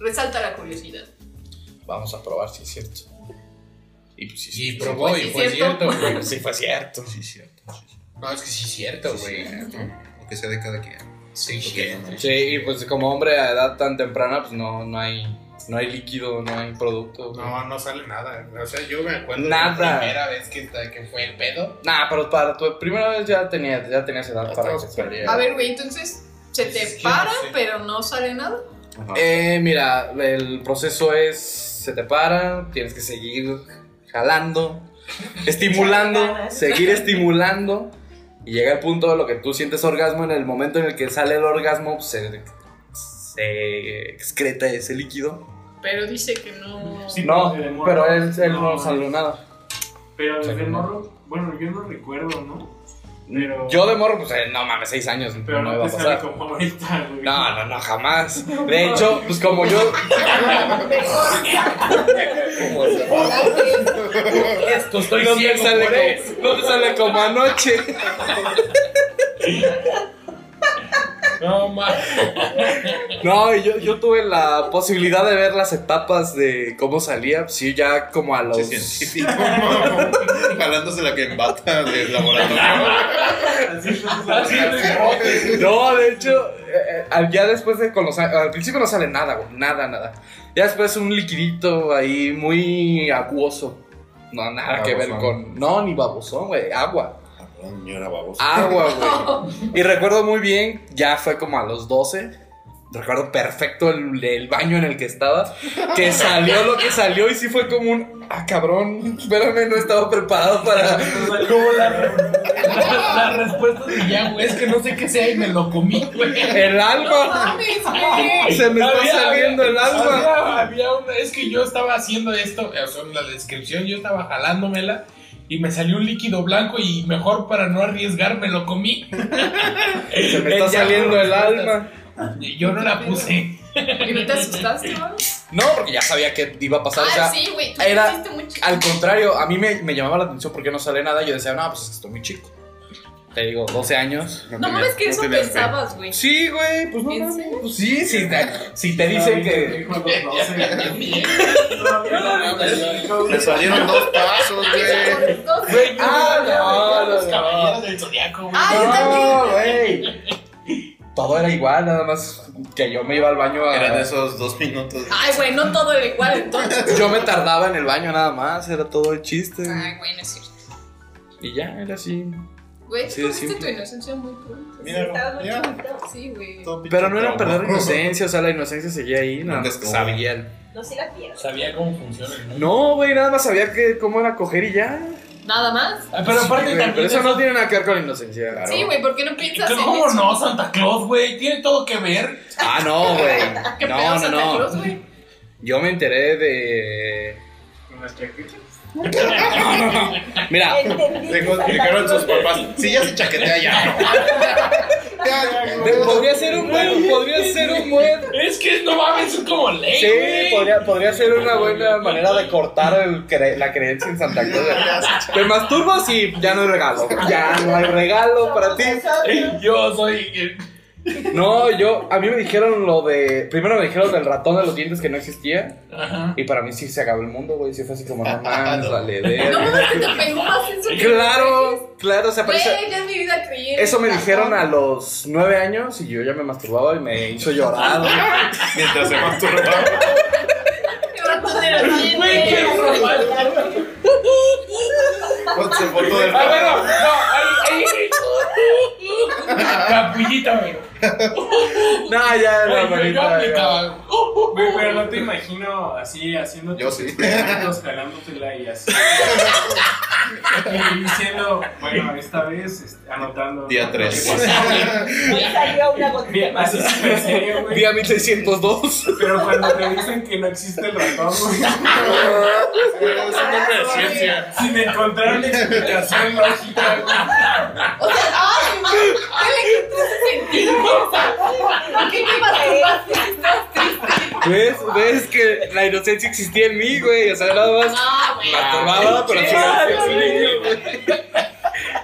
Speaker 8: Resalta la curiosidad.
Speaker 5: Vamos a probar si es cierto. Y pues sí,
Speaker 6: Y probó y fue cierto, güey.
Speaker 5: Sí, fue cierto.
Speaker 13: Sí, cierto.
Speaker 6: No, es que sí es cierto, güey.
Speaker 13: Aunque sea de cada quien.
Speaker 6: Sí,
Speaker 5: Sí, y pues como hombre a edad tan temprana, pues no, no hay. No hay líquido, no hay producto.
Speaker 6: No, no sale nada. O sea, yo me acuerdo de
Speaker 5: Nada.
Speaker 6: la primera vez que, que fue el pedo.
Speaker 5: Nah, pero para tu primera vez ya tenías, ya tenías edad para que se
Speaker 8: A ver, güey, entonces. Se te
Speaker 5: que Pues, no
Speaker 8: para,
Speaker 5: sé.
Speaker 8: pero no sale nada.
Speaker 5: Eh, mira, el proceso es, se te para, tienes que seguir jalando, estimulando, seguir estimulando y llega el punto de lo que tú sientes orgasmo en el momento en el que sale el orgasmo, pues, se se excreta ese líquido.
Speaker 8: Pero dice que no.
Speaker 5: no,
Speaker 7: desde morro.
Speaker 5: pero él, él no,
Speaker 7: No,
Speaker 5: salió nada.
Speaker 7: Pero desde
Speaker 5: Según
Speaker 7: morro, bueno, yo no recuerdo, ¿no? Pero.
Speaker 5: Yo de morro, pues eh, no mames, seis años.
Speaker 7: Pero
Speaker 5: no
Speaker 7: no
Speaker 5: iba a
Speaker 7: te sale
Speaker 5: pasar.
Speaker 7: como ahorita, güey.
Speaker 5: No, no, no, jamás. De hecho, pues como yo.
Speaker 12: Esto estoy
Speaker 5: no te
Speaker 12: ciego
Speaker 5: sale
Speaker 12: por eso.
Speaker 5: como, no te sale como anoche.
Speaker 7: No mames.
Speaker 5: No, y yo, yo tuve la posibilidad de ver las etapas de cómo salía. pues, Sí, ya como a los.
Speaker 13: Jalándose la que embata del laboratorio.
Speaker 5: No, de hecho, eh, eh, ya después de con los a- al principio no sale nada, güey, nada, nada. Ya después un liquidito ahí muy acuoso. No, nada que ver
Speaker 9: Babosón.
Speaker 5: con. No, ni babosón, güey, agua.
Speaker 9: Yo era baboso.
Speaker 5: Ah, Agua, güey. Y recuerdo muy bien, ya fue como a los 12. Recuerdo perfecto el, el baño en el que estaba. Que salió lo que salió y sí fue como un. Ah, cabrón. Espérame, no estaba preparado para. Como la.
Speaker 6: La respuesta de ya, güey, es que no sé qué sea y me lo comí, güey.
Speaker 5: El alma. Se me está saliendo el alma.
Speaker 6: Había, había una, es que yo estaba haciendo esto, eh, o sea, en la descripción, yo estaba jalándomela y me salió un líquido blanco y mejor para no arriesgar me lo comí.
Speaker 5: Se me está saliendo el alma.
Speaker 6: Yo no la puse.
Speaker 8: ¿Y no te asustaste, güey?
Speaker 5: No, porque ya sabía que iba a pasar. o sea,
Speaker 8: Ah, sí, güey. Tú
Speaker 5: era-
Speaker 8: hiciste muy chido.
Speaker 5: Al contrario, a mí me, me llamaba la atención porque no sale nada. Yo decía, no, pues es que estoy muy chico. Te digo, 12 años.
Speaker 8: No mames, que
Speaker 5: Este
Speaker 8: eso pensabas, güey.
Speaker 5: Sí, güey, pues no mames, pues sí, sí, te- si te dicen que.
Speaker 13: Me salieron dos pasos, güey.
Speaker 5: Güey, ah, no, no, no.
Speaker 6: del zodiaco, güey.
Speaker 8: Ah,
Speaker 5: No, güey. Todo era igual, nada más que yo me iba al baño a.
Speaker 13: Eran esos dos minutos.
Speaker 8: Ay, güey, no todo era igual entonces.
Speaker 5: Yo me tardaba en el baño nada más, era todo el chiste.
Speaker 8: Ay, güey, no es cierto.
Speaker 5: Y ya, era así.
Speaker 8: Güey,
Speaker 5: Así
Speaker 8: tú
Speaker 5: de
Speaker 8: tuviste tu
Speaker 5: simple.
Speaker 8: inocencia muy pronto. Sí,
Speaker 13: Míralo,
Speaker 8: estabas muy
Speaker 13: mira.
Speaker 8: chiquito. Sí, güey.
Speaker 5: Pero no era perder la inocencia, o sea, la inocencia seguía ahí, nada más que
Speaker 13: Descojo.
Speaker 5: sabía
Speaker 10: No se la pierdas.
Speaker 6: Sabía cómo funciona el
Speaker 5: No, güey, nada más sabía que cómo era coger y ya.
Speaker 8: Nada más.
Speaker 5: Sí, güey, Ah, pero eso no tiene nada que ver con la inocencia.
Speaker 8: Sí, güey, ¿por qué no piensas en eso?
Speaker 6: ¿Cómo no, Santa Claus, güey? Tiene todo que ver.
Speaker 5: Ah, no, güey.
Speaker 8: ¿Qué pedo,
Speaker 5: No,
Speaker 8: Santa
Speaker 5: no,
Speaker 8: Claus,
Speaker 5: no.
Speaker 8: güey?
Speaker 5: Yo me enteré de. Mira,
Speaker 13: Dijeron sus papás. Sí, ya se chaquetea ya.
Speaker 5: de- podría ser un buen, podría ser un buen.
Speaker 6: Es que no mames, es como ley.
Speaker 5: Sí,
Speaker 6: güey.
Speaker 5: podría, podría ser una buena manera de cortar el cre- la creencia en Santa Claus. Te masturbas y ya no hay regalo. Ya no hay regalo para ti.
Speaker 6: Yo soy. eh,
Speaker 5: No, yo, a mí me dijeron lo de. Primero me dijeron del ratón de los dientes que no existía.
Speaker 6: Ajá.
Speaker 5: Y para mí sí se acabó el mundo, güey. Sí fue así como, no mames, vale, verga.
Speaker 8: No mames, que te pegó más eso que-
Speaker 5: Claro, claro, se
Speaker 8: Güey,
Speaker 5: aparece.
Speaker 8: ya es mi vida creyendo.
Speaker 5: Eso me dijeron a los nueve años y yo ya me masturbaba y me hizo llorar. güey.
Speaker 13: Mientras se masturbaba.
Speaker 6: Güey, qué romántico.
Speaker 13: Con su foto del
Speaker 6: Ah, bueno, no, ahí, ahí. Capullita, güey.
Speaker 5: No, ya era
Speaker 7: Güey, yo- yo
Speaker 5: bonita.
Speaker 7: aplicaba,
Speaker 5: ya.
Speaker 7: Güey, pero no te imagino así haciendo Yo sí. jalándotela y así. y diciendo, bueno, esta vez este, anotando.
Speaker 13: Día tres.
Speaker 10: Hoy salió una
Speaker 7: Mira,
Speaker 10: gotita.
Speaker 7: así sí me serio, güey.
Speaker 5: Día 1602.
Speaker 7: Pero cuando te dicen que no existe el ratón, güey. Sin encontrar una explicación lógica, güey.
Speaker 8: O sea, ay, güey, ¿qué le encontraste sentido? O sea, ¿Por qué te masturbaste si estabas triste?
Speaker 5: ¿Ves? ¿Ves que la inocencia existía en mí, güey? O sea, nada más.
Speaker 8: No, Ah, güey.
Speaker 5: Masturbaba, pero sí,
Speaker 8: Ah,
Speaker 5: sí, sí, güey.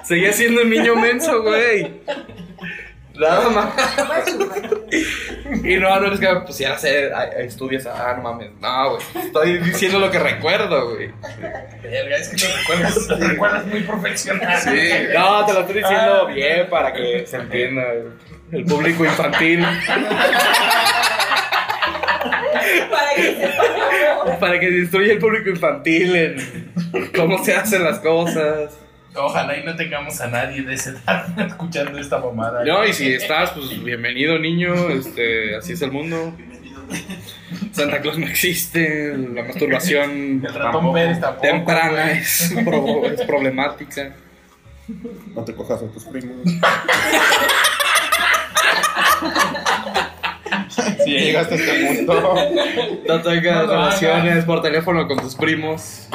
Speaker 5: Seguía siendo un niño menso, güey. Nada más. Y no, no es que pues, me pusiera a hacer a- a estudios. Ah, no mames. No, güey. Estoy diciendo lo que recuerdo, güey.
Speaker 6: Verga, Es que te recuerdas, te recuerdas muy profesional. Ah.
Speaker 5: No, te lo estoy diciendo bien para que se entienda el público infantil.
Speaker 10: Para que sepa.
Speaker 5: Para que se instruya el público infantil en cómo se hacen las cosas.
Speaker 6: Ojalá y no tengamos a nadie de esa edad escuchando esta mamada.
Speaker 5: No, y si estás, pues bienvenido, niño. Este, así es el mundo. Santa Claus no existe. La masturbación
Speaker 6: ratón Pérez tampoco,
Speaker 13: Oh,
Speaker 5: temprana
Speaker 6: güey.
Speaker 5: es, pro- es problemática.
Speaker 9: No te cojas a tus primos.
Speaker 13: Sí, llegaste a este mundo.
Speaker 5: No tengas
Speaker 13: No lo hagas.
Speaker 5: relaciones por teléfono con tus primos.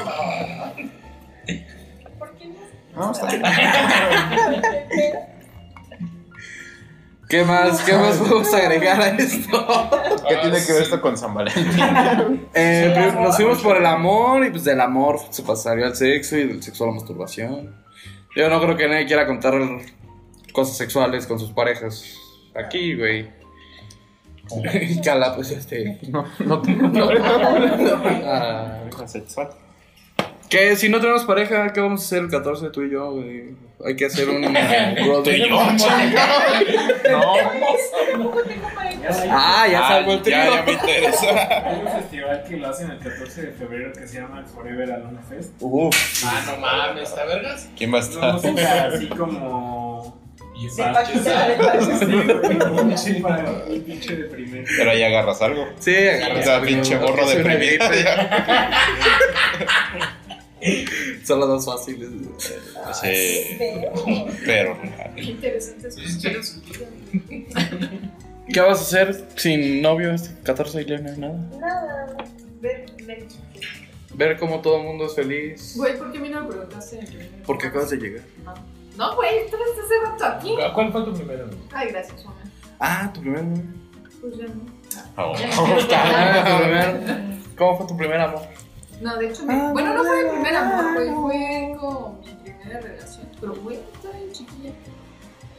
Speaker 13: No, está bien.
Speaker 5: ¿Qué más? ¿Qué más podemos agregar a esto?
Speaker 13: ¿Qué tiene que ver esto con San Valentín?
Speaker 5: Eh, pues, nos fuimos por el amor y pues del amor se pasaría al sexo y del sexo a la masturbación. Yo no creo que nadie quiera contar cosas sexuales con sus parejas aquí, güey. Cala, pues este. No, no tengo problema. Que si no tenemos pareja, ¿qué vamos a hacer el 14 tú y yo, güey? Hay que hacer un.
Speaker 13: Tú y yo,
Speaker 5: No. Ah, ya salgo el trío.
Speaker 13: Ya, ya me interesa.
Speaker 7: Hay un festival que lo hacen el 14 de febrero que se llama el Forever Alone Fest.
Speaker 13: Uf.
Speaker 7: Ah, no mames, ¿está vergas?
Speaker 13: ¿Quién va a estar?
Speaker 7: música así como. Y
Speaker 6: Ah,
Speaker 13: Sánchez.
Speaker 7: pinche deprimente.
Speaker 13: Pero ahí agarras algo.
Speaker 5: Sí,
Speaker 13: agarras algo. pinche gorro de primera.
Speaker 5: Son las dos fáciles.
Speaker 13: Sí. Pero.
Speaker 5: Pues
Speaker 8: Interesante.
Speaker 5: ¿Qué vas a hacer sin novio este 14 de Elena? Nada.
Speaker 16: Nada. Ver, ver.
Speaker 5: Ver cómo todo el mundo es feliz.
Speaker 8: Güey, ¿por qué a mí no me preguntaste?
Speaker 5: Porque acabas de llegar.
Speaker 8: No, güey, tú estás hace rato aquí.
Speaker 6: ¿Cuál fue tu primero?
Speaker 8: Ay, gracias, mamá.
Speaker 5: Ah, tu primer novio.
Speaker 8: Pues ya no.
Speaker 5: Ah, tu primer- ¿Cómo fue tu primer amor?
Speaker 8: No, de hecho, mi- bueno, no fue mi primer amor, güey, fue como mi primera relación. Pero, güey, estaba bien chiquilla.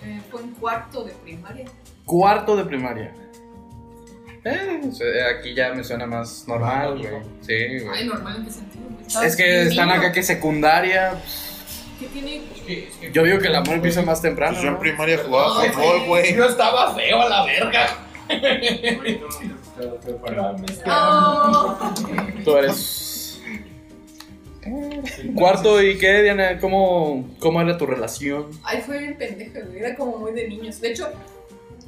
Speaker 8: Eh, fue en cuarto de primaria.
Speaker 5: Cuarto de primaria. Eh, o sea, aquí ya me suena más normal, güey. Sí,
Speaker 8: Ay,
Speaker 5: güey.
Speaker 8: normal, ¿en qué sentido? güey? Estabas
Speaker 5: Es que están
Speaker 8: niño.
Speaker 5: acá que secundaria.
Speaker 8: ¿Qué tiene?
Speaker 5: Yo digo que el amor empieza más temprano.
Speaker 13: Pues yo en
Speaker 5: primaria
Speaker 13: jugaba
Speaker 8: No, fútbol,
Speaker 5: güey.
Speaker 6: Yo estaba feo a la verga.
Speaker 8: Ah. No.
Speaker 5: Tú eres. Cuarto, ¿y qué, Diana? ¿Cómo, cómo era tu relación?
Speaker 8: Ay, fue bien pendeja, güey. Era como muy de niños. De hecho,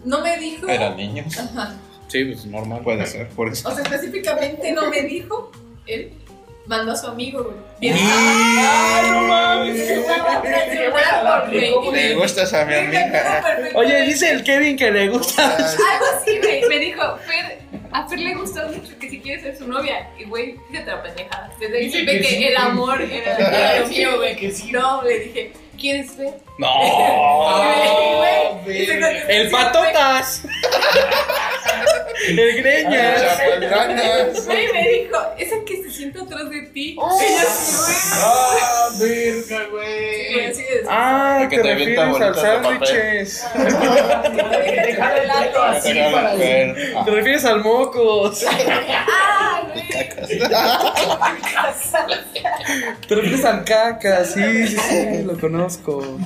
Speaker 8: no me dijo.
Speaker 5: Eran niños.
Speaker 8: Ajá.
Speaker 5: Sí, pues normal. Puede ser, por eso.
Speaker 8: O sea, específicamente no me dijo. Él mandó a su amigo, güey. Bien.
Speaker 13: ¡Ay, no mames!
Speaker 8: Estaba traicionado por mí.
Speaker 13: Le gustas a mi amiga.
Speaker 5: Oye, dice el Kevin que le gusta.
Speaker 8: Algo así, güey. Me dijo, Fer, a Fer le gustó mucho que si quiere ser su novia. Y, güey, fíjate la pendejada. Desde ahí
Speaker 13: Dice
Speaker 8: supe que,
Speaker 13: que sí.
Speaker 8: el amor era, era lo
Speaker 13: Sí,
Speaker 8: mío, güey. No, le dije, ¿quieres ver?
Speaker 5: No.
Speaker 8: Güey, y se contestó,
Speaker 5: el
Speaker 8: sí,
Speaker 5: patotas. el greñas.
Speaker 13: pues,
Speaker 8: Güey, me dijo, es el que se sienta atrás de ti. Y yo así, güey.
Speaker 13: ¡Ah, verga,
Speaker 8: Sí, güey, así de-
Speaker 5: Ah,
Speaker 13: El que
Speaker 5: te
Speaker 13: te avienta
Speaker 5: refieres al
Speaker 13: bolitas de papel.
Speaker 5: sándwiches.
Speaker 8: Relato así para-
Speaker 13: Ah,
Speaker 5: Te refieres al mocos.
Speaker 8: Ah, güey.
Speaker 5: Te refieres al caca. Sí, sí, sí, lo conozco.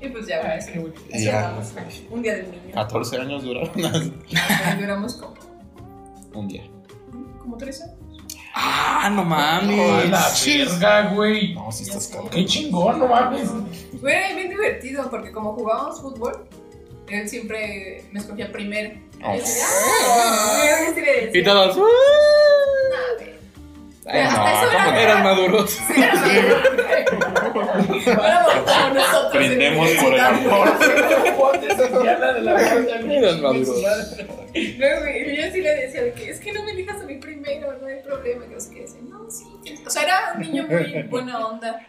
Speaker 8: Y pues ya, güey, así, güey. Así
Speaker 13: Ya.
Speaker 8: hablamos, güey. Un día del niño.
Speaker 13: 14 años duraron.
Speaker 8: güey, Duramos como,
Speaker 13: Un día.
Speaker 8: como tres años.
Speaker 5: Ah, no
Speaker 13: Ay, la
Speaker 6: verga, güey.
Speaker 13: No, si estás cabrón.
Speaker 6: Qué chingón, no mames.
Speaker 8: Fue bien divertido porque como jugábamos fútbol, él siempre me escogía primero.
Speaker 13: Oh.
Speaker 8: Y yo decía, "Ah, güey, güey, güey".
Speaker 5: Y todos. "Uh".
Speaker 8: Nah, güey.
Speaker 5: Ay,
Speaker 8: Hasta eso
Speaker 5: ¿cómo
Speaker 8: era-
Speaker 5: eran maduros.
Speaker 8: Sí, era maduro. Éramos como nosotros.
Speaker 13: Prendemos por el amor.
Speaker 5: Eran maduros.
Speaker 8: No, güey, yo sí le decía de que es que no me elijas a mí primero, no hay problema. Que es que decía, no, sí. O sea, era un niño muy buena onda.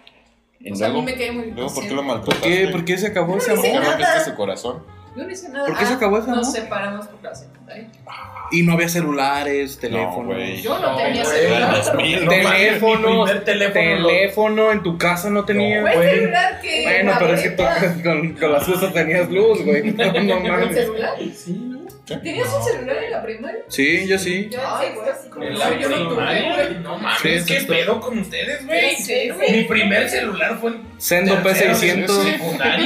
Speaker 8: O sea, a mí me cae muy bien.
Speaker 13: Luego, ¿por qué lo maltrataste?
Speaker 5: ¿Qué? ¿Por qué se acabó ese
Speaker 8: No hice
Speaker 5: amor?
Speaker 8: nada.
Speaker 13: rompiste su corazón?
Speaker 8: Yo no hice nada. Ah,
Speaker 5: ¿Por qué se acabó ese amor?
Speaker 8: Nos separamos por la secundaria.
Speaker 5: Y no había celulares, teléfonos.
Speaker 8: Yo no tenía
Speaker 5: güey.
Speaker 8: celular.
Speaker 13: No
Speaker 5: teléfonos,
Speaker 6: mames, mi primer
Speaker 5: teléfono,
Speaker 6: teléfono,
Speaker 5: en tu casa no tenía.
Speaker 8: Fue el celular que.
Speaker 5: Bueno,
Speaker 8: la
Speaker 5: pero es que tú
Speaker 8: neta-
Speaker 5: con, con las cosas tenías luz, güey. No, no
Speaker 8: ¿El
Speaker 5: mames.
Speaker 8: celular? ¿Tenías un celular en la primaria?
Speaker 5: Sí, yo sí.
Speaker 8: Yo en sexto.
Speaker 6: ¿En
Speaker 8: No,
Speaker 6: la
Speaker 8: yo no
Speaker 6: primaria?
Speaker 8: tuve.
Speaker 6: No
Speaker 5: Sí,
Speaker 6: mames,
Speaker 5: es
Speaker 6: qué
Speaker 5: esto.
Speaker 6: pedo con ustedes, güey.
Speaker 8: Ya sé, güey.
Speaker 6: Mi primer celular fue en
Speaker 5: Sendo
Speaker 6: tercero de
Speaker 5: P600.
Speaker 6: secundaria,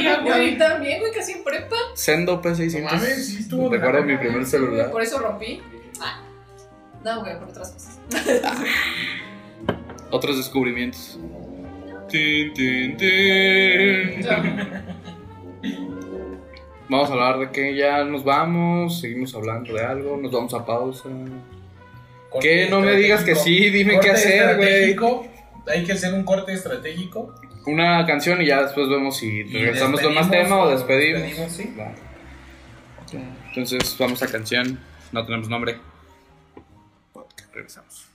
Speaker 8: Y a
Speaker 6: güey.
Speaker 8: mí también, güey, casi en prepa.
Speaker 5: Sendo P600.
Speaker 6: mames, sí estuvo de la
Speaker 5: Recuerdo mi
Speaker 6: verga.
Speaker 5: primer celular.
Speaker 8: Por eso rompí. Ah. No, güey, por otras cosas.
Speaker 5: Otros descubrimientos. Tin, tin, tin. Vamos a hablar de que ya nos vamos, seguimos hablando de algo, nos vamos a pausa. Que no me digas que sí, dime
Speaker 6: Corte
Speaker 5: qué hacer, güey.
Speaker 6: estratégico. Hay que hacer un corte estratégico.
Speaker 5: Una canción y ya después vemos si regresamos con más tema o despedimos.
Speaker 6: sí.
Speaker 5: Va. Entonces vamos a canción. No tenemos nombre. Podcast, Regresamos.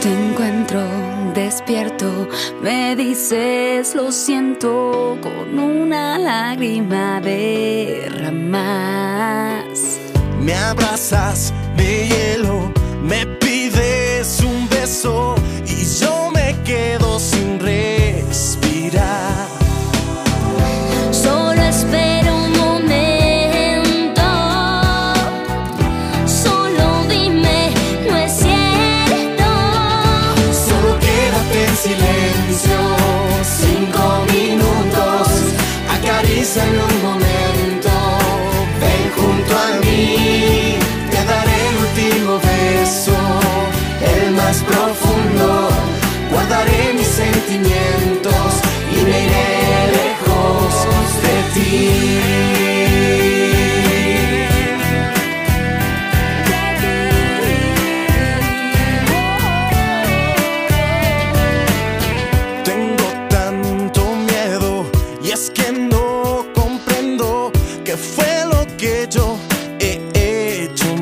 Speaker 12: Te encuentro despierto, me dices lo siento con una lágrima derramas.
Speaker 13: Me abrazas de hielo, me pides un beso y yo me quedo sin respirar.
Speaker 12: Solo espero un momento. Solo dime, no es cierto.
Speaker 13: Solo quédate en silencio, cinco minutos, acaríciame un momento, ven junto a mí, te daré el último beso, el más profundo, guardaré mis sentimientos y me iré lejos de ti. Tengo tanto miedo y es que no comprendo qué fue lo que yo he hecho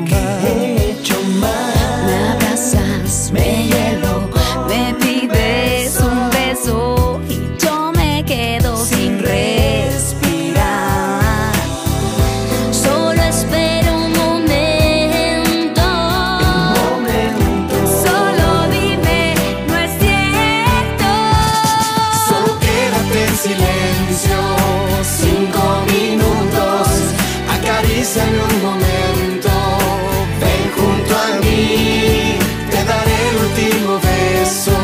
Speaker 13: mal.
Speaker 12: Me abrazas, me hielo, me pides un beso y yo me quedo sin respirar. Solo espero un momento. Solo dime, no es cierto.
Speaker 13: Solo quédate en silencio, cinco minutos, acaríciame un momento, ven junto a mí, te daré el último beso,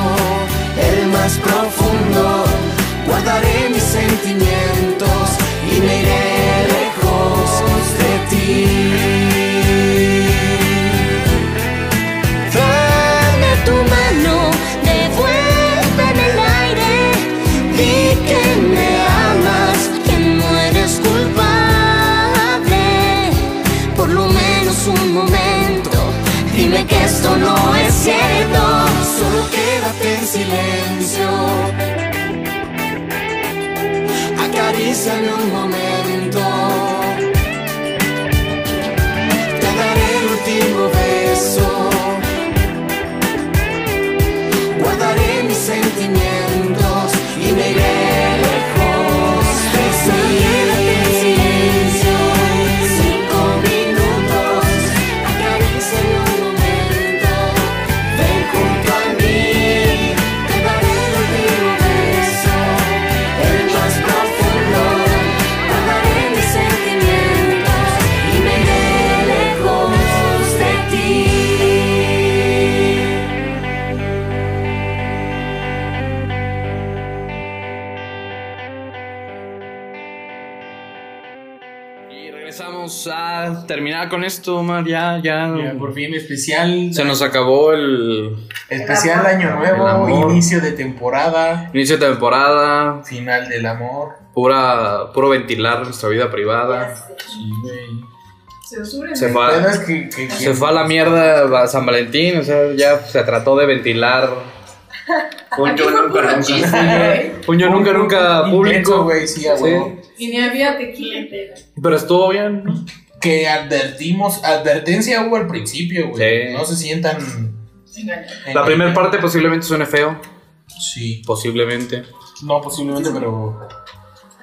Speaker 13: el más profundo, guardaré mis sentimientos y me iré lejos de ti.
Speaker 12: Dame tu mano, devuélveme el aire. Di que me amas, que no eres culpable. Por lo menos un momento, dime que esto no es cierto.
Speaker 13: Solo quédate en silencio. Acaríciame un momento. Te daré el último beso. Guardaré mis sentimientos y me iré lejos de ti. Quédate en silencio. Cinco minutos. Acaríciame un momento. Ven junto a mí, te daré el último beso, el más profundo. Guardaré mis sentimientos y me iré lejos de ti.
Speaker 5: Y regresamos a terminar con esto, Omar. Ya, ya.
Speaker 6: por fin, especial.
Speaker 5: Se nos acabó el.
Speaker 6: Especial Año
Speaker 5: El
Speaker 6: Nuevo,
Speaker 5: amor.
Speaker 6: inicio de temporada,
Speaker 5: Inicio de temporada.
Speaker 6: final del amor.
Speaker 5: Pura, puro ventilar nuestra vida privada.
Speaker 8: Censúrenme.
Speaker 5: Se fue, a, se fue a la mierda a San Valentín. O sea, ya se trató de ventilar.
Speaker 8: Un yo nunca, nunca.
Speaker 5: Un yo nunca, nunca público.
Speaker 6: güey, sí, a
Speaker 5: Sí.
Speaker 6: huevo.
Speaker 8: Y ni había tequila.
Speaker 5: Pero estuvo bien, ¿no?
Speaker 6: Que advertimos, advertencia hubo al principio, güey. No se sientan.
Speaker 5: La primera parte posiblemente suene feo.
Speaker 6: Sí.
Speaker 5: Posiblemente.
Speaker 6: No, posiblemente, pero.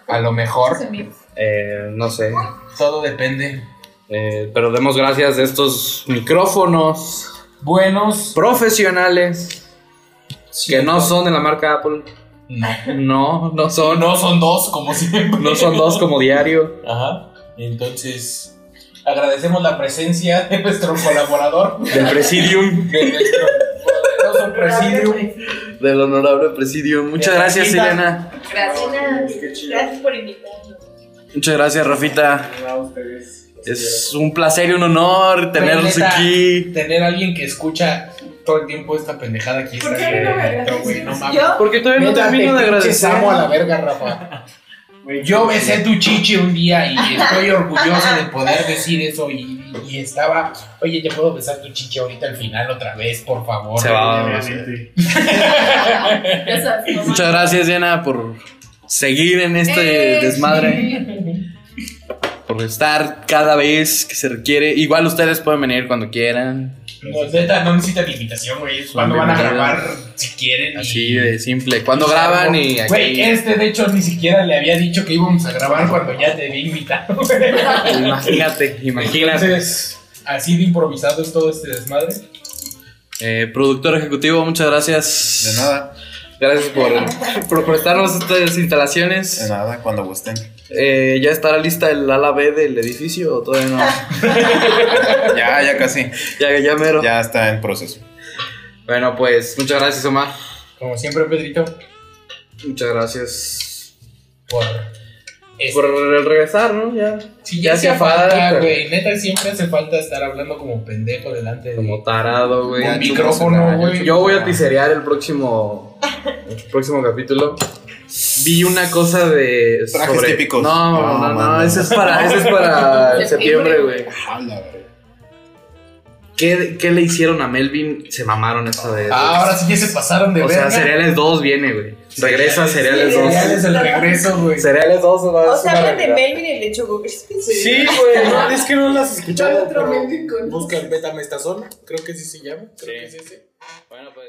Speaker 6: A lo mejor.
Speaker 5: Eh, no sé.
Speaker 6: Todo depende.
Speaker 5: Eh, pero demos gracias a estos micrófonos.
Speaker 6: Buenos.
Speaker 5: Profesionales. que no son de la marca Apple.
Speaker 6: No.
Speaker 5: No, no son.
Speaker 6: No son dos, como siempre.
Speaker 5: No son dos como diario.
Speaker 6: Ajá. Entonces, agradecemos la presencia de nuestro colaborador.
Speaker 5: Del Presidium.
Speaker 6: De nuestro poderoso Presidium.
Speaker 5: Del honorable presidio. Muchas
Speaker 6: De
Speaker 5: gracias,
Speaker 6: Rafita.
Speaker 5: Elena.
Speaker 10: Gracias. Gracias por invitarnos.
Speaker 6: Ah,
Speaker 17: Muchas gracias, Rafita.
Speaker 5: Es un placer y un honor tenerlos
Speaker 6: Neta,
Speaker 5: aquí.
Speaker 6: Tener a alguien que escucha todo el tiempo esta pendejada aquí.
Speaker 5: ¿Por
Speaker 6: está
Speaker 5: qué no me
Speaker 6: bien,
Speaker 5: agradeces?
Speaker 6: güey, no mames.
Speaker 5: ¿Yo? Porque todavía no
Speaker 6: Neta,
Speaker 5: termino
Speaker 6: te
Speaker 5: de
Speaker 6: pinches
Speaker 5: agradecer.
Speaker 6: amo a la verga, Rafa. Yo besé tu chichi un día y estoy orgulloso de poder decir eso. Y, y estaba, oye, ¿te puedo besar tu chichi ahorita al final otra vez, por favor?
Speaker 5: Se va,
Speaker 6: Obviamente.
Speaker 5: Muchas gracias, Diana, por seguir en este
Speaker 6: Eh,
Speaker 5: desmadre. Por estar cada vez que se requiere. Igual ustedes pueden venir cuando quieran.
Speaker 6: No, neta, no necesitan invitación, güey. es Cuando van a grabar, si quieren.
Speaker 5: Así de simple. Cuando graban y aquí.
Speaker 6: Güey, este de hecho ni siquiera le había dicho que íbamos a grabar cuando ya te había invitado.
Speaker 5: Imagínate, imagínate.
Speaker 6: Entonces, así de improvisado es todo este desmadre.
Speaker 5: Eh, productor ejecutivo, muchas gracias. De nada. Gracias por, por prestarnos estas instalaciones. De nada, cuando gusten. ¿Ya estará lista el ala B del edificio o todavía no? ya, ya casi. Ya, ya mero. Ya está en proceso. Bueno, pues muchas gracias, Omar.
Speaker 6: Como siempre, Pedrito.
Speaker 5: Muchas gracias.
Speaker 6: Por, este,
Speaker 5: por el regresar, ¿no? Ya.
Speaker 6: Sí,
Speaker 5: Ya
Speaker 6: ya,
Speaker 5: hacía
Speaker 6: hacía
Speaker 5: falta,
Speaker 6: falta,
Speaker 5: pero-
Speaker 6: güey. Neta, siempre hace falta estar hablando como pendejo delante de. Como
Speaker 5: Tarado, güey.
Speaker 6: Un micrófono, güey.
Speaker 5: Yo voy a tiserear el próximo, el próximo capítulo. Vi una cosa de.
Speaker 3: Trajes típicos.
Speaker 5: No,
Speaker 3: No,
Speaker 5: no, no,
Speaker 3: mano.
Speaker 5: ese es para, ese es para el septiembre,
Speaker 3: Septiembre.
Speaker 5: güey.
Speaker 6: Ah,
Speaker 5: ¿Qué, ¿Qué le hicieron a Melvin? Se mamaron esta vez.
Speaker 6: Ah, ahora sí ya se pasaron de
Speaker 5: O
Speaker 6: verga.
Speaker 5: sea, Cereales 2 viene, güey. Regresa Cereales 2.
Speaker 6: Cereales, el regreso, güey.
Speaker 5: Cereales 2 va a
Speaker 10: O
Speaker 5: ser
Speaker 10: sea,
Speaker 5: una
Speaker 10: hablan de
Speaker 5: realidad.
Speaker 10: Melvin y le echo Google
Speaker 6: Sí, güey. no, es que no las has
Speaker 10: Yo
Speaker 6: escuchado. pero
Speaker 10: otro mendigo, ¿no?
Speaker 6: Busca el Betametazona. Creo que sí se llama. Creo que es ese.
Speaker 5: Bueno, pues.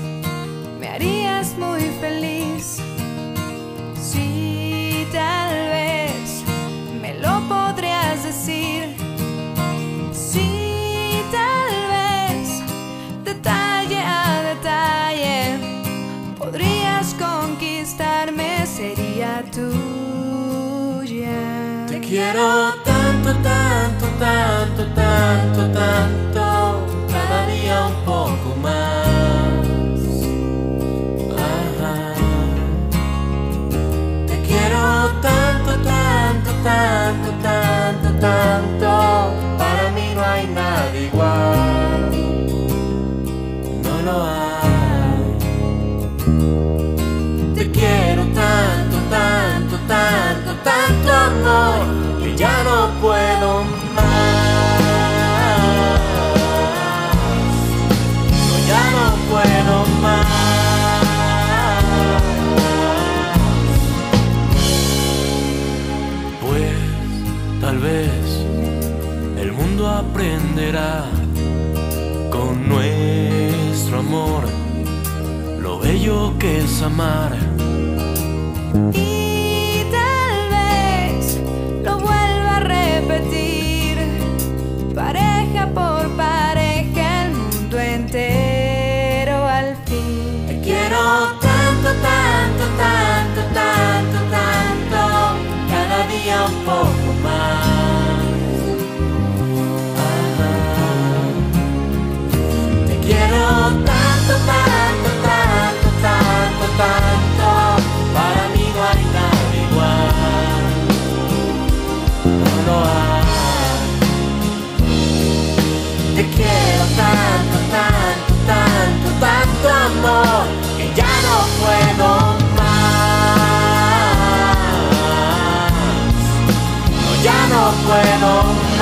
Speaker 13: me harías muy feliz. Sí, tal vez me lo podrías decir. Sí, tal vez detalle a detalle podrías conquistarme, sería tuya.
Speaker 11: Te quiero tanto, tanto, tanto, tanto, tanto, cada día un poco más. Ajá. Te quiero tanto, tanto, tanto, tanto, tanto, para mí no hay nada igual. No lo hay. Te quiero tanto, tanto, tanto, tanto amor, que ya no puedo más. No, ya no puedo más. Pues tal vez el mundo aprenderá con nuestro amor lo bello que es amar.
Speaker 13: Y tal vez lo vuelva a repetir, pareja por pareja, el mundo entero al fin. Te
Speaker 11: quiero tanto, tanto, tanto, tanto, tanto, cada día un poco más. Ajá. Te quiero tanto, tanto, tanto, tanto, tanto, para mí no hay nada igual. No lo hay. Te quiero tanto, tanto, tanto, tanto amor que ya no puedo más. No, ya no puedo más.